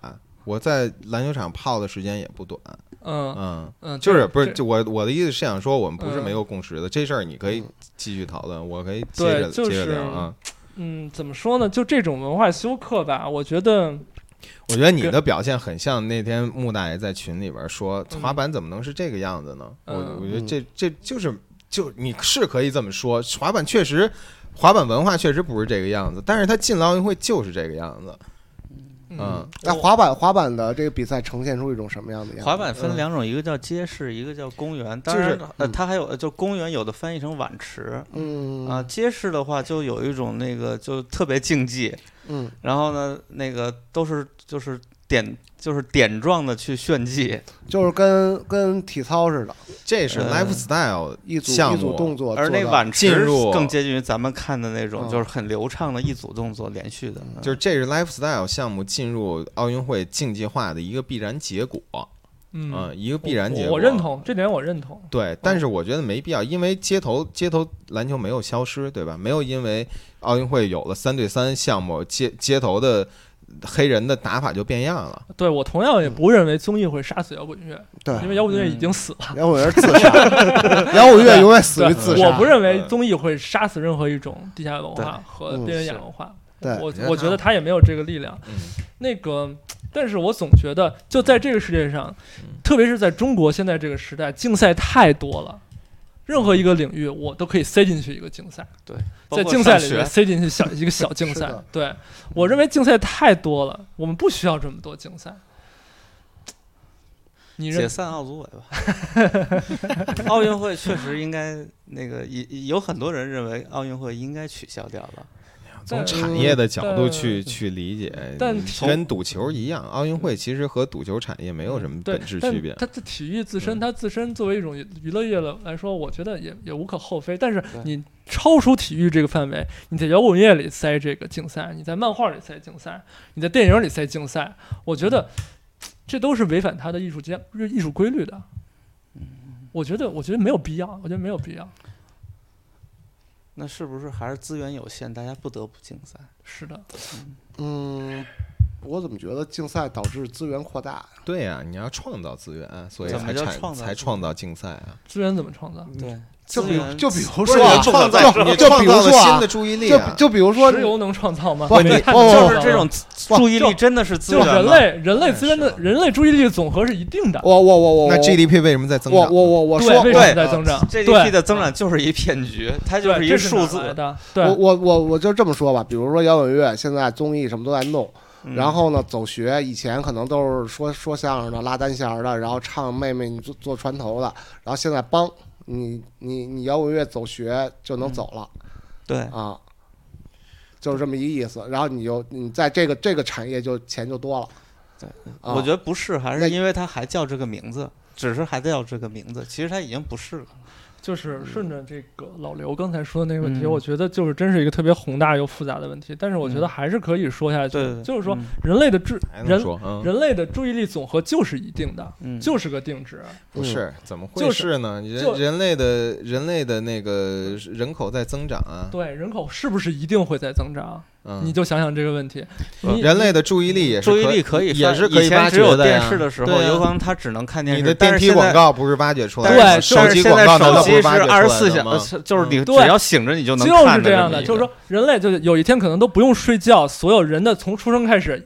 [SPEAKER 2] 我在篮球场泡的时间也不短。
[SPEAKER 4] 嗯
[SPEAKER 2] 嗯，
[SPEAKER 4] 嗯，
[SPEAKER 2] 就是不是
[SPEAKER 4] 这
[SPEAKER 2] 就我我的意思是想说，我们不是
[SPEAKER 4] 嗯
[SPEAKER 2] 没有共识的，这事儿你可以继续讨论，我可以接
[SPEAKER 4] 对
[SPEAKER 2] 着
[SPEAKER 4] 就
[SPEAKER 2] 接着
[SPEAKER 4] 是
[SPEAKER 2] 聊啊。
[SPEAKER 4] 嗯，怎么说呢？就这种文化休克吧，我觉得
[SPEAKER 2] 我觉得你
[SPEAKER 4] 跟
[SPEAKER 2] 的表现很像那天穆大爷在群里边说，
[SPEAKER 4] 嗯
[SPEAKER 2] 滑板怎么能是这个样子呢？
[SPEAKER 4] 嗯
[SPEAKER 2] 我我觉得这这就是就你是可以这么说，滑板确实。滑板文化确实不是这个样子，但是他进了奥运会就是这个样子。嗯
[SPEAKER 4] 嗯，
[SPEAKER 1] 那滑板滑板的这个比赛呈现出一种什么样的样子？
[SPEAKER 3] 滑板分
[SPEAKER 1] 嗯
[SPEAKER 3] 两种，一个叫街式，一个叫公园。当
[SPEAKER 2] 就是
[SPEAKER 3] 然，呃，
[SPEAKER 1] 嗯
[SPEAKER 3] 它还有呃就公园有的翻译成碗池
[SPEAKER 1] 嗯
[SPEAKER 3] 啊，街式的话就有一种那个就特别竞技，
[SPEAKER 1] 嗯，
[SPEAKER 3] 然后呢，那个都是就是点就是点状的去炫技，
[SPEAKER 1] 就是跟跟体操似的，
[SPEAKER 2] 这是
[SPEAKER 3] 嗯
[SPEAKER 2] lifestyle
[SPEAKER 1] 一组
[SPEAKER 2] 项
[SPEAKER 1] 一组
[SPEAKER 2] 目
[SPEAKER 1] 动作做到，
[SPEAKER 3] 而那碗
[SPEAKER 2] 进
[SPEAKER 3] 池
[SPEAKER 2] 入
[SPEAKER 3] 更接近于咱们看的那种，
[SPEAKER 1] 嗯
[SPEAKER 3] 就是很流畅的一组动作连续的，嗯
[SPEAKER 2] 就是这是 lifestyle 项目进入奥运会竞技化的一个必然结果，
[SPEAKER 4] 嗯
[SPEAKER 2] 嗯，一个必然结
[SPEAKER 4] 我
[SPEAKER 2] 果。
[SPEAKER 4] 我认。同嗯这点，我认同。
[SPEAKER 2] 对，但是我觉得没必要，因为街头街头篮球没有消失，对吧？没有因为奥运会有了三对三项目，街街头的黑人的打法就变样了。
[SPEAKER 4] 对我同样也
[SPEAKER 2] 嗯
[SPEAKER 4] 不认为综艺会杀死摇滚乐，
[SPEAKER 1] 对
[SPEAKER 4] 因为摇滚乐已经死了。
[SPEAKER 1] 摇滚乐是自
[SPEAKER 4] [laughs]
[SPEAKER 1] 杀，摇滚乐永远死于嗯自
[SPEAKER 4] 对，
[SPEAKER 1] 杀。
[SPEAKER 4] 我不认为综艺会杀死任何一种地下文化和
[SPEAKER 1] 嗯
[SPEAKER 4] 边缘亚
[SPEAKER 3] 是
[SPEAKER 4] 文化。
[SPEAKER 1] 对
[SPEAKER 4] 我
[SPEAKER 2] 觉得
[SPEAKER 4] 我
[SPEAKER 2] 他
[SPEAKER 4] 觉得他也没有这个力量。
[SPEAKER 2] 嗯
[SPEAKER 4] 那个，但是我总觉得，就在这个世界上，
[SPEAKER 2] 嗯
[SPEAKER 4] 特别是在中国现在这个时代，竞赛太多了。任何一个领域，我都可以塞进去一个竞赛，
[SPEAKER 3] 包
[SPEAKER 4] 在
[SPEAKER 3] 括
[SPEAKER 4] 竞赛
[SPEAKER 3] 上
[SPEAKER 4] 里面
[SPEAKER 3] 学，
[SPEAKER 4] 塞进去小一
[SPEAKER 1] [laughs]
[SPEAKER 4] 个小竞
[SPEAKER 1] 是
[SPEAKER 4] 赛
[SPEAKER 1] 的。
[SPEAKER 4] 对我认为竞赛太多了，我们不需要这么多竞赛。你认
[SPEAKER 3] 解散奥组委吧。 [laughs] 奥运会确实应该那个也有很多人认为奥运会应该取消掉了。
[SPEAKER 2] 从
[SPEAKER 4] 但
[SPEAKER 2] 产业的角度
[SPEAKER 4] 但
[SPEAKER 2] 去去理解，
[SPEAKER 4] 但
[SPEAKER 2] 跟赌球一样，奥运会其实和赌球产业没有什么
[SPEAKER 4] 嗯对
[SPEAKER 2] 本质
[SPEAKER 4] 但
[SPEAKER 2] 区别。
[SPEAKER 4] 它的体育自
[SPEAKER 3] 嗯
[SPEAKER 4] 身，它自身作为一种娱娱乐业了来说，我觉得也也无可厚非。但是
[SPEAKER 3] 对
[SPEAKER 4] 你超出体育这个范围，你在摇滚乐里塞这个竞赛，你在漫画里塞竞赛，你在电影里塞竞赛，我觉
[SPEAKER 3] 嗯
[SPEAKER 4] 得这都是违反它的艺术家艺术规律的。
[SPEAKER 1] 嗯
[SPEAKER 4] 我觉得，我觉得没有必要，我觉得没有必要。
[SPEAKER 3] 那是不是还是资源有限，大家不得不竞赛？
[SPEAKER 4] 是的，
[SPEAKER 1] 嗯，我怎么觉得竞赛导致资源扩大？
[SPEAKER 2] 对呀、你要创造资源，所以
[SPEAKER 3] 怎么
[SPEAKER 2] 才
[SPEAKER 3] 叫
[SPEAKER 2] 产
[SPEAKER 3] 创造
[SPEAKER 2] 才
[SPEAKER 3] 资
[SPEAKER 2] 创造竞赛啊。
[SPEAKER 4] 资源怎么创造？
[SPEAKER 3] 对，
[SPEAKER 1] 就
[SPEAKER 3] 资
[SPEAKER 1] 比
[SPEAKER 3] 源
[SPEAKER 1] 就比如
[SPEAKER 2] 不是
[SPEAKER 1] 说啊，
[SPEAKER 2] 你创造，
[SPEAKER 1] 就
[SPEAKER 2] 你
[SPEAKER 1] 就
[SPEAKER 2] 创
[SPEAKER 1] 比
[SPEAKER 2] 造
[SPEAKER 1] 如
[SPEAKER 2] 了
[SPEAKER 1] 说
[SPEAKER 2] 新
[SPEAKER 1] 啊
[SPEAKER 2] 的，注意力
[SPEAKER 1] 就
[SPEAKER 2] 啊。
[SPEAKER 1] 就比如说
[SPEAKER 4] 石油能创造吗？
[SPEAKER 1] 不
[SPEAKER 4] 煤
[SPEAKER 1] 你
[SPEAKER 4] 炭
[SPEAKER 1] 不
[SPEAKER 4] 能
[SPEAKER 1] 不
[SPEAKER 4] 创
[SPEAKER 1] 不
[SPEAKER 3] 就
[SPEAKER 4] 造
[SPEAKER 3] 是这
[SPEAKER 4] 吗
[SPEAKER 3] 种注意力真的是资
[SPEAKER 4] 哦就
[SPEAKER 3] 源
[SPEAKER 4] 人
[SPEAKER 3] 吗
[SPEAKER 4] 类人类资源
[SPEAKER 3] 哎
[SPEAKER 4] 的
[SPEAKER 3] 是
[SPEAKER 4] 人类注意力总和是一定的，
[SPEAKER 1] 我我我
[SPEAKER 2] 哦
[SPEAKER 1] 我
[SPEAKER 5] 那
[SPEAKER 1] 我
[SPEAKER 5] GDP 为什么在增
[SPEAKER 1] 我
[SPEAKER 5] 长？
[SPEAKER 1] 我我我
[SPEAKER 4] 对，
[SPEAKER 1] 说
[SPEAKER 4] 为什么在增长？
[SPEAKER 3] GDP
[SPEAKER 4] 对
[SPEAKER 3] 的增长就是一骗局，它就
[SPEAKER 4] 对，
[SPEAKER 3] 是一
[SPEAKER 4] 这
[SPEAKER 3] 数
[SPEAKER 4] 哪
[SPEAKER 3] 字
[SPEAKER 4] 来。的，
[SPEAKER 1] 我
[SPEAKER 4] 对，
[SPEAKER 1] 我我我就这么说吧，比如说摇滚乐，现在综艺什么都在弄，
[SPEAKER 3] 嗯
[SPEAKER 1] 然后呢走学，以前可能都是说说相声的、拉单弦儿的，然后唱妹妹你做做船头的，然后现在帮你你你摇滚乐走学就能走了、
[SPEAKER 3] 对，
[SPEAKER 4] 嗯
[SPEAKER 1] 啊，就是这么一意思。然后你就你在这个这个产业就钱就多了，
[SPEAKER 3] 对
[SPEAKER 1] 啊，
[SPEAKER 3] 我觉得不是，还
[SPEAKER 1] 那
[SPEAKER 3] 是因为它还叫这个名字，只是还叫这个名字，其实它已经不是了。
[SPEAKER 4] 就是顺着这个老刘刚才说的那个问题，
[SPEAKER 3] 嗯
[SPEAKER 4] 我觉得就是真是一个特别宏大又复杂的问题，但是我觉得
[SPEAKER 3] 嗯
[SPEAKER 4] 还是可以说下去
[SPEAKER 3] 对对
[SPEAKER 4] 的，
[SPEAKER 3] 对，
[SPEAKER 4] 就是说
[SPEAKER 3] 嗯
[SPEAKER 4] 人类的智
[SPEAKER 2] 还能
[SPEAKER 4] 人
[SPEAKER 2] 说，嗯，
[SPEAKER 4] 人类的注意力总和就是一定的，
[SPEAKER 3] 嗯，
[SPEAKER 4] 就是个定值，
[SPEAKER 5] 不嗯是，怎么会
[SPEAKER 4] 就是
[SPEAKER 5] 呢？
[SPEAKER 4] 就
[SPEAKER 5] 人人类的人类的那个人口在增长啊，
[SPEAKER 4] 对，人口是不是一定会在增长？你
[SPEAKER 5] 嗯，
[SPEAKER 4] 就想想这个问题，
[SPEAKER 3] 呃
[SPEAKER 4] 你
[SPEAKER 5] 人类的注意力也是
[SPEAKER 3] 注意
[SPEAKER 5] 可
[SPEAKER 3] 力可以
[SPEAKER 5] 也
[SPEAKER 3] 翻
[SPEAKER 5] 是可
[SPEAKER 3] 以
[SPEAKER 5] 挖掘
[SPEAKER 3] 前只有
[SPEAKER 5] 的呀
[SPEAKER 3] 电视的时候，
[SPEAKER 5] 对啊
[SPEAKER 3] 有可能他只能看电视。
[SPEAKER 5] 你的
[SPEAKER 3] 但
[SPEAKER 5] 电
[SPEAKER 3] 是
[SPEAKER 5] 梯
[SPEAKER 3] 现
[SPEAKER 5] 广
[SPEAKER 3] 在，
[SPEAKER 5] 告不是挖掘出来的
[SPEAKER 4] 对
[SPEAKER 5] 吗，手
[SPEAKER 3] 但是
[SPEAKER 5] 机
[SPEAKER 3] 现
[SPEAKER 5] 广
[SPEAKER 3] 在
[SPEAKER 5] 告难
[SPEAKER 3] 手
[SPEAKER 5] 道不
[SPEAKER 3] 机是
[SPEAKER 5] 挖掘出
[SPEAKER 3] 二
[SPEAKER 5] 来
[SPEAKER 3] 十四
[SPEAKER 5] 的
[SPEAKER 3] 小
[SPEAKER 2] 呃
[SPEAKER 5] 吗？嗯
[SPEAKER 3] 时，就是你只
[SPEAKER 4] 对
[SPEAKER 3] 要醒着你就能
[SPEAKER 4] 就
[SPEAKER 3] 看
[SPEAKER 4] 是
[SPEAKER 3] 着
[SPEAKER 4] 这样
[SPEAKER 3] 么
[SPEAKER 4] 的，
[SPEAKER 3] 一
[SPEAKER 4] 就是
[SPEAKER 3] 个
[SPEAKER 4] 说人类就是有一天可能都不用睡觉，所有人的从出生开始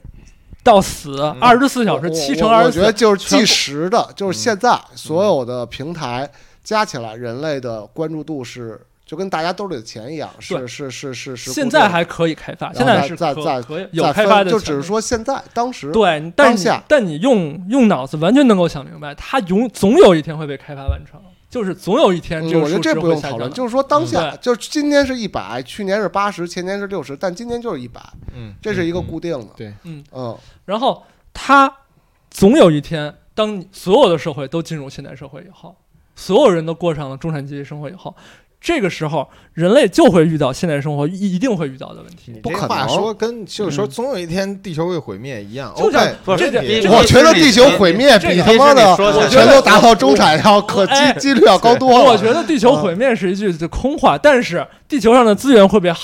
[SPEAKER 4] 到死，
[SPEAKER 3] 嗯
[SPEAKER 4] 二十四小时
[SPEAKER 1] 我
[SPEAKER 4] 七乘
[SPEAKER 1] 我
[SPEAKER 4] 二
[SPEAKER 1] 我
[SPEAKER 4] 十
[SPEAKER 1] 觉得
[SPEAKER 4] 四，
[SPEAKER 1] 就是
[SPEAKER 4] 全
[SPEAKER 1] 计
[SPEAKER 4] 部嗯
[SPEAKER 1] 时的，就是现在所有的平台加起来，人类的关注度是就跟大家兜里的钱一样，是
[SPEAKER 4] 对
[SPEAKER 1] 是是是是固定的。
[SPEAKER 4] 现在还可以开发，
[SPEAKER 1] 然
[SPEAKER 4] 现
[SPEAKER 1] 后
[SPEAKER 4] 在
[SPEAKER 1] 再
[SPEAKER 4] 是
[SPEAKER 1] 再
[SPEAKER 4] 可
[SPEAKER 1] 再
[SPEAKER 4] 可以
[SPEAKER 1] 再
[SPEAKER 4] 有开
[SPEAKER 1] 分
[SPEAKER 4] 发的潜力，
[SPEAKER 1] 就只是说现在当时
[SPEAKER 4] 对，但是
[SPEAKER 1] 下
[SPEAKER 4] 你但你用用脑子完全能够想明白，它永总有一天会被开发完成，就是总有一天
[SPEAKER 1] 嗯
[SPEAKER 4] 这个
[SPEAKER 1] 我觉得
[SPEAKER 4] 数
[SPEAKER 1] 这
[SPEAKER 4] 值
[SPEAKER 1] 不
[SPEAKER 4] 会
[SPEAKER 1] 用
[SPEAKER 4] 下
[SPEAKER 1] 讨
[SPEAKER 4] 降
[SPEAKER 1] 论，
[SPEAKER 4] 的。
[SPEAKER 1] 就是说当下，
[SPEAKER 4] 嗯
[SPEAKER 1] 就是今天是一百，去年是八十，前年是六十，但今年就是一百，
[SPEAKER 5] 嗯，
[SPEAKER 1] 这是一个固定的。
[SPEAKER 5] 对
[SPEAKER 4] 嗯，
[SPEAKER 1] 嗯，
[SPEAKER 4] 然后它总有一天，当你所有的社会都进入现代社会以后，所有人都过上了中产阶级生活以后，这个时候人类就会遇到现代生活一一定会遇到的问题。
[SPEAKER 5] 不
[SPEAKER 1] 可
[SPEAKER 5] 话
[SPEAKER 1] 能
[SPEAKER 5] 说跟就是说，
[SPEAKER 3] 嗯
[SPEAKER 5] 总有一天地球会毁灭一样。
[SPEAKER 4] 就
[SPEAKER 5] OK，
[SPEAKER 4] 像
[SPEAKER 3] 不是
[SPEAKER 5] 没问题
[SPEAKER 3] 这
[SPEAKER 1] 我
[SPEAKER 3] 这
[SPEAKER 1] 觉得
[SPEAKER 3] 是
[SPEAKER 1] 地
[SPEAKER 3] 你
[SPEAKER 1] 球毁灭
[SPEAKER 4] 这
[SPEAKER 1] 比
[SPEAKER 4] 个
[SPEAKER 1] 他妈的
[SPEAKER 3] 这是你说的
[SPEAKER 1] 全都达到中产要可
[SPEAKER 4] 哎
[SPEAKER 1] 几几率要高多了。
[SPEAKER 4] 我觉得地球毁灭是一句空话，但是地球上的资源会被哈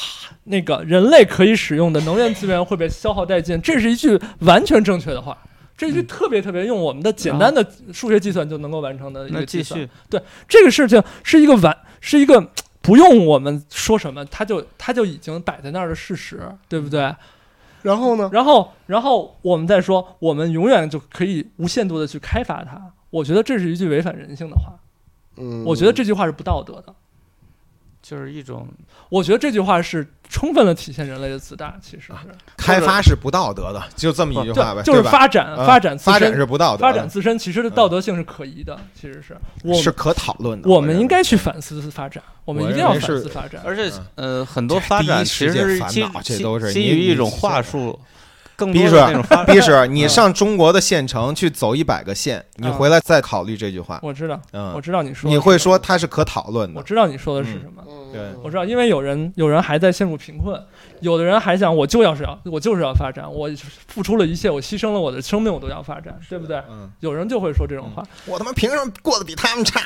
[SPEAKER 4] 那个人类可以使用的能源资源会被消耗殆尽，这是一句完全正确的话。这
[SPEAKER 3] 嗯
[SPEAKER 4] 一句特别特别用我们的简单的数学计算就能够完成的一
[SPEAKER 3] 那
[SPEAKER 4] 个计
[SPEAKER 3] 继
[SPEAKER 4] 算
[SPEAKER 3] 续，，
[SPEAKER 4] 这个事情是一个完是一个不用我们说什么，它就它就已经摆在那儿的事实，对不对？
[SPEAKER 3] 嗯
[SPEAKER 1] 然后呢？
[SPEAKER 4] 然后，然后我们再说，我们永远就可以无限度的去开发它。我觉得这是一句违反人性的话，
[SPEAKER 1] 嗯，
[SPEAKER 4] 我觉得这句话是不道德的。
[SPEAKER 3] 就是一种
[SPEAKER 4] 我觉得这句话是充分的体现人类的自大，其实是
[SPEAKER 5] 开发是不道德的，就啊这么一句话呗，
[SPEAKER 4] 就就是
[SPEAKER 5] 对吧
[SPEAKER 4] 发展
[SPEAKER 5] 嗯
[SPEAKER 4] 发展自
[SPEAKER 5] 发展
[SPEAKER 4] 身
[SPEAKER 5] 是不道德的，嗯
[SPEAKER 4] 发展自身，其实的道德性是可疑的，其实是我
[SPEAKER 5] 是可讨论的。
[SPEAKER 4] 我
[SPEAKER 5] 认
[SPEAKER 4] 们
[SPEAKER 5] 为
[SPEAKER 4] 应该去反思发展，我们
[SPEAKER 5] 我
[SPEAKER 4] 一定
[SPEAKER 5] 认
[SPEAKER 4] 要
[SPEAKER 5] 为
[SPEAKER 4] 反
[SPEAKER 5] 是
[SPEAKER 4] 思发展。
[SPEAKER 3] 而且
[SPEAKER 5] 嗯
[SPEAKER 3] 呃，很多发
[SPEAKER 5] 第一
[SPEAKER 3] 展
[SPEAKER 5] 世
[SPEAKER 3] 其
[SPEAKER 5] 界
[SPEAKER 3] 实
[SPEAKER 5] 烦
[SPEAKER 3] 基
[SPEAKER 5] 恼这
[SPEAKER 3] 基
[SPEAKER 5] 都是
[SPEAKER 3] 基
[SPEAKER 5] 你
[SPEAKER 3] 于
[SPEAKER 5] 你
[SPEAKER 3] 一种
[SPEAKER 5] 想
[SPEAKER 3] 话
[SPEAKER 5] 的
[SPEAKER 3] 术，更
[SPEAKER 5] 逼
[SPEAKER 3] 多
[SPEAKER 5] 着
[SPEAKER 3] 的那种发
[SPEAKER 5] 逼是，你
[SPEAKER 3] 嗯
[SPEAKER 5] 上中国的县城去走一百个县，你
[SPEAKER 4] 嗯
[SPEAKER 5] 回来再考虑这句话。
[SPEAKER 4] 我知道，我
[SPEAKER 5] 嗯，
[SPEAKER 4] 知道你说的
[SPEAKER 5] 你会
[SPEAKER 4] 是什
[SPEAKER 5] 说
[SPEAKER 4] 么
[SPEAKER 5] 它是可讨论
[SPEAKER 4] 我
[SPEAKER 5] 的。
[SPEAKER 4] 知道你说的是
[SPEAKER 5] 嗯
[SPEAKER 4] 什么。
[SPEAKER 1] 嗯，
[SPEAKER 5] 对
[SPEAKER 4] 我知道，因为有人有人还在陷入贫困，有的人还想我就要是要我就是要发展，我付出了一切，我牺牲了我的生命，我都要发展，对不对？
[SPEAKER 5] 嗯，
[SPEAKER 4] 有人就会说这种话，
[SPEAKER 5] 我他妈凭什么过得比他们差？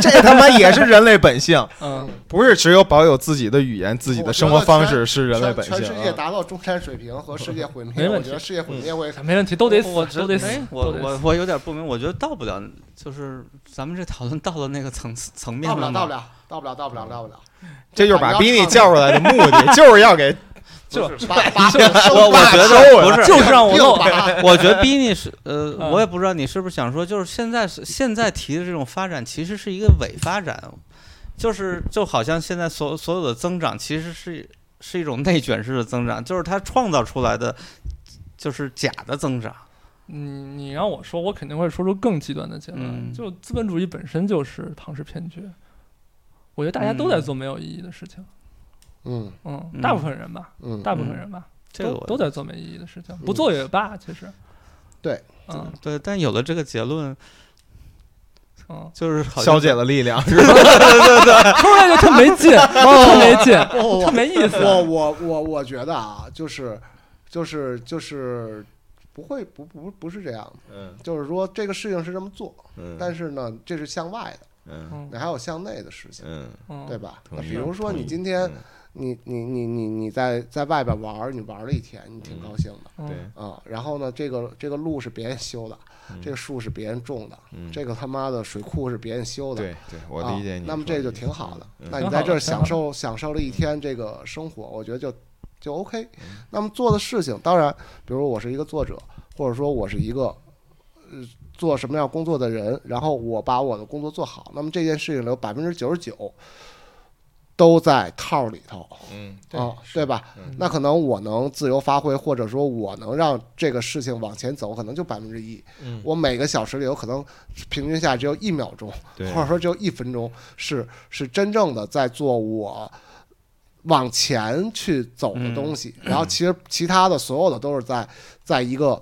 [SPEAKER 5] 这他妈也是人类本性，
[SPEAKER 4] 嗯，
[SPEAKER 5] [laughs] 不是只有保有自己的语言、自己的生活方式是人类本性
[SPEAKER 1] 全。世界
[SPEAKER 5] 啊
[SPEAKER 1] 达到中产水平和世界毁
[SPEAKER 4] 没
[SPEAKER 1] 灭，
[SPEAKER 4] 问
[SPEAKER 1] 我
[SPEAKER 4] 题
[SPEAKER 1] 觉得世界毁灭
[SPEAKER 5] 嗯
[SPEAKER 1] 会
[SPEAKER 4] 没问题，都得死，
[SPEAKER 3] 我
[SPEAKER 4] 都得死
[SPEAKER 3] 哎，我
[SPEAKER 4] 都得
[SPEAKER 3] 我
[SPEAKER 4] 死。
[SPEAKER 3] 我有点不明，我觉得到不了，就是咱们这讨论到了那个层次层面
[SPEAKER 1] 到不
[SPEAKER 3] 了
[SPEAKER 1] 了，
[SPEAKER 3] 吗
[SPEAKER 1] 到不了，到不了，到不了，到不了。
[SPEAKER 5] 这就是把比你叫出来的目的，就是要给
[SPEAKER 4] 就
[SPEAKER 1] 把把
[SPEAKER 3] 哎我我觉
[SPEAKER 1] [laughs]
[SPEAKER 3] 得不是，
[SPEAKER 4] 就是
[SPEAKER 5] [laughs]
[SPEAKER 4] 让我
[SPEAKER 1] 又
[SPEAKER 4] 弄，
[SPEAKER 1] 把
[SPEAKER 3] 我觉得逼你是呃，
[SPEAKER 4] 嗯
[SPEAKER 3] 我也不知道你是不是想说，就是现在是现在提的这种发展其实是一个伪发展，就是就好像现在所所有的增长其实是是一种内卷式的增长，就是它创造出来的就是假的增长。
[SPEAKER 4] 嗯，你让我说，我肯定会说出更极端的结论。
[SPEAKER 3] 嗯
[SPEAKER 4] 就资本主义本身就是庞氏骗局，我觉得大家都在做没有意义的事情，
[SPEAKER 1] 嗯
[SPEAKER 4] 嗯，
[SPEAKER 3] [laughs] 嗯
[SPEAKER 4] 大部分人吧，
[SPEAKER 1] 嗯，
[SPEAKER 4] 大部分人吧，
[SPEAKER 3] 这个
[SPEAKER 4] 都
[SPEAKER 3] 我
[SPEAKER 4] 都在做没意义的事情，不做也罢，其实，
[SPEAKER 1] 对，
[SPEAKER 4] 嗯
[SPEAKER 3] 对，但有了这个结论，
[SPEAKER 4] 嗯，
[SPEAKER 3] 就是好像
[SPEAKER 5] [laughs] 消解了力量。
[SPEAKER 4] 说出来就特没劲，特没
[SPEAKER 1] [laughs]
[SPEAKER 4] 劲，
[SPEAKER 1] 不
[SPEAKER 4] 特没意思。
[SPEAKER 1] 我我我我觉得啊，就是就是就是不会不不不是这样的，
[SPEAKER 5] 嗯
[SPEAKER 1] 就是说这个事情是这么做，
[SPEAKER 5] [laughs] 嗯
[SPEAKER 1] 但是呢，这是向外的，
[SPEAKER 5] 嗯
[SPEAKER 4] 嗯
[SPEAKER 1] 你还有向内的事情，
[SPEAKER 5] 嗯，
[SPEAKER 4] 嗯
[SPEAKER 1] 对吧？
[SPEAKER 5] 同
[SPEAKER 1] 那
[SPEAKER 5] 意
[SPEAKER 1] 比如说
[SPEAKER 5] 同意
[SPEAKER 1] 你今天
[SPEAKER 5] 嗯
[SPEAKER 1] 你你你你你在在外边玩儿，你玩了一天，你挺高兴的
[SPEAKER 4] 嗯
[SPEAKER 5] 对，嗯
[SPEAKER 1] 啊、然后呢，这个这个路是别人修的，这个树是别人种的，
[SPEAKER 2] 嗯
[SPEAKER 1] 这个他妈的水库是别人修的。
[SPEAKER 2] 对对，我理解
[SPEAKER 1] 啊
[SPEAKER 2] 你说的意思。
[SPEAKER 1] 那么这就挺好的。
[SPEAKER 2] 嗯
[SPEAKER 1] 那
[SPEAKER 4] 挺
[SPEAKER 1] 你
[SPEAKER 4] 好
[SPEAKER 1] 在这
[SPEAKER 4] 的
[SPEAKER 1] 儿
[SPEAKER 4] 挺
[SPEAKER 1] 享
[SPEAKER 4] 好
[SPEAKER 1] 受享受了一天这个生活，我觉得就就 OK。那
[SPEAKER 2] 嗯
[SPEAKER 1] 么做的事情，当然，比如我是一个作者，或者说我是一个呃做什么样工作的人，然后我把我的工作做好，那么这件事情有百分之九十九都在套里头。
[SPEAKER 2] 嗯，
[SPEAKER 1] 啊，
[SPEAKER 2] 是
[SPEAKER 1] 对吧？
[SPEAKER 2] 嗯
[SPEAKER 1] 那可能我能自由发挥，或者说我能让这个事情往前走，可能就百分之一。
[SPEAKER 5] 嗯
[SPEAKER 1] 我每个小时里有可能平均下只有一秒钟，
[SPEAKER 2] 对
[SPEAKER 1] 或者说只有一分钟，是是真正的在做我往前去走的东西。
[SPEAKER 2] 嗯
[SPEAKER 1] 然后其实其他的所有的都是在在一个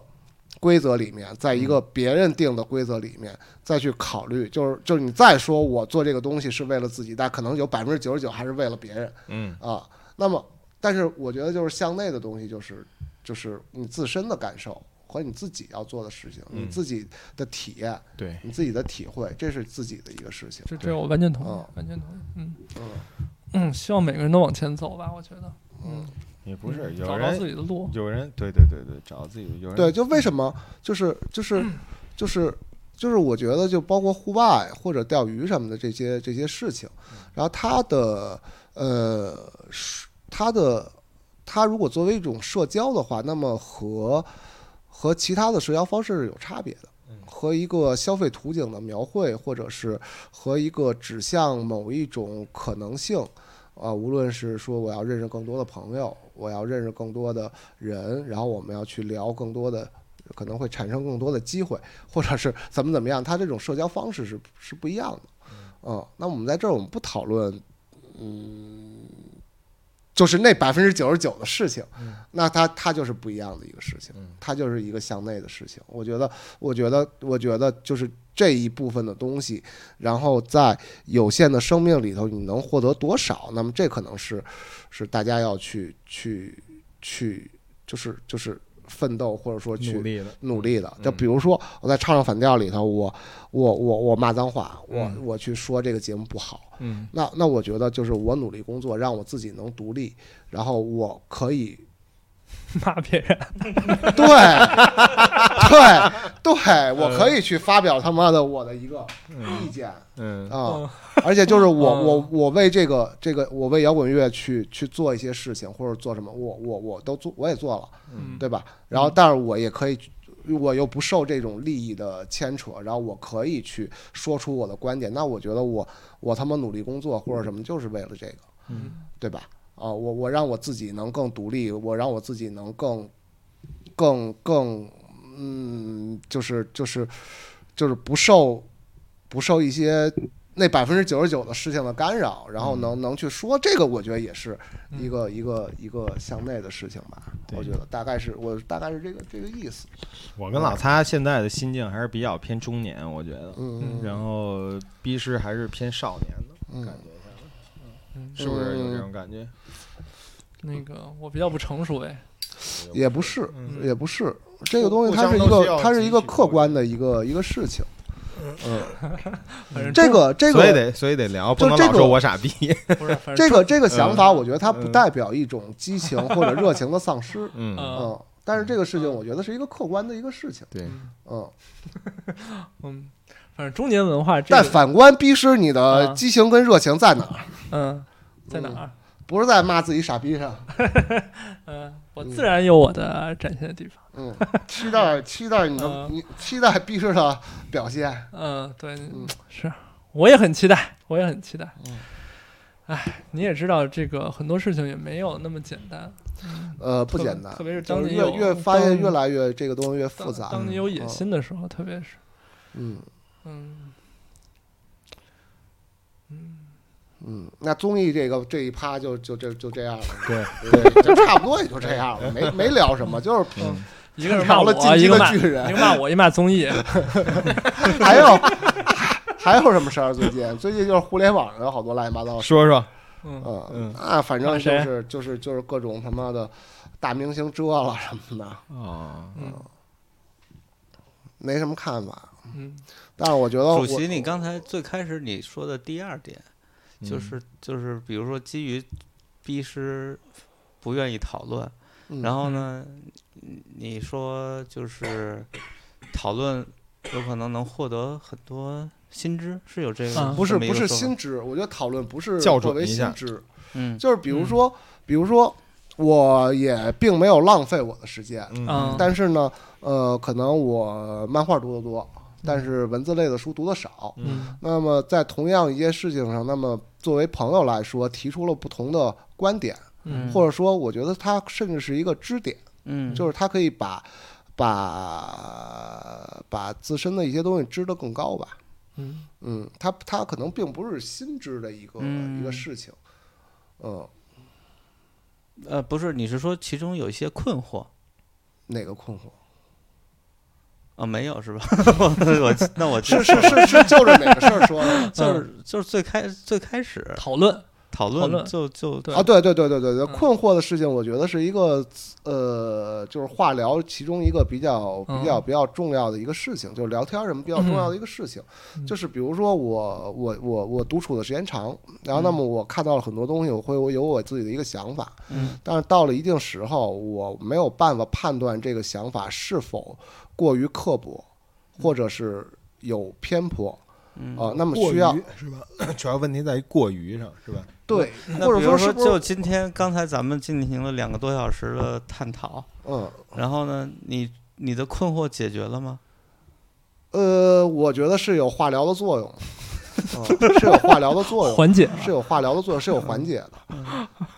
[SPEAKER 1] 规则里面，在一个
[SPEAKER 2] 嗯
[SPEAKER 1] 别人定的规则里面再去考虑，就是就是你再说我做这个东西是为了自己，但可能有百分之九十九还是为了别人。
[SPEAKER 2] 嗯
[SPEAKER 1] 啊。那么，但是我觉得就是向内的东西，就是就是你自身的感受和你自己要做的事情，
[SPEAKER 2] 嗯
[SPEAKER 1] 你自己的体验，
[SPEAKER 2] 对，
[SPEAKER 1] 你自己的体会，这是自己的一个事情。
[SPEAKER 4] 这
[SPEAKER 2] 对
[SPEAKER 4] 这我完全同
[SPEAKER 1] 嗯
[SPEAKER 4] 意，完全同意。嗯
[SPEAKER 1] 嗯
[SPEAKER 4] 嗯，希望每个人都往前走吧，我觉得。嗯，
[SPEAKER 5] 也不是有
[SPEAKER 4] 找到自
[SPEAKER 5] 人
[SPEAKER 4] 己的路。
[SPEAKER 5] 有人对对对对，找自己有人
[SPEAKER 1] 对，就为什么就是就是就是就是我觉得就包括户外或者钓鱼什么的这些这些事情，
[SPEAKER 5] 嗯
[SPEAKER 1] 然后它的呃是它的它如果作为一种社交的话，那么和和其他的社交方式是有差别的
[SPEAKER 5] 嗯。
[SPEAKER 1] 和一个消费图景的描绘，或者是和一个指向某一种可能性，啊、无论是说我要认识更多的朋友，我要认识更多的人，然后我们要去聊更多的，可能会产生更多的机会， [laughs] 或者是怎么怎么样，它这种社交方式是是不一样的。嗯，那我们在这儿我们不讨论，嗯，就是那百分之九十九的事情，
[SPEAKER 5] 嗯
[SPEAKER 1] 那它它就是不一样的一个事情
[SPEAKER 5] 嗯，
[SPEAKER 1] 它就是一个向内的事情。我觉得，我觉得，我觉得就是这一部分的东西，然后在有限的生命里头，你能获得多少？那么这可能是是大家要去去去，就是就是奋斗，或者说去
[SPEAKER 5] 努力的，
[SPEAKER 1] 努力的。就
[SPEAKER 5] 嗯
[SPEAKER 1] 比如说我在唱唱反调里头，我我我我骂脏话，我
[SPEAKER 5] 嗯
[SPEAKER 1] 我去说这个节目不好，
[SPEAKER 5] 嗯
[SPEAKER 1] 那那我觉得就是我努力工作，让我自己能独立，然后我
[SPEAKER 5] [laughs]
[SPEAKER 1] 可以
[SPEAKER 4] 骂别人，
[SPEAKER 1] 对对对，我可以去发表他妈的我的一个意见
[SPEAKER 5] 嗯
[SPEAKER 1] 啊。而且就是我
[SPEAKER 4] 嗯
[SPEAKER 1] 我我为这个这个我为摇滚乐去去做一些事情或者做什么，我我我都做我也做了。
[SPEAKER 4] 嗯，
[SPEAKER 1] 对吧？然后，但是我也可以，我又不受这种利益的牵扯，然后我可以去说出我的观点。那我觉得我我他妈努力工作或者什么，就是为了这个，
[SPEAKER 5] 嗯
[SPEAKER 1] 对吧？啊，我我让我自己能更独立，我让我自己能更更更嗯，就是就是就是不受不受一些。那百分之九十九的事情的干扰，
[SPEAKER 5] 嗯
[SPEAKER 1] 然后能能去说这个，我觉得也是一个一个一个向内的事情吧。
[SPEAKER 5] 对
[SPEAKER 1] 我觉得大概是我大概是这个这个意思。
[SPEAKER 5] 我跟老擦现在的心境还是比较偏中年，我觉得，
[SPEAKER 1] 嗯，
[SPEAKER 5] 然后逼师还是偏少年的
[SPEAKER 1] 嗯
[SPEAKER 5] 感觉一下子，是不是有这种感觉？
[SPEAKER 4] 那个我比较不成熟哎，
[SPEAKER 1] 也不是，
[SPEAKER 5] 嗯
[SPEAKER 1] 也不是这个东西，
[SPEAKER 5] 互
[SPEAKER 1] 它
[SPEAKER 5] 相
[SPEAKER 1] 是一
[SPEAKER 5] 都需
[SPEAKER 1] 个
[SPEAKER 5] 要
[SPEAKER 1] 它是一个
[SPEAKER 5] 汲取
[SPEAKER 1] 客观的一个一个事情。嗯，
[SPEAKER 4] 反正
[SPEAKER 1] 这个这
[SPEAKER 5] 所以
[SPEAKER 1] 个
[SPEAKER 5] 得所以得聊，不
[SPEAKER 1] 就
[SPEAKER 5] 能
[SPEAKER 1] 这
[SPEAKER 5] 老
[SPEAKER 1] 个
[SPEAKER 5] 说我傻 [laughs] 逼。
[SPEAKER 4] 不是，反正
[SPEAKER 1] 这个这个想法，我觉得它不
[SPEAKER 5] 嗯
[SPEAKER 1] 代表一种激情或者热情的丧失。
[SPEAKER 5] 嗯，
[SPEAKER 4] 嗯
[SPEAKER 1] 嗯，但是这个事情，我觉得是一个客观的一个事情。
[SPEAKER 5] 对，
[SPEAKER 1] 嗯，
[SPEAKER 4] 嗯，反正中年文化这
[SPEAKER 1] 但
[SPEAKER 4] 个，
[SPEAKER 1] 反观逼师，你的
[SPEAKER 4] 啊
[SPEAKER 1] 激情跟热情在哪儿？
[SPEAKER 4] 嗯，在哪儿？
[SPEAKER 1] 不是在骂自己傻逼上。
[SPEAKER 4] 嗯，我自然有我的展现的地方。
[SPEAKER 1] 嗯，期待期待你的
[SPEAKER 4] 嗯
[SPEAKER 1] 你期待逼师的表现。
[SPEAKER 4] 嗯，对
[SPEAKER 1] 嗯，
[SPEAKER 4] 是，我也很期待，我也很期待
[SPEAKER 1] 嗯。
[SPEAKER 4] 哎，你也知道，这个很多事情也没有那么简单，
[SPEAKER 1] 呃，不
[SPEAKER 4] 特
[SPEAKER 1] 简单
[SPEAKER 4] 特。别是当
[SPEAKER 1] 就是
[SPEAKER 4] 你
[SPEAKER 1] 越
[SPEAKER 4] 有
[SPEAKER 1] 越发现
[SPEAKER 4] 当
[SPEAKER 1] 越来越这个东西越复
[SPEAKER 4] 当
[SPEAKER 1] 杂。
[SPEAKER 4] 当你有野
[SPEAKER 1] 嗯
[SPEAKER 4] 心的时候，特别是，
[SPEAKER 1] 嗯
[SPEAKER 4] 嗯，
[SPEAKER 1] 嗯，那综艺这个这一趴就就就就这样了，
[SPEAKER 5] 对
[SPEAKER 1] 对，就差不多也就这样了，
[SPEAKER 4] [laughs]
[SPEAKER 1] 没没聊什么，就是
[SPEAKER 4] 嗯一个人骂
[SPEAKER 1] 聊了
[SPEAKER 4] 我，
[SPEAKER 1] 进
[SPEAKER 4] 一
[SPEAKER 1] 击的
[SPEAKER 4] 个骂，
[SPEAKER 1] 巨
[SPEAKER 4] 一
[SPEAKER 1] 人，
[SPEAKER 4] 个骂我，一骂
[SPEAKER 1] [laughs]
[SPEAKER 4] 综艺。嗯
[SPEAKER 1] 还有还有什么事儿？最近最近就是互联网上有好多乱七八糟的事，
[SPEAKER 5] 哦说说，
[SPEAKER 4] 嗯，
[SPEAKER 1] 嗯
[SPEAKER 5] 嗯，
[SPEAKER 1] 啊，反正
[SPEAKER 4] 骂
[SPEAKER 1] 就
[SPEAKER 4] 谁
[SPEAKER 1] 是就是就是各种他妈的大明星遮了什么的，
[SPEAKER 5] 哦，
[SPEAKER 4] 嗯
[SPEAKER 1] 没什么看法。
[SPEAKER 4] 嗯，
[SPEAKER 1] 但是我觉得哦我
[SPEAKER 3] 主席，你
[SPEAKER 1] 嗯
[SPEAKER 3] 刚才最开始你说的第二点，就是就是比如说基于逼师不愿意讨论，
[SPEAKER 1] 嗯
[SPEAKER 3] 然后呢，你你说就是讨论有可能能获得很多新知，是有这个、
[SPEAKER 4] 啊
[SPEAKER 1] 不是
[SPEAKER 3] 这么一
[SPEAKER 1] 不
[SPEAKER 3] 个
[SPEAKER 1] 是
[SPEAKER 3] 说法
[SPEAKER 1] 新知，我觉得讨论不是
[SPEAKER 5] 嗯校
[SPEAKER 1] 作
[SPEAKER 5] 准
[SPEAKER 1] 为
[SPEAKER 5] 一下
[SPEAKER 1] 新知，
[SPEAKER 3] 嗯
[SPEAKER 1] 就是比如
[SPEAKER 4] 嗯
[SPEAKER 1] 说，比如说，我也并没有浪费我的时间，
[SPEAKER 4] 嗯
[SPEAKER 1] 但是呢，呃，可能我漫画读得多，但是文字类的书读得少。
[SPEAKER 4] 嗯
[SPEAKER 1] 那么在同样一些事情上，那么作为朋友来说，提出了不同的观点，
[SPEAKER 4] 嗯
[SPEAKER 1] 或者说，我觉得它甚至是一个支点，
[SPEAKER 3] 嗯
[SPEAKER 1] 就是它可以把把把自身的一些东西支得更高吧。
[SPEAKER 4] 嗯，
[SPEAKER 1] 嗯，它它可能并不是新知的一个、一个
[SPEAKER 3] 嗯
[SPEAKER 1] 事情。嗯，
[SPEAKER 3] 呃不是，你是说其中有一些困惑
[SPEAKER 1] 哪个困惑？
[SPEAKER 3] 啊？没有是吧？ [laughs] 我我那我
[SPEAKER 1] 是是是是，就是哪个事儿说的
[SPEAKER 3] 就是就是最开最开始
[SPEAKER 4] 讨论
[SPEAKER 3] 讨
[SPEAKER 4] 讨
[SPEAKER 3] 论
[SPEAKER 4] 论
[SPEAKER 3] 就就
[SPEAKER 4] 对
[SPEAKER 1] 啊？对对对对对对，
[SPEAKER 4] 嗯
[SPEAKER 1] 困惑的事情，我觉得是一个呃，就是化疗其中一个比较比较
[SPEAKER 4] 嗯
[SPEAKER 1] 比较重要的一个事情，就是聊天儿什么比较重要的一个事情，
[SPEAKER 4] 嗯
[SPEAKER 1] 就是比如说我我我我独处的时间长，然后那
[SPEAKER 3] 嗯
[SPEAKER 1] 么我看到了很多东西，我会我有我自己的一个想法，
[SPEAKER 3] 嗯
[SPEAKER 1] 但是到了一定时候，我没有办法判断这个想法是否过于刻薄，或者是有偏颇
[SPEAKER 3] 嗯
[SPEAKER 1] 啊、那么
[SPEAKER 5] 过
[SPEAKER 1] 需要
[SPEAKER 5] 于是吧？ [coughs] 主要问题在于过于上是吧？
[SPEAKER 1] 对，
[SPEAKER 3] 那
[SPEAKER 1] 或者
[SPEAKER 3] 比如
[SPEAKER 1] 是不
[SPEAKER 3] 就是今天刚才咱们进行了两个多小时的探讨，
[SPEAKER 1] 嗯。
[SPEAKER 3] 然后呢，你你的困惑解决了吗？
[SPEAKER 1] 呃，我觉得是有化疗的作用，嗯、是有化疗的作用，
[SPEAKER 4] 缓解，
[SPEAKER 1] 是有化疗的作用，是有缓解的。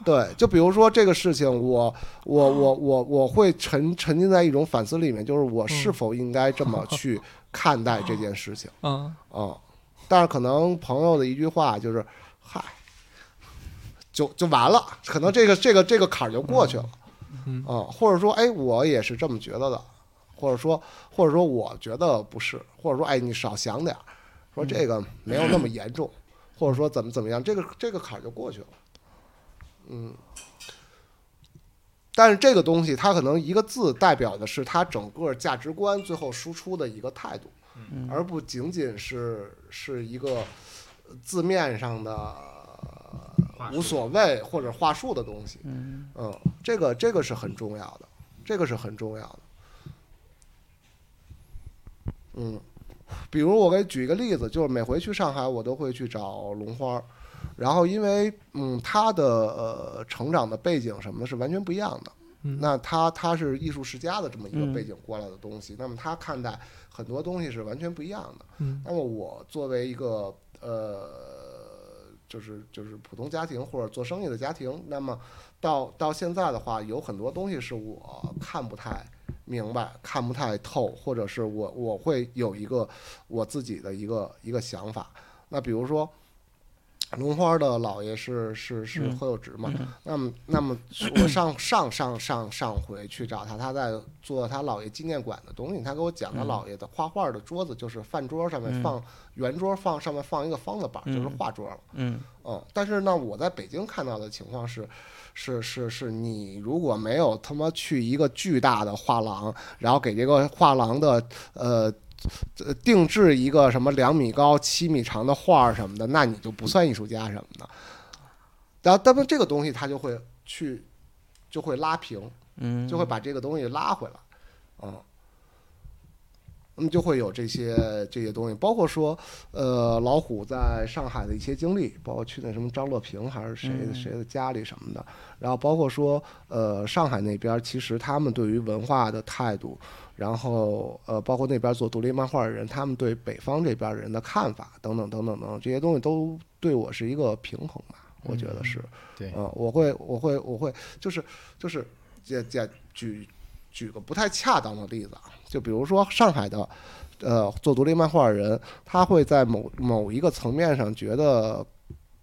[SPEAKER 1] 对，就比如说这个事情，我我我我我会沉沉浸在一种反思里面，就是我是否应该这么去看待这件事情
[SPEAKER 4] 嗯，
[SPEAKER 1] 啊、嗯？但是可能朋友的一句话就是“嗨”，就就完了，可能这个这个这个坎儿就过去了。
[SPEAKER 4] 嗯
[SPEAKER 1] 啊、或者说，哎，我也是这么觉得的，或者说，或者说，我觉得不是，或者说，哎，你少想点儿，说这个没有那么严重，或者说怎么怎么样，这个这个坎儿就过去了，嗯。但是这个东西，它可能一个字代表的是它整个价值观最后输出的一个态度，
[SPEAKER 3] 嗯
[SPEAKER 1] 而不仅仅是是一个字面上的无所谓或者话术的东西。
[SPEAKER 3] 嗯
[SPEAKER 1] 嗯，这个这个是很重要的，这个是很重要的。嗯，比如我给举一个例子，就是每回去上海，我都会去找龙花儿，然后因为嗯，他的呃成长的背景什么的是完全不一样的。
[SPEAKER 4] 嗯
[SPEAKER 1] 那他他是艺术世家的这么一个
[SPEAKER 3] 嗯
[SPEAKER 1] 背景过来的东西，那么他看待很多东西是完全不一样的。
[SPEAKER 4] 嗯
[SPEAKER 1] 那么我作为一个呃，就是就是普通家庭或者做生意的家庭，那么到到现在的话，有很多东西是我看不太明白、看不太透，或者是我我会有一个我自己的一个一个想法。那比如说。龙花的姥爷是是是
[SPEAKER 3] 嗯
[SPEAKER 1] 何有植嘛？
[SPEAKER 3] 嗯
[SPEAKER 1] 那么那么我上上上上上回去找他，他在做他姥爷纪念馆的东西，他给我讲他
[SPEAKER 3] 嗯
[SPEAKER 1] 姥爷的画画的桌子，就是饭桌上面
[SPEAKER 3] 嗯
[SPEAKER 1] 放圆桌放上面放一个方子板，就是
[SPEAKER 3] 嗯
[SPEAKER 1] 画桌了。
[SPEAKER 3] 嗯
[SPEAKER 1] 嗯，但是呢，我在北京看到的情况是，是是是，你如果没有他妈去一个巨大的画廊，然后给这个画廊的呃呃定制一个什么两米高、七米长的画儿什么的，那你就不算艺术家什么的。然后，但是这个东西它就会去，就会拉平，
[SPEAKER 3] 嗯，
[SPEAKER 1] 就会把这个东西拉回来，嗯，那么就会有这些这些东西，包括说，呃，老虎在上海的一些经历，包括去那什么张乐平还是谁的
[SPEAKER 3] 嗯
[SPEAKER 1] 谁的家里什么的，然后包括说，呃，上海那边其实他们对于文化的态度，然后呃，包括那边做独立漫画的人，他们对北方这边人的看法等等等等等等这些东西都对我是一个平衡吧，我觉得是，
[SPEAKER 5] 对
[SPEAKER 1] 嗯，我会我会我会就是就是也也举举个不太恰当的例子啊，就比如说上海的，呃，做独立漫画的人，他会在某某一个层面上觉得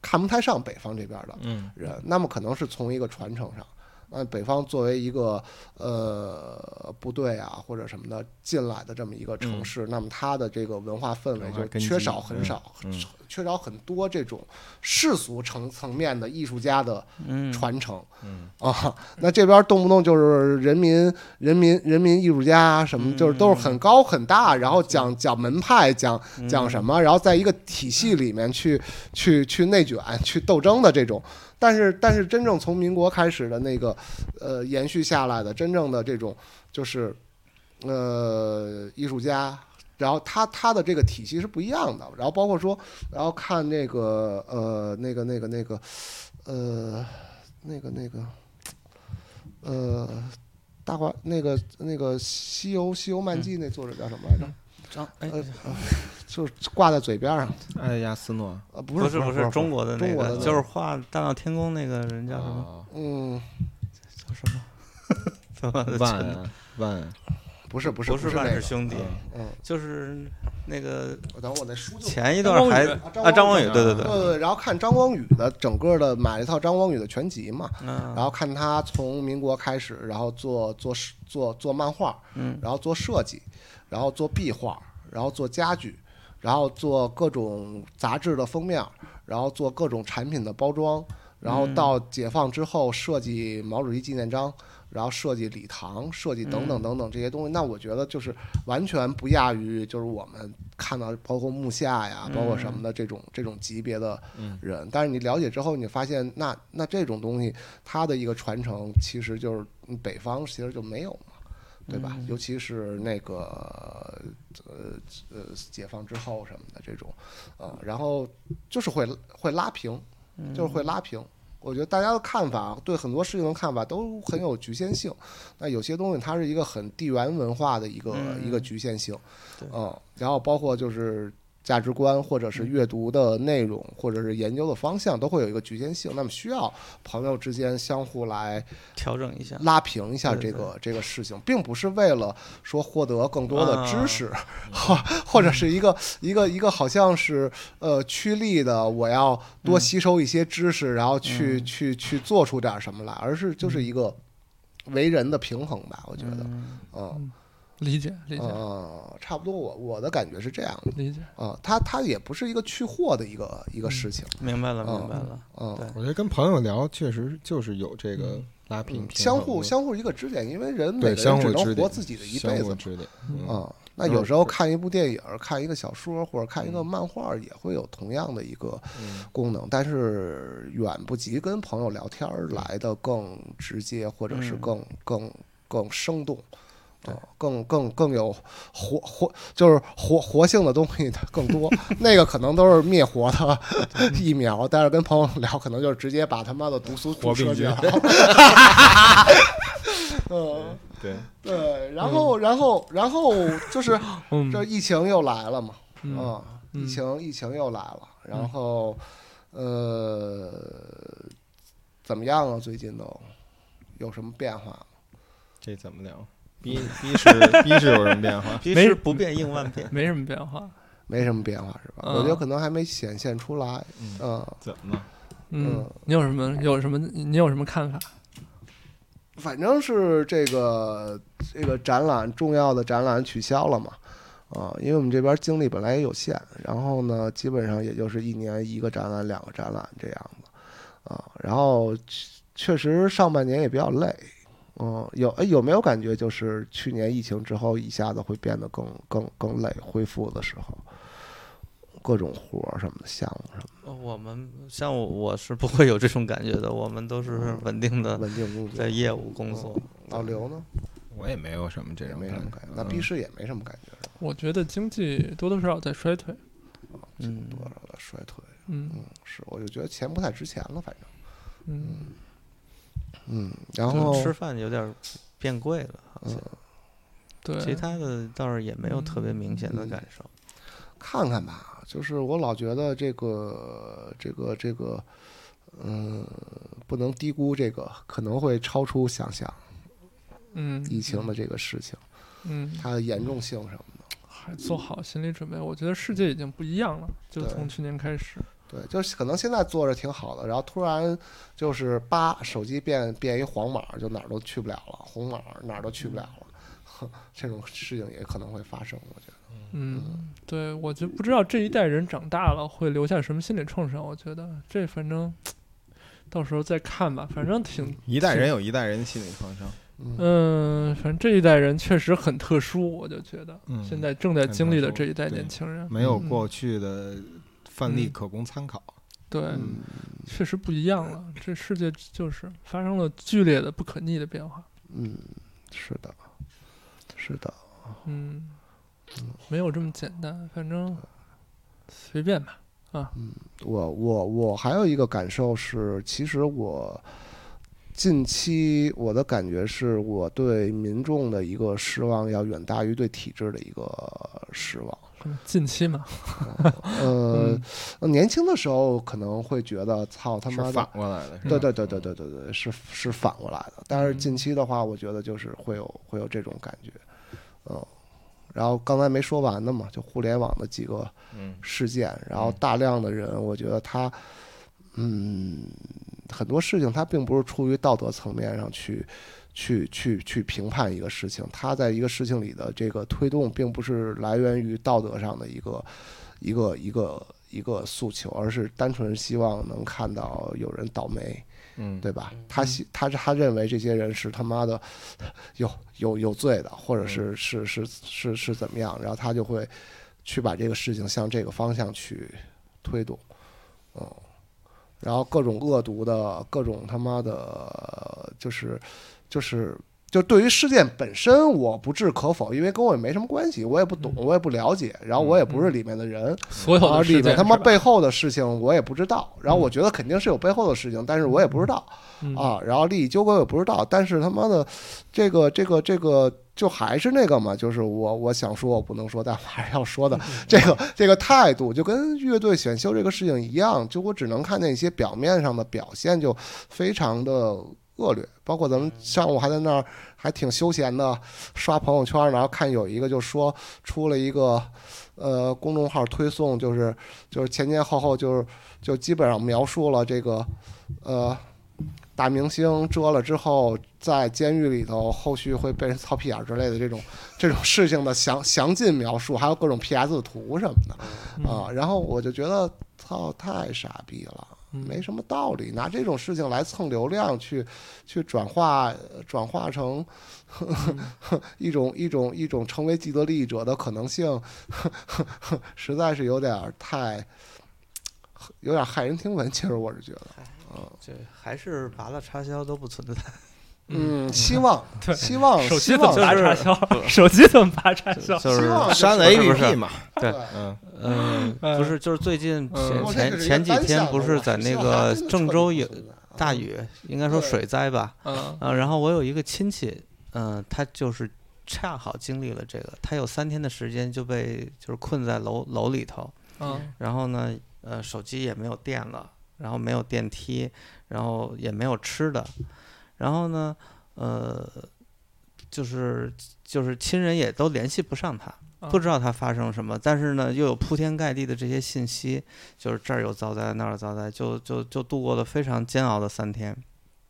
[SPEAKER 1] 看不太上北方这边的
[SPEAKER 5] 嗯
[SPEAKER 1] 人，那么可能是从一个传承上。那北方作为一个呃部队啊或者什么的进来的这么一个城市，那么它的这个文化氛
[SPEAKER 5] 嗯
[SPEAKER 1] 围
[SPEAKER 5] 文化
[SPEAKER 1] 就
[SPEAKER 5] 根
[SPEAKER 1] 缺
[SPEAKER 5] 基
[SPEAKER 1] 少很
[SPEAKER 5] 嗯
[SPEAKER 1] 少，
[SPEAKER 5] 嗯
[SPEAKER 1] 缺少很多这种世俗层层面的艺术家的
[SPEAKER 3] 嗯，
[SPEAKER 1] 传承。
[SPEAKER 5] 嗯
[SPEAKER 1] 啊，那这边动不动就是人民、人民、人民艺术家啊什么，就是都是很高很大，然后讲讲门派，讲
[SPEAKER 3] 嗯
[SPEAKER 1] 讲什么，然后在一个体系里面去去去内卷、去斗争的这种。但是，但是真正从民国开始的那个，呃，延续下来的真正的这种就是，呃，艺术家，然后他他的这个体系是不一样的。然后包括说，然后看那个呃那个那个那个，呃那个那个，呃。大话那个那个《西游西游漫记》那作者叫什么来着？
[SPEAKER 3] 张哎，
[SPEAKER 1] 呃，呃就是挂在嘴边上，
[SPEAKER 5] 艾亚嗯哎斯诺
[SPEAKER 1] 呃，不
[SPEAKER 3] 不
[SPEAKER 1] 是
[SPEAKER 3] 是不
[SPEAKER 1] 是
[SPEAKER 3] 是中国的那
[SPEAKER 1] 中国的
[SPEAKER 3] 个，
[SPEAKER 1] 那
[SPEAKER 3] 就是画《大闹天宫》那个人叫什么？
[SPEAKER 5] 啊
[SPEAKER 1] 嗯，
[SPEAKER 3] 叫什么？怎么
[SPEAKER 5] 万啊万
[SPEAKER 1] 不是不是
[SPEAKER 3] 不
[SPEAKER 1] 是那
[SPEAKER 3] 万
[SPEAKER 1] 个
[SPEAKER 3] 氏，兄弟，
[SPEAKER 1] 嗯，
[SPEAKER 3] 就是那个
[SPEAKER 1] 等我那书就
[SPEAKER 3] 前一段还
[SPEAKER 1] 张光宇
[SPEAKER 3] 啊张光宇，对对
[SPEAKER 1] 对
[SPEAKER 3] 对，
[SPEAKER 1] 对对，然后看张光宇的整个的买了一套张光宇的全集嘛，
[SPEAKER 3] 嗯，
[SPEAKER 1] 然后看他从民国开始，然后做做设做做漫画，
[SPEAKER 3] 嗯
[SPEAKER 1] 然后做设计，然后做壁画，然后做家具，然后做各种杂志的封面，然后做各种产品的包装，然后到解放之后设计毛主席纪念章。然后设计礼堂，设计等等等等这些东西，那我觉得就是完全不亚于就是我们看到包括木下呀，包括什么的这种这种级别的人。但是你了解之后，你发现那那这种东西它的一个传承，其实就是嗯北方其实就没有嘛，对吧？尤其是那个呃呃解放之后什么的这种，呃，然后就是会会拉平，就是会拉平。我觉得大家的看法对很多事情的看法都很有局限性，那有些东西它是一个很地缘文化的一个、一个局限性，
[SPEAKER 3] 对
[SPEAKER 1] 嗯，然后包括就是价值观或者是阅读的内容或者是研究的方向都会有一个局限性，那么需要朋友之间相互来
[SPEAKER 3] 调整一下，
[SPEAKER 1] 拉平一下
[SPEAKER 3] 对
[SPEAKER 1] 这
[SPEAKER 3] 对
[SPEAKER 1] 个这个事情，并不是为了说获得更多的
[SPEAKER 3] 啊
[SPEAKER 1] 知识， [laughs] 或、或者是一个一个一个好像是呃趋利的，我要多吸收一些知识，然后去、
[SPEAKER 3] 嗯
[SPEAKER 1] 去去做出点什么来，而是就是一个为人的平衡吧，我觉得，
[SPEAKER 3] 嗯
[SPEAKER 1] 嗯
[SPEAKER 4] 理解
[SPEAKER 1] 嗯
[SPEAKER 4] 理解
[SPEAKER 1] 嗯，差不多我我的感觉是这样的，
[SPEAKER 4] 理解。
[SPEAKER 1] 嗯，它它也不是一个去货的一个一个事情，
[SPEAKER 3] 明白了
[SPEAKER 1] 嗯
[SPEAKER 3] 明白了，
[SPEAKER 1] 嗯。
[SPEAKER 3] 对
[SPEAKER 5] 我觉得跟朋友聊确实就是有这个拉平平衡
[SPEAKER 1] 嗯
[SPEAKER 5] 的，
[SPEAKER 1] 相互相互一个指点，因为人每
[SPEAKER 5] 对
[SPEAKER 1] 个
[SPEAKER 5] 相
[SPEAKER 1] 人
[SPEAKER 5] 互
[SPEAKER 1] 只
[SPEAKER 5] 指
[SPEAKER 1] 能活
[SPEAKER 5] 点
[SPEAKER 1] 自己的一
[SPEAKER 5] 相
[SPEAKER 1] 辈子
[SPEAKER 5] 互
[SPEAKER 1] 嘛
[SPEAKER 5] 指点，嗯，
[SPEAKER 1] 啊、那有时候看一部电影儿、看一个小说或者看一个漫画儿，也会有同样的一个
[SPEAKER 5] 嗯
[SPEAKER 1] 功能，但是远不及跟朋友聊天儿来的更直接，或者是
[SPEAKER 3] 嗯
[SPEAKER 1] 更、更更生动。
[SPEAKER 5] 对
[SPEAKER 1] 啊，更更更有活活，就是活活性的东西它更多。那个可能都是灭活的疫苗，但是跟朋友聊，可能就是直接把他妈的毒素
[SPEAKER 5] 活
[SPEAKER 1] 注
[SPEAKER 5] 病
[SPEAKER 1] 射进
[SPEAKER 5] 菌
[SPEAKER 1] 来。 [laughs] 嗯，
[SPEAKER 5] 对，嗯
[SPEAKER 1] 对，然后然后然后就是
[SPEAKER 4] 嗯
[SPEAKER 1] 这疫情又来了嘛，
[SPEAKER 4] 嗯
[SPEAKER 1] 啊，疫
[SPEAKER 4] 嗯
[SPEAKER 1] 情疫情又来了，然后，呃，怎么样啊？最近都有什么变化吗？
[SPEAKER 5] 这怎么聊？逼逼是逼是有什么变化？ [laughs]
[SPEAKER 3] 必
[SPEAKER 4] 没
[SPEAKER 3] 是不变应万
[SPEAKER 1] [laughs]
[SPEAKER 3] 变，
[SPEAKER 4] 没什么变化。
[SPEAKER 1] 没什么变化是吧？
[SPEAKER 4] 嗯
[SPEAKER 1] 我觉得可能还没显现出来，嗯，
[SPEAKER 5] 怎么了？
[SPEAKER 4] 嗯
[SPEAKER 1] 嗯，
[SPEAKER 4] 你有什么有什么你有什么看法？
[SPEAKER 1] 反正是这个这个展览重要的展览取消了嘛，啊，因为我们这边精力本来也有限，然后呢，基本上也就是一年一个展览、两个展览这样子，啊，然后确确实上半年也比较累，嗯，有哎有没有感觉就是去年疫情之后一下子会变得更更更累，恢复的时候，各种活儿什么的项目什么
[SPEAKER 3] 呃我们像我我是不会有这种感觉的，我们都
[SPEAKER 1] 哦
[SPEAKER 3] 是稳定
[SPEAKER 1] 的
[SPEAKER 3] 的
[SPEAKER 1] 稳定工作
[SPEAKER 3] 在，业务工作，
[SPEAKER 1] 老刘呢
[SPEAKER 5] 我也没有什么这
[SPEAKER 1] 也
[SPEAKER 5] 种
[SPEAKER 1] 没什么感觉，那
[SPEAKER 5] 嗯
[SPEAKER 1] B 市也没什么感觉，
[SPEAKER 4] 我觉得经济多多少少在衰退。
[SPEAKER 3] 嗯，
[SPEAKER 1] 多少的衰退。
[SPEAKER 4] 嗯
[SPEAKER 1] 嗯，是，我就觉得钱不太值钱了，反正，
[SPEAKER 4] 嗯，
[SPEAKER 1] 嗯，然
[SPEAKER 3] 就
[SPEAKER 1] 后
[SPEAKER 3] 是吃饭有点变贵了，好像
[SPEAKER 4] 对，
[SPEAKER 1] 啊
[SPEAKER 3] 其他的倒是也没有特别明显的
[SPEAKER 1] 嗯
[SPEAKER 3] 感受。
[SPEAKER 1] 看看吧，就是我老觉得这个这个这个，嗯，不能低估这个可能会超出想象
[SPEAKER 4] 嗯
[SPEAKER 1] 疫情的这个事情，
[SPEAKER 4] 嗯，
[SPEAKER 1] 它的严重性什么的。
[SPEAKER 4] 还做好心理准备。我觉得世界已经不一样了，就
[SPEAKER 1] 对
[SPEAKER 4] 从去年开始。
[SPEAKER 1] 对，就是可能现在做着挺好的，然后突然就是叭，手机变变一黄码，就哪儿都去不了了，红码哪儿都去不了了，这种事情也可能会发生，我觉得。
[SPEAKER 4] 嗯，对，我就不知道这一代人长大了会留下什么心理创伤。我觉得这反正到时候再看吧，反正挺
[SPEAKER 5] 一代人有一代人的心理创伤，
[SPEAKER 1] 嗯，
[SPEAKER 4] 嗯，反正这一代人确实很特殊，我就觉得、
[SPEAKER 5] 嗯
[SPEAKER 4] 现在正在经历的这一代
[SPEAKER 5] 对
[SPEAKER 4] 年轻人，
[SPEAKER 5] 没有过去的范例
[SPEAKER 4] 嗯
[SPEAKER 5] 可供参考。
[SPEAKER 4] 对，
[SPEAKER 1] 嗯
[SPEAKER 4] 确实不一样了。这世界就是发生了剧烈的、不可逆的变化。
[SPEAKER 1] 嗯，是的，是的，
[SPEAKER 5] 哦
[SPEAKER 4] 嗯，没有这么简单，反正随便吧。
[SPEAKER 1] 我我我还有一个感受是，其实我近期我的感觉是我对民众的一个失望要远大于对体制的一个失望。
[SPEAKER 4] 嗯近期嘛，
[SPEAKER 1] 呃，年轻的时候可能会觉得操他
[SPEAKER 5] 嗯
[SPEAKER 1] 妈
[SPEAKER 5] 是
[SPEAKER 1] 的
[SPEAKER 5] 反嗯过嗯来的，是吧
[SPEAKER 1] 对对对对对对对，是是反过来的。但是
[SPEAKER 4] 嗯
[SPEAKER 1] 近期的话，我觉得就是会有会有这种感觉，嗯。然后刚才没说完的嘛，就互联网的几个
[SPEAKER 2] 嗯
[SPEAKER 1] 事件，然后
[SPEAKER 2] 嗯
[SPEAKER 1] 大量的人，我觉得他，嗯，很多事情他并不是出于道德层面上去去去去评判一个事情，他在一个事情里的这个推动，并不是来源于道德上的一个一个一个一个诉求，而是单纯希望能看到有人倒霉，
[SPEAKER 5] 嗯，
[SPEAKER 1] 对吧
[SPEAKER 3] 嗯？
[SPEAKER 1] 他希他他认为这些人是他妈的有有有罪的，或者
[SPEAKER 4] 嗯
[SPEAKER 1] 是是是是是怎么样，然后他就会去把这个事情向这个方向去推动，嗯，然后各种恶毒的，各种他妈的，就是就是。就对于事件本身，我不置可否，因为跟我也没什么关系，我也不懂，
[SPEAKER 4] 嗯
[SPEAKER 1] 我也不了解，然后我也不是里面的人，
[SPEAKER 4] 所有
[SPEAKER 1] 啊，
[SPEAKER 4] 的嗯事
[SPEAKER 1] 里面
[SPEAKER 4] 件
[SPEAKER 1] 他妈
[SPEAKER 4] 是吧
[SPEAKER 1] 背后的事情我也不知道，然后我觉得肯定是有背后的事情，但是我也不知道
[SPEAKER 4] 嗯
[SPEAKER 1] 啊，然后利益纠葛也不知道，但是他妈的这个这个这个就还是那个嘛，就是我我想说我不能说，但我还是要说的这个这个态度，就跟乐队选秀这个事情一样，就我只能看见一些表面上的表现，就非常的。恶劣，包括咱们上午还在那儿还挺休闲的刷朋友圈，然后看有一个就说出了一个呃公众号推送，就是就是前前后后就是就基本上描述了这个呃大明星遮了之后在监狱里头后续会被人操屁眼儿之类的这种 [laughs] 这种事情的详详尽描述，还有各种 PS 图什么的
[SPEAKER 4] 嗯
[SPEAKER 1] 啊，然后我就觉得操太傻逼了。
[SPEAKER 4] 嗯
[SPEAKER 1] 没什么道理，拿这种事情来蹭流量，去去转化呃转化成 [laughs] 呵呵一种一种一种成为既得利益者的可能性， [laughs] 呵呵呵实在是有点儿太有点儿骇人听闻。其实我是觉得，
[SPEAKER 3] 这还是拔了插销都不存在。
[SPEAKER 1] 嗯，希望
[SPEAKER 4] 对
[SPEAKER 1] 希望
[SPEAKER 4] 手
[SPEAKER 1] 希
[SPEAKER 4] 机怎么
[SPEAKER 1] 望
[SPEAKER 4] 拔
[SPEAKER 1] 是 [laughs]
[SPEAKER 4] 插销？手机怎么拔插销？
[SPEAKER 3] 就
[SPEAKER 1] 希望 [laughs]
[SPEAKER 3] 是
[SPEAKER 1] 是
[SPEAKER 5] 删了
[SPEAKER 3] 不是不是
[SPEAKER 5] APP 嘛，
[SPEAKER 3] 对
[SPEAKER 1] 对
[SPEAKER 5] 嗯，
[SPEAKER 3] 嗯，
[SPEAKER 4] 嗯
[SPEAKER 3] 不是，就是最近
[SPEAKER 4] 嗯
[SPEAKER 1] 我
[SPEAKER 3] 前
[SPEAKER 1] 这个是
[SPEAKER 3] 前
[SPEAKER 1] 一个
[SPEAKER 3] 前几
[SPEAKER 1] 单
[SPEAKER 3] 天
[SPEAKER 1] 向
[SPEAKER 3] 不
[SPEAKER 1] 的
[SPEAKER 3] 是
[SPEAKER 1] 我
[SPEAKER 3] 在
[SPEAKER 1] 希
[SPEAKER 3] 那
[SPEAKER 1] 望
[SPEAKER 3] 个
[SPEAKER 1] 它真的彻
[SPEAKER 3] 郑
[SPEAKER 1] 底
[SPEAKER 3] 州
[SPEAKER 1] 不
[SPEAKER 3] 有
[SPEAKER 1] 存在啊
[SPEAKER 3] 大雨，应该说
[SPEAKER 1] 对
[SPEAKER 3] 水灾吧，
[SPEAKER 4] 嗯
[SPEAKER 3] 啊，然后我有一个亲戚，嗯、他就是恰好经历了这个，他有三天的时间就被就是困在楼楼里头，
[SPEAKER 4] 嗯
[SPEAKER 3] 然后呢，呃，手机也没有电了，然后没有电梯，然后也没有吃的，然后呢，呃，就是就是亲人也都联系不上他，不知道他发生什么，但是呢，又有铺天盖地的这些信息，就是这儿有遭灾，那儿有遭灾，就就就度过了非常煎熬的三天。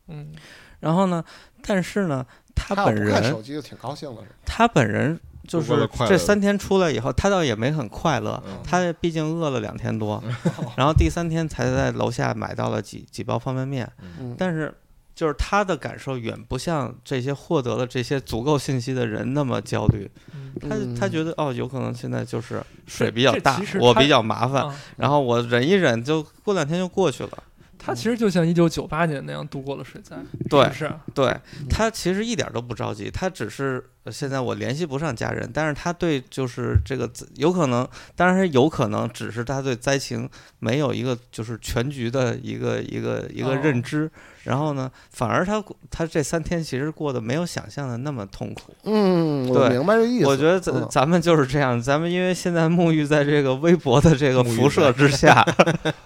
[SPEAKER 4] 嗯
[SPEAKER 3] 然后呢，但是呢，他
[SPEAKER 1] 要
[SPEAKER 3] 本
[SPEAKER 1] 不看
[SPEAKER 3] 人
[SPEAKER 1] 手机就挺高兴的，是吧
[SPEAKER 3] 他本人就
[SPEAKER 5] 度过了
[SPEAKER 3] 是
[SPEAKER 5] 快乐
[SPEAKER 3] 这三天出来以后，他倒也没很快乐，
[SPEAKER 5] 嗯
[SPEAKER 3] 他毕竟饿了两
[SPEAKER 4] [laughs]
[SPEAKER 3] 天多，然后第三天才在楼下买到了几几包方便面，
[SPEAKER 1] 嗯，
[SPEAKER 3] 但是。就是他的感受远不像这些获得了这些足够信息的人那么焦虑，
[SPEAKER 4] 嗯
[SPEAKER 3] 他他觉得哦，有可能现在就是水
[SPEAKER 4] 这
[SPEAKER 3] 比较
[SPEAKER 4] 这
[SPEAKER 3] 大
[SPEAKER 4] 其实，
[SPEAKER 3] 我
[SPEAKER 4] 他
[SPEAKER 3] 比较麻烦，
[SPEAKER 4] 啊，
[SPEAKER 3] 然后我忍一忍，就过两天就过去了。
[SPEAKER 4] 他其实就像一九九八年那样度过了水灾，
[SPEAKER 3] 对
[SPEAKER 4] 是啊不是？
[SPEAKER 3] 对他其实一点儿都不着急，他只是呃现在我联系不上家人，但是他对就是这个自有可能，当然是有可能，只是他对灾情没有一个就是全局的一个一个一个认
[SPEAKER 4] 哦
[SPEAKER 3] 知，然后呢，反而他他这三天其实过得没有想象的那么痛苦。
[SPEAKER 1] 嗯，我
[SPEAKER 3] 对
[SPEAKER 1] 明白这意思。
[SPEAKER 3] 我觉得咱
[SPEAKER 1] 嗯
[SPEAKER 3] 咱们就是这样，咱们因为现在沐浴在这个微博的这个
[SPEAKER 5] 沐浴
[SPEAKER 3] 辐射
[SPEAKER 5] 在
[SPEAKER 3] 之下，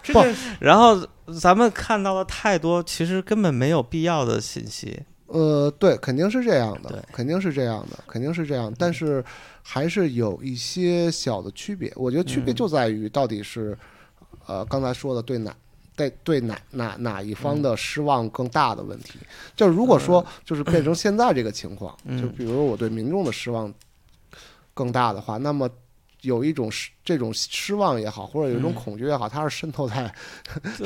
[SPEAKER 4] 这
[SPEAKER 1] 不
[SPEAKER 4] 件事
[SPEAKER 3] 然后咱们看到了太多其实根本没有必要的信息。
[SPEAKER 1] 呃，对，肯定是这样
[SPEAKER 3] 对嗯
[SPEAKER 1] 的，肯定是这样的，肯定是这样。但是还是有一些小的区别。我觉得区别
[SPEAKER 3] 嗯
[SPEAKER 1] 就在于到底是，呃，刚才说的对哪对对哪哪哪一
[SPEAKER 3] 嗯
[SPEAKER 1] 方的失望更大的问题。就是如果说就是变成
[SPEAKER 3] [clears throat]
[SPEAKER 1] 现在这个情况，就
[SPEAKER 3] 嗯
[SPEAKER 1] 比如我对民众的失望更大的话，那么有一种失这种失望也好，或者有一种
[SPEAKER 3] 嗯
[SPEAKER 1] 恐惧也好，它是渗透在
[SPEAKER 3] 对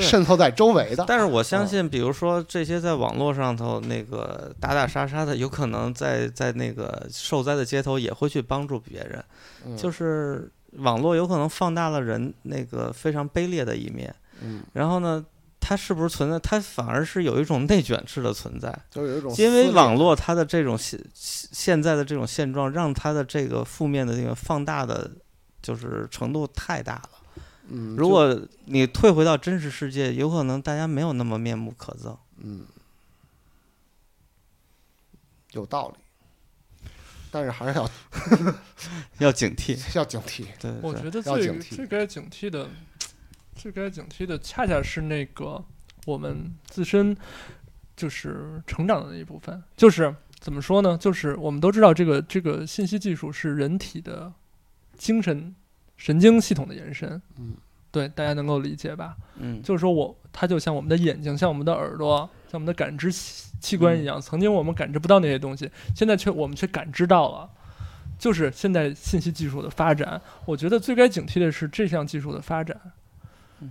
[SPEAKER 1] [laughs] 渗透在周围的。
[SPEAKER 3] 但是我相
[SPEAKER 1] 嗯
[SPEAKER 3] 信，比如说这些在网络上头那个打打杀杀的，有可能在在那个受灾的街头也会去帮助别人。
[SPEAKER 1] 嗯
[SPEAKER 3] 就是网络有可能放大了人那个非常卑劣的一面，
[SPEAKER 1] 嗯，
[SPEAKER 3] 然后呢，它是不是存在？它反而是有一种内卷式的存在，
[SPEAKER 1] 就有一种
[SPEAKER 3] 因
[SPEAKER 1] 撕
[SPEAKER 3] 为
[SPEAKER 1] 裂
[SPEAKER 3] 网络它的这种现现在的这种现状，让它的这个负面的这个放大的，就是程度太大了。
[SPEAKER 1] 嗯，
[SPEAKER 3] 如
[SPEAKER 1] 就
[SPEAKER 3] 果你退回到真实世界，有可能大家没有那么面目可憎。
[SPEAKER 1] 嗯有道理，但是还是要
[SPEAKER 3] 要警惕。
[SPEAKER 1] 要警惕。
[SPEAKER 3] 对
[SPEAKER 4] 我
[SPEAKER 3] 对
[SPEAKER 4] 觉得
[SPEAKER 1] 要
[SPEAKER 4] 最
[SPEAKER 1] 警惕
[SPEAKER 4] 最该警惕的，最该警惕的，恰恰是那个我们自身就是成长的那一部分。就是怎么说呢？就是我们都知道，这个这个信息技术是人体的精神神经系统的延伸。
[SPEAKER 1] 嗯，
[SPEAKER 4] 对，大家能够理解吧？
[SPEAKER 3] 嗯，
[SPEAKER 4] 就是说我它就像我们的眼睛，像我们的耳朵，像我们的感知器器官一样，
[SPEAKER 1] 嗯
[SPEAKER 4] 曾经我们感知不到那些东西，现在却我们却感知到了。就是现在信息技术的发展，我觉得最该警惕的是这项技术的发展
[SPEAKER 3] 嗯，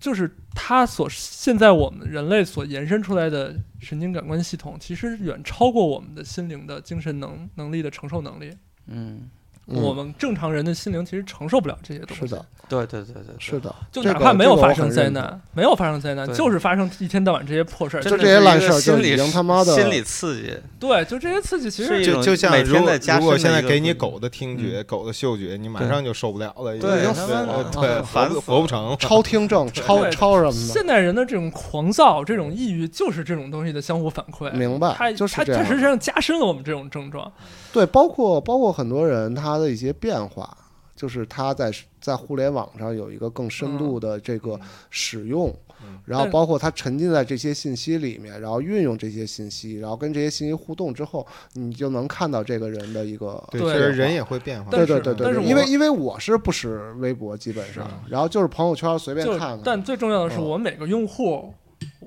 [SPEAKER 4] 就是它所现在我们人类所延伸出来的神经感官系统，其实远超过我们的心灵的精神能能力的承受能力。
[SPEAKER 3] 嗯，
[SPEAKER 4] 我
[SPEAKER 1] 嗯
[SPEAKER 4] 们正常人的心灵其实承受不了这些东西。
[SPEAKER 1] 是的，
[SPEAKER 3] 对对对对，对
[SPEAKER 1] 是，的，
[SPEAKER 4] 就
[SPEAKER 1] 这
[SPEAKER 4] 哪
[SPEAKER 1] 个
[SPEAKER 4] 怕没
[SPEAKER 1] 这
[SPEAKER 4] 有
[SPEAKER 1] 个我
[SPEAKER 4] 发生
[SPEAKER 1] 很
[SPEAKER 4] 灾
[SPEAKER 1] 认
[SPEAKER 4] 难，没有发生灾难，
[SPEAKER 3] 对
[SPEAKER 4] 就是发生一天到晚这些破事儿。
[SPEAKER 1] 就
[SPEAKER 3] 真的
[SPEAKER 1] 这些
[SPEAKER 3] 是一
[SPEAKER 1] 烂
[SPEAKER 3] 个
[SPEAKER 1] 事儿就
[SPEAKER 3] 心
[SPEAKER 1] 已
[SPEAKER 3] 理
[SPEAKER 1] 经
[SPEAKER 3] 是
[SPEAKER 1] 他妈的
[SPEAKER 3] 心理刺激，
[SPEAKER 4] 对，就这些刺激，其
[SPEAKER 3] 是
[SPEAKER 4] 实
[SPEAKER 3] 一
[SPEAKER 5] 就
[SPEAKER 3] 种
[SPEAKER 5] 就像
[SPEAKER 3] 每
[SPEAKER 5] 如
[SPEAKER 3] 天
[SPEAKER 5] 果
[SPEAKER 3] 在加
[SPEAKER 5] 如果
[SPEAKER 3] 深的
[SPEAKER 5] 现在
[SPEAKER 3] 一个
[SPEAKER 5] 给你
[SPEAKER 3] 规律
[SPEAKER 5] 狗的听觉、狗的嗅觉，你马
[SPEAKER 3] 对
[SPEAKER 5] 上就受不了了，
[SPEAKER 3] 对
[SPEAKER 5] 对
[SPEAKER 1] 他们
[SPEAKER 5] 对
[SPEAKER 1] 啊
[SPEAKER 5] 对，活
[SPEAKER 3] 烦
[SPEAKER 5] 不
[SPEAKER 3] 死了
[SPEAKER 5] 活不成了。 [laughs]
[SPEAKER 1] 超听证、超
[SPEAKER 4] 对
[SPEAKER 1] 超什么的，
[SPEAKER 4] 现代人的这种狂躁、这种抑郁，就是这种东西的相互反馈。
[SPEAKER 1] 明白
[SPEAKER 4] 它
[SPEAKER 1] 就是
[SPEAKER 4] 它
[SPEAKER 1] 这
[SPEAKER 4] 它
[SPEAKER 1] 样
[SPEAKER 4] 实际上加深了我们这种症状。
[SPEAKER 1] 对，包括包括很多人他的一些变化，就是他在在互联网上有一个更
[SPEAKER 4] 嗯
[SPEAKER 1] 深度的这个使用，
[SPEAKER 5] 嗯
[SPEAKER 1] 然后
[SPEAKER 4] 但
[SPEAKER 1] 包括他沉浸在这些信息里面，然后运用这些信息，然后跟这些信息互动之后，你就能看到这个人的一个
[SPEAKER 5] 对，
[SPEAKER 4] 对
[SPEAKER 5] 确实人也会变化。
[SPEAKER 1] 对
[SPEAKER 4] 但
[SPEAKER 1] 对
[SPEAKER 4] 是
[SPEAKER 1] 对对
[SPEAKER 4] 但是
[SPEAKER 1] 对，
[SPEAKER 4] 我
[SPEAKER 1] 因为因为我是不使微博基本上，然后就是朋友圈随便
[SPEAKER 4] 就
[SPEAKER 1] 看看，
[SPEAKER 4] 但最重要的是，
[SPEAKER 1] 嗯
[SPEAKER 4] 我们每个用户，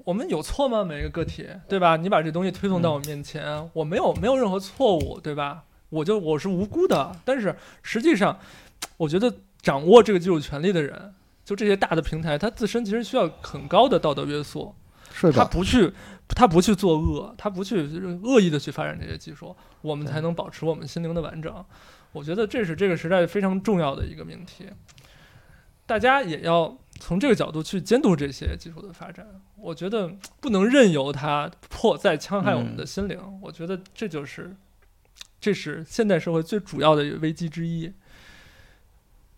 [SPEAKER 4] 我们有错吗？每个个体，对吧？你把这东西推送到我面前，
[SPEAKER 1] 嗯
[SPEAKER 4] 我没有没有任何错误，对吧？我就我是无辜的。但是实际上，我觉得掌握这个技术权利的人，就这些大的平台，它自身其实需要很高的道德约束。
[SPEAKER 1] 是
[SPEAKER 4] 他
[SPEAKER 1] 的，
[SPEAKER 4] 不去，他不去作恶，他不去恶意的去发展这些技术，我们
[SPEAKER 3] 对
[SPEAKER 4] 才
[SPEAKER 1] 嗯
[SPEAKER 4] 能保持我们心灵的完整。我觉得这是这个时代非常重要的一个命题，大家也要从这个角度去监督这些技术的发展。我觉得不能任由它迫在戕害我们的心灵。
[SPEAKER 1] 嗯
[SPEAKER 4] 我觉得这就是，这是现代社会最主要的危机之一。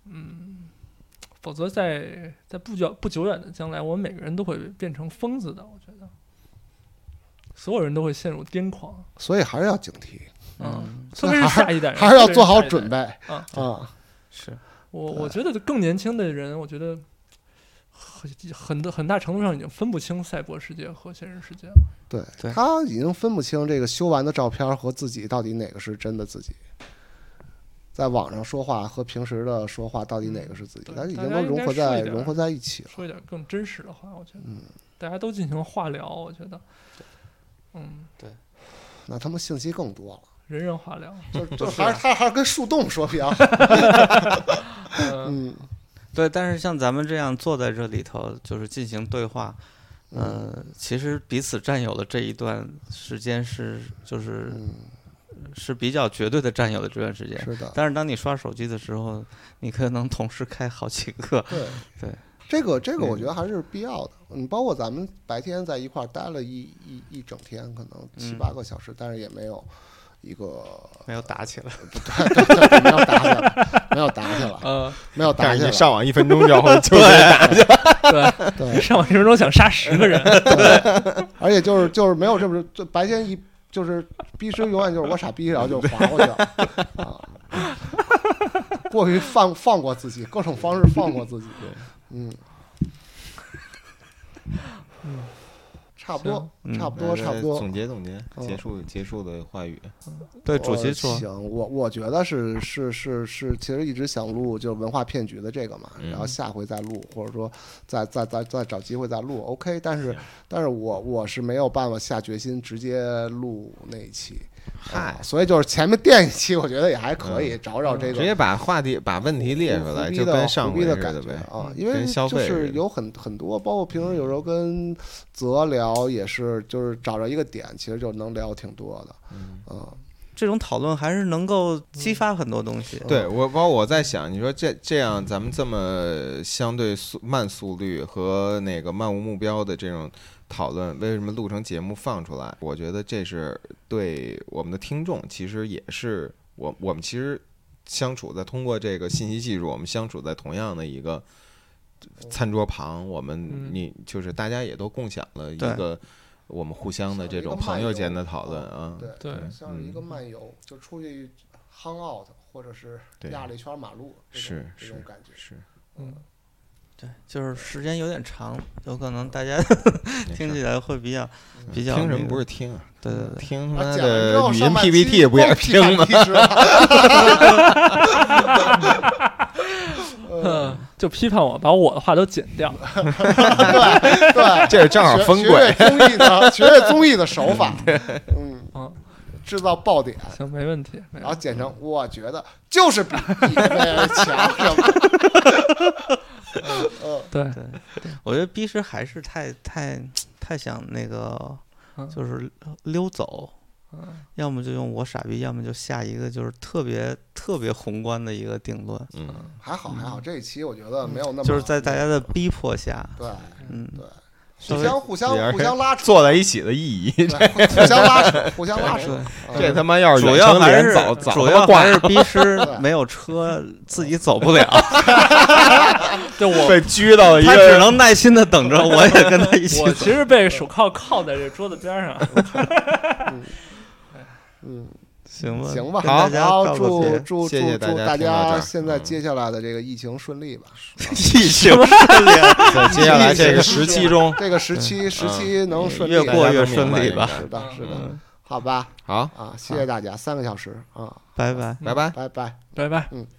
[SPEAKER 4] 嗯，否则在在不久不久远的将来，我们每个人都会变成疯子的。我觉得，所有人都会陷入癫狂。
[SPEAKER 1] 所以还是要警惕，
[SPEAKER 4] 嗯
[SPEAKER 3] 嗯，
[SPEAKER 4] 特别是下一代人，
[SPEAKER 1] 还是要做好
[SPEAKER 4] 特别是下一代
[SPEAKER 1] 准备
[SPEAKER 4] 嗯
[SPEAKER 1] 啊。
[SPEAKER 3] 是
[SPEAKER 4] 我我觉得更年轻的人，我觉得很很多很大程度上已经分不清赛博世界和现实世界了。
[SPEAKER 1] 对
[SPEAKER 3] 对
[SPEAKER 1] 他已经分不清这个修完的照片儿和自己到底哪个是真的自己，在网上说话和平时的说话到底哪个是自己，
[SPEAKER 4] 嗯对
[SPEAKER 1] 他已
[SPEAKER 4] 大
[SPEAKER 1] 经
[SPEAKER 4] 家
[SPEAKER 1] 都
[SPEAKER 4] 应
[SPEAKER 1] 融
[SPEAKER 4] 该
[SPEAKER 1] 合
[SPEAKER 4] 说一
[SPEAKER 1] 在
[SPEAKER 4] 点
[SPEAKER 1] 融
[SPEAKER 4] 儿
[SPEAKER 1] 合在一起了。
[SPEAKER 4] 说一点更真实的话，我觉得
[SPEAKER 1] 嗯，
[SPEAKER 4] 大家都进行化疗，我觉得，嗯，
[SPEAKER 1] 那他妈信息更多了，
[SPEAKER 4] [laughs] 人人化疗，
[SPEAKER 1] 就就还
[SPEAKER 4] 啊
[SPEAKER 1] 是他还是跟树洞说比较好。
[SPEAKER 4] [laughs] 嗯，
[SPEAKER 1] 嗯，
[SPEAKER 3] 对。但是像咱们这样坐在这里头，就是进行对话，
[SPEAKER 1] 嗯
[SPEAKER 3] 呃，其实彼此占有的这一段时间是就是
[SPEAKER 1] 嗯，
[SPEAKER 3] 是比较绝对的占有的这段时间。
[SPEAKER 1] 是的，
[SPEAKER 3] 但是当你刷手机的时候，你可能同时开好几 [laughs] 个。
[SPEAKER 1] 对
[SPEAKER 3] 对，
[SPEAKER 1] 这个这个我
[SPEAKER 3] 嗯
[SPEAKER 1] 觉得还是必要的。你包括咱们白天在一块儿待了一一一整天，可能七
[SPEAKER 3] 嗯
[SPEAKER 1] 八个小时，但是也没有一
[SPEAKER 3] [laughs]
[SPEAKER 1] 个
[SPEAKER 3] 没有打起来，
[SPEAKER 1] 对对对，没有打起来，没有打起来，
[SPEAKER 4] 呃，
[SPEAKER 1] 没有打
[SPEAKER 5] 但
[SPEAKER 1] 起
[SPEAKER 5] 是
[SPEAKER 1] 来
[SPEAKER 5] 你。上网一分钟就会就会
[SPEAKER 4] 对，
[SPEAKER 1] 对
[SPEAKER 4] 上网一分钟想杀十个人，
[SPEAKER 1] 而且就是就是没有这么就白天一就是逼师永远就是我傻逼，然后就划过去了
[SPEAKER 3] [laughs]
[SPEAKER 1] 啊。过于放放过自己，各种方式放过自己。嗯，嗯，差不多，
[SPEAKER 3] 嗯
[SPEAKER 1] 差不多，差不多
[SPEAKER 2] 呃总。结总结，
[SPEAKER 1] 嗯
[SPEAKER 2] 结束结束的话语。
[SPEAKER 3] 对，主席
[SPEAKER 1] 呃
[SPEAKER 3] 说，
[SPEAKER 1] 行，我我觉得是是是是，其实一直想录就是文化骗局的这个嘛，
[SPEAKER 2] 嗯
[SPEAKER 1] 然后下回再录，或者说再再再再找机会再录，OK。但是但是我我是没有办法下决心直接录那一期，
[SPEAKER 2] 嗨嗯
[SPEAKER 1] 啊，所以就是前面垫一期，我觉得也还可以，找找这
[SPEAKER 2] 直
[SPEAKER 1] 个
[SPEAKER 2] 接把话题把问题列出来，
[SPEAKER 1] 胡逼
[SPEAKER 2] 就
[SPEAKER 1] 的
[SPEAKER 2] 跟上
[SPEAKER 1] 胡
[SPEAKER 2] 回
[SPEAKER 1] 逼的
[SPEAKER 2] 似
[SPEAKER 1] 感
[SPEAKER 2] 的
[SPEAKER 1] 觉
[SPEAKER 2] 呗。
[SPEAKER 1] 啊，
[SPEAKER 2] 嗯
[SPEAKER 1] 因为
[SPEAKER 2] 跟消
[SPEAKER 1] 就
[SPEAKER 2] 费似
[SPEAKER 1] 是
[SPEAKER 2] 的嗯
[SPEAKER 1] 有很很多，包括平时有时候跟泽聊也是，就是找着一个点，其实就能聊挺多的，嗯，
[SPEAKER 3] 这种讨论还是能够激发很多东西。
[SPEAKER 1] 嗯
[SPEAKER 2] 对我，包括我在想，你说这这样，咱们这么相对速慢速率和那个漫无目标的这种讨论，为什么录成节目放出来？我觉得这是对我们的听众，其实也是我我们其实相处在通过这个信息技术，我们相处在同样的一个
[SPEAKER 1] 嗯
[SPEAKER 2] 餐桌旁，我们
[SPEAKER 4] 嗯
[SPEAKER 2] 你就是大家也都共享了一
[SPEAKER 3] 对
[SPEAKER 2] 个我们互相的这种
[SPEAKER 1] 像一个漫
[SPEAKER 2] 朋友间
[SPEAKER 1] 游
[SPEAKER 2] 的讨论
[SPEAKER 1] 啊
[SPEAKER 2] 啊，
[SPEAKER 1] 对
[SPEAKER 4] 对
[SPEAKER 1] 像是一个
[SPEAKER 2] 嗯
[SPEAKER 1] 漫游，就出去 hang out，或者是
[SPEAKER 2] 对
[SPEAKER 1] 压了一圈马路，这种
[SPEAKER 2] 是
[SPEAKER 1] 这
[SPEAKER 2] 是
[SPEAKER 1] 种感觉，
[SPEAKER 2] 是，
[SPEAKER 4] 嗯，
[SPEAKER 3] 对，就是时间有点长，有可能大家
[SPEAKER 2] 没事
[SPEAKER 3] 听
[SPEAKER 2] 儿嗯
[SPEAKER 3] 起来会比较比较
[SPEAKER 2] 听什
[SPEAKER 3] 那
[SPEAKER 2] 么
[SPEAKER 3] 个
[SPEAKER 2] 不是听啊？
[SPEAKER 3] 对对对。
[SPEAKER 2] 听
[SPEAKER 1] 啊讲
[SPEAKER 2] 他
[SPEAKER 1] 完之
[SPEAKER 2] 的
[SPEAKER 1] 后
[SPEAKER 2] 语音
[SPEAKER 1] 上半期
[SPEAKER 2] PPT 不也
[SPEAKER 1] 光批判
[SPEAKER 2] 听吗？
[SPEAKER 1] 历史了 [laughs]
[SPEAKER 4] 哼嗯就批判我，把我的话都剪掉。
[SPEAKER 1] 对对，
[SPEAKER 2] 这是 [laughs] 正好
[SPEAKER 1] 学
[SPEAKER 2] 分
[SPEAKER 1] 学
[SPEAKER 2] 轨
[SPEAKER 1] 学。综艺的学学综艺的手法，嗯
[SPEAKER 4] 嗯，
[SPEAKER 1] 制造爆点，
[SPEAKER 4] 行，没问题。没
[SPEAKER 1] 然
[SPEAKER 4] 问
[SPEAKER 1] 后
[SPEAKER 4] 题
[SPEAKER 1] 简称我觉得就是比你那强什么， [laughs] 嗯
[SPEAKER 4] 对，
[SPEAKER 3] 我觉得逼师还是太太太想那个
[SPEAKER 4] 嗯，
[SPEAKER 3] 就是溜走，要么就用我傻逼，要么就下一个就是特别特别宏观的一个定论，
[SPEAKER 2] 嗯，
[SPEAKER 1] 还好还好，这一期我觉得没有那么
[SPEAKER 3] 就是在大家的逼迫下，
[SPEAKER 1] 对
[SPEAKER 3] 嗯，
[SPEAKER 1] 对
[SPEAKER 3] 稍
[SPEAKER 1] 互
[SPEAKER 3] 微
[SPEAKER 1] 相互相
[SPEAKER 2] 里边儿
[SPEAKER 1] 互相拉
[SPEAKER 2] [laughs]
[SPEAKER 1] 扯，
[SPEAKER 2] 坐在一起的意义，
[SPEAKER 1] 对互相拉扯，互相拉扯
[SPEAKER 3] 对，
[SPEAKER 1] 嗯
[SPEAKER 2] [laughs] 这他妈要是
[SPEAKER 3] 主
[SPEAKER 2] 远
[SPEAKER 3] 要
[SPEAKER 2] 程
[SPEAKER 3] 还
[SPEAKER 2] 连
[SPEAKER 3] 是
[SPEAKER 2] 早早
[SPEAKER 3] 主
[SPEAKER 2] 他
[SPEAKER 3] 要
[SPEAKER 2] 妈挂
[SPEAKER 3] 还是逼师
[SPEAKER 1] [laughs] 对嗯
[SPEAKER 3] 没有车，自己走不了，
[SPEAKER 1] [laughs]
[SPEAKER 4] 就
[SPEAKER 2] [laughs]
[SPEAKER 4] 我
[SPEAKER 2] 被拘到一
[SPEAKER 3] 他只
[SPEAKER 2] 个。
[SPEAKER 3] 能耐心的等着，我也跟他一起
[SPEAKER 4] 我
[SPEAKER 3] 走。
[SPEAKER 4] 其实被手铐铐在这桌子边上。
[SPEAKER 1] 嗯。
[SPEAKER 3] 行吧，
[SPEAKER 1] 行吧，
[SPEAKER 3] 跟大
[SPEAKER 1] 然
[SPEAKER 3] 家
[SPEAKER 1] 后
[SPEAKER 3] 告个
[SPEAKER 1] 祝
[SPEAKER 3] 别
[SPEAKER 1] 祝
[SPEAKER 2] 谢谢
[SPEAKER 1] 祝
[SPEAKER 2] 大
[SPEAKER 1] 祝大
[SPEAKER 2] 家听到这
[SPEAKER 1] 家
[SPEAKER 2] 儿
[SPEAKER 1] 现在
[SPEAKER 2] 嗯
[SPEAKER 1] 接下来的这个疫情顺利吧。
[SPEAKER 3] [laughs]
[SPEAKER 2] 疫情，
[SPEAKER 1] [laughs]
[SPEAKER 2] 对接下来这个时期中，
[SPEAKER 1] 这个时期时期能顺利
[SPEAKER 3] 越过越
[SPEAKER 2] 大家都明白
[SPEAKER 3] 顺利吧
[SPEAKER 1] 是的，是的，
[SPEAKER 3] 嗯，
[SPEAKER 1] 好吧，
[SPEAKER 2] 好，
[SPEAKER 1] 啊，谢谢大家，三个小时啊，
[SPEAKER 3] 拜拜。
[SPEAKER 2] 拜拜。
[SPEAKER 1] 拜拜。
[SPEAKER 4] 拜拜。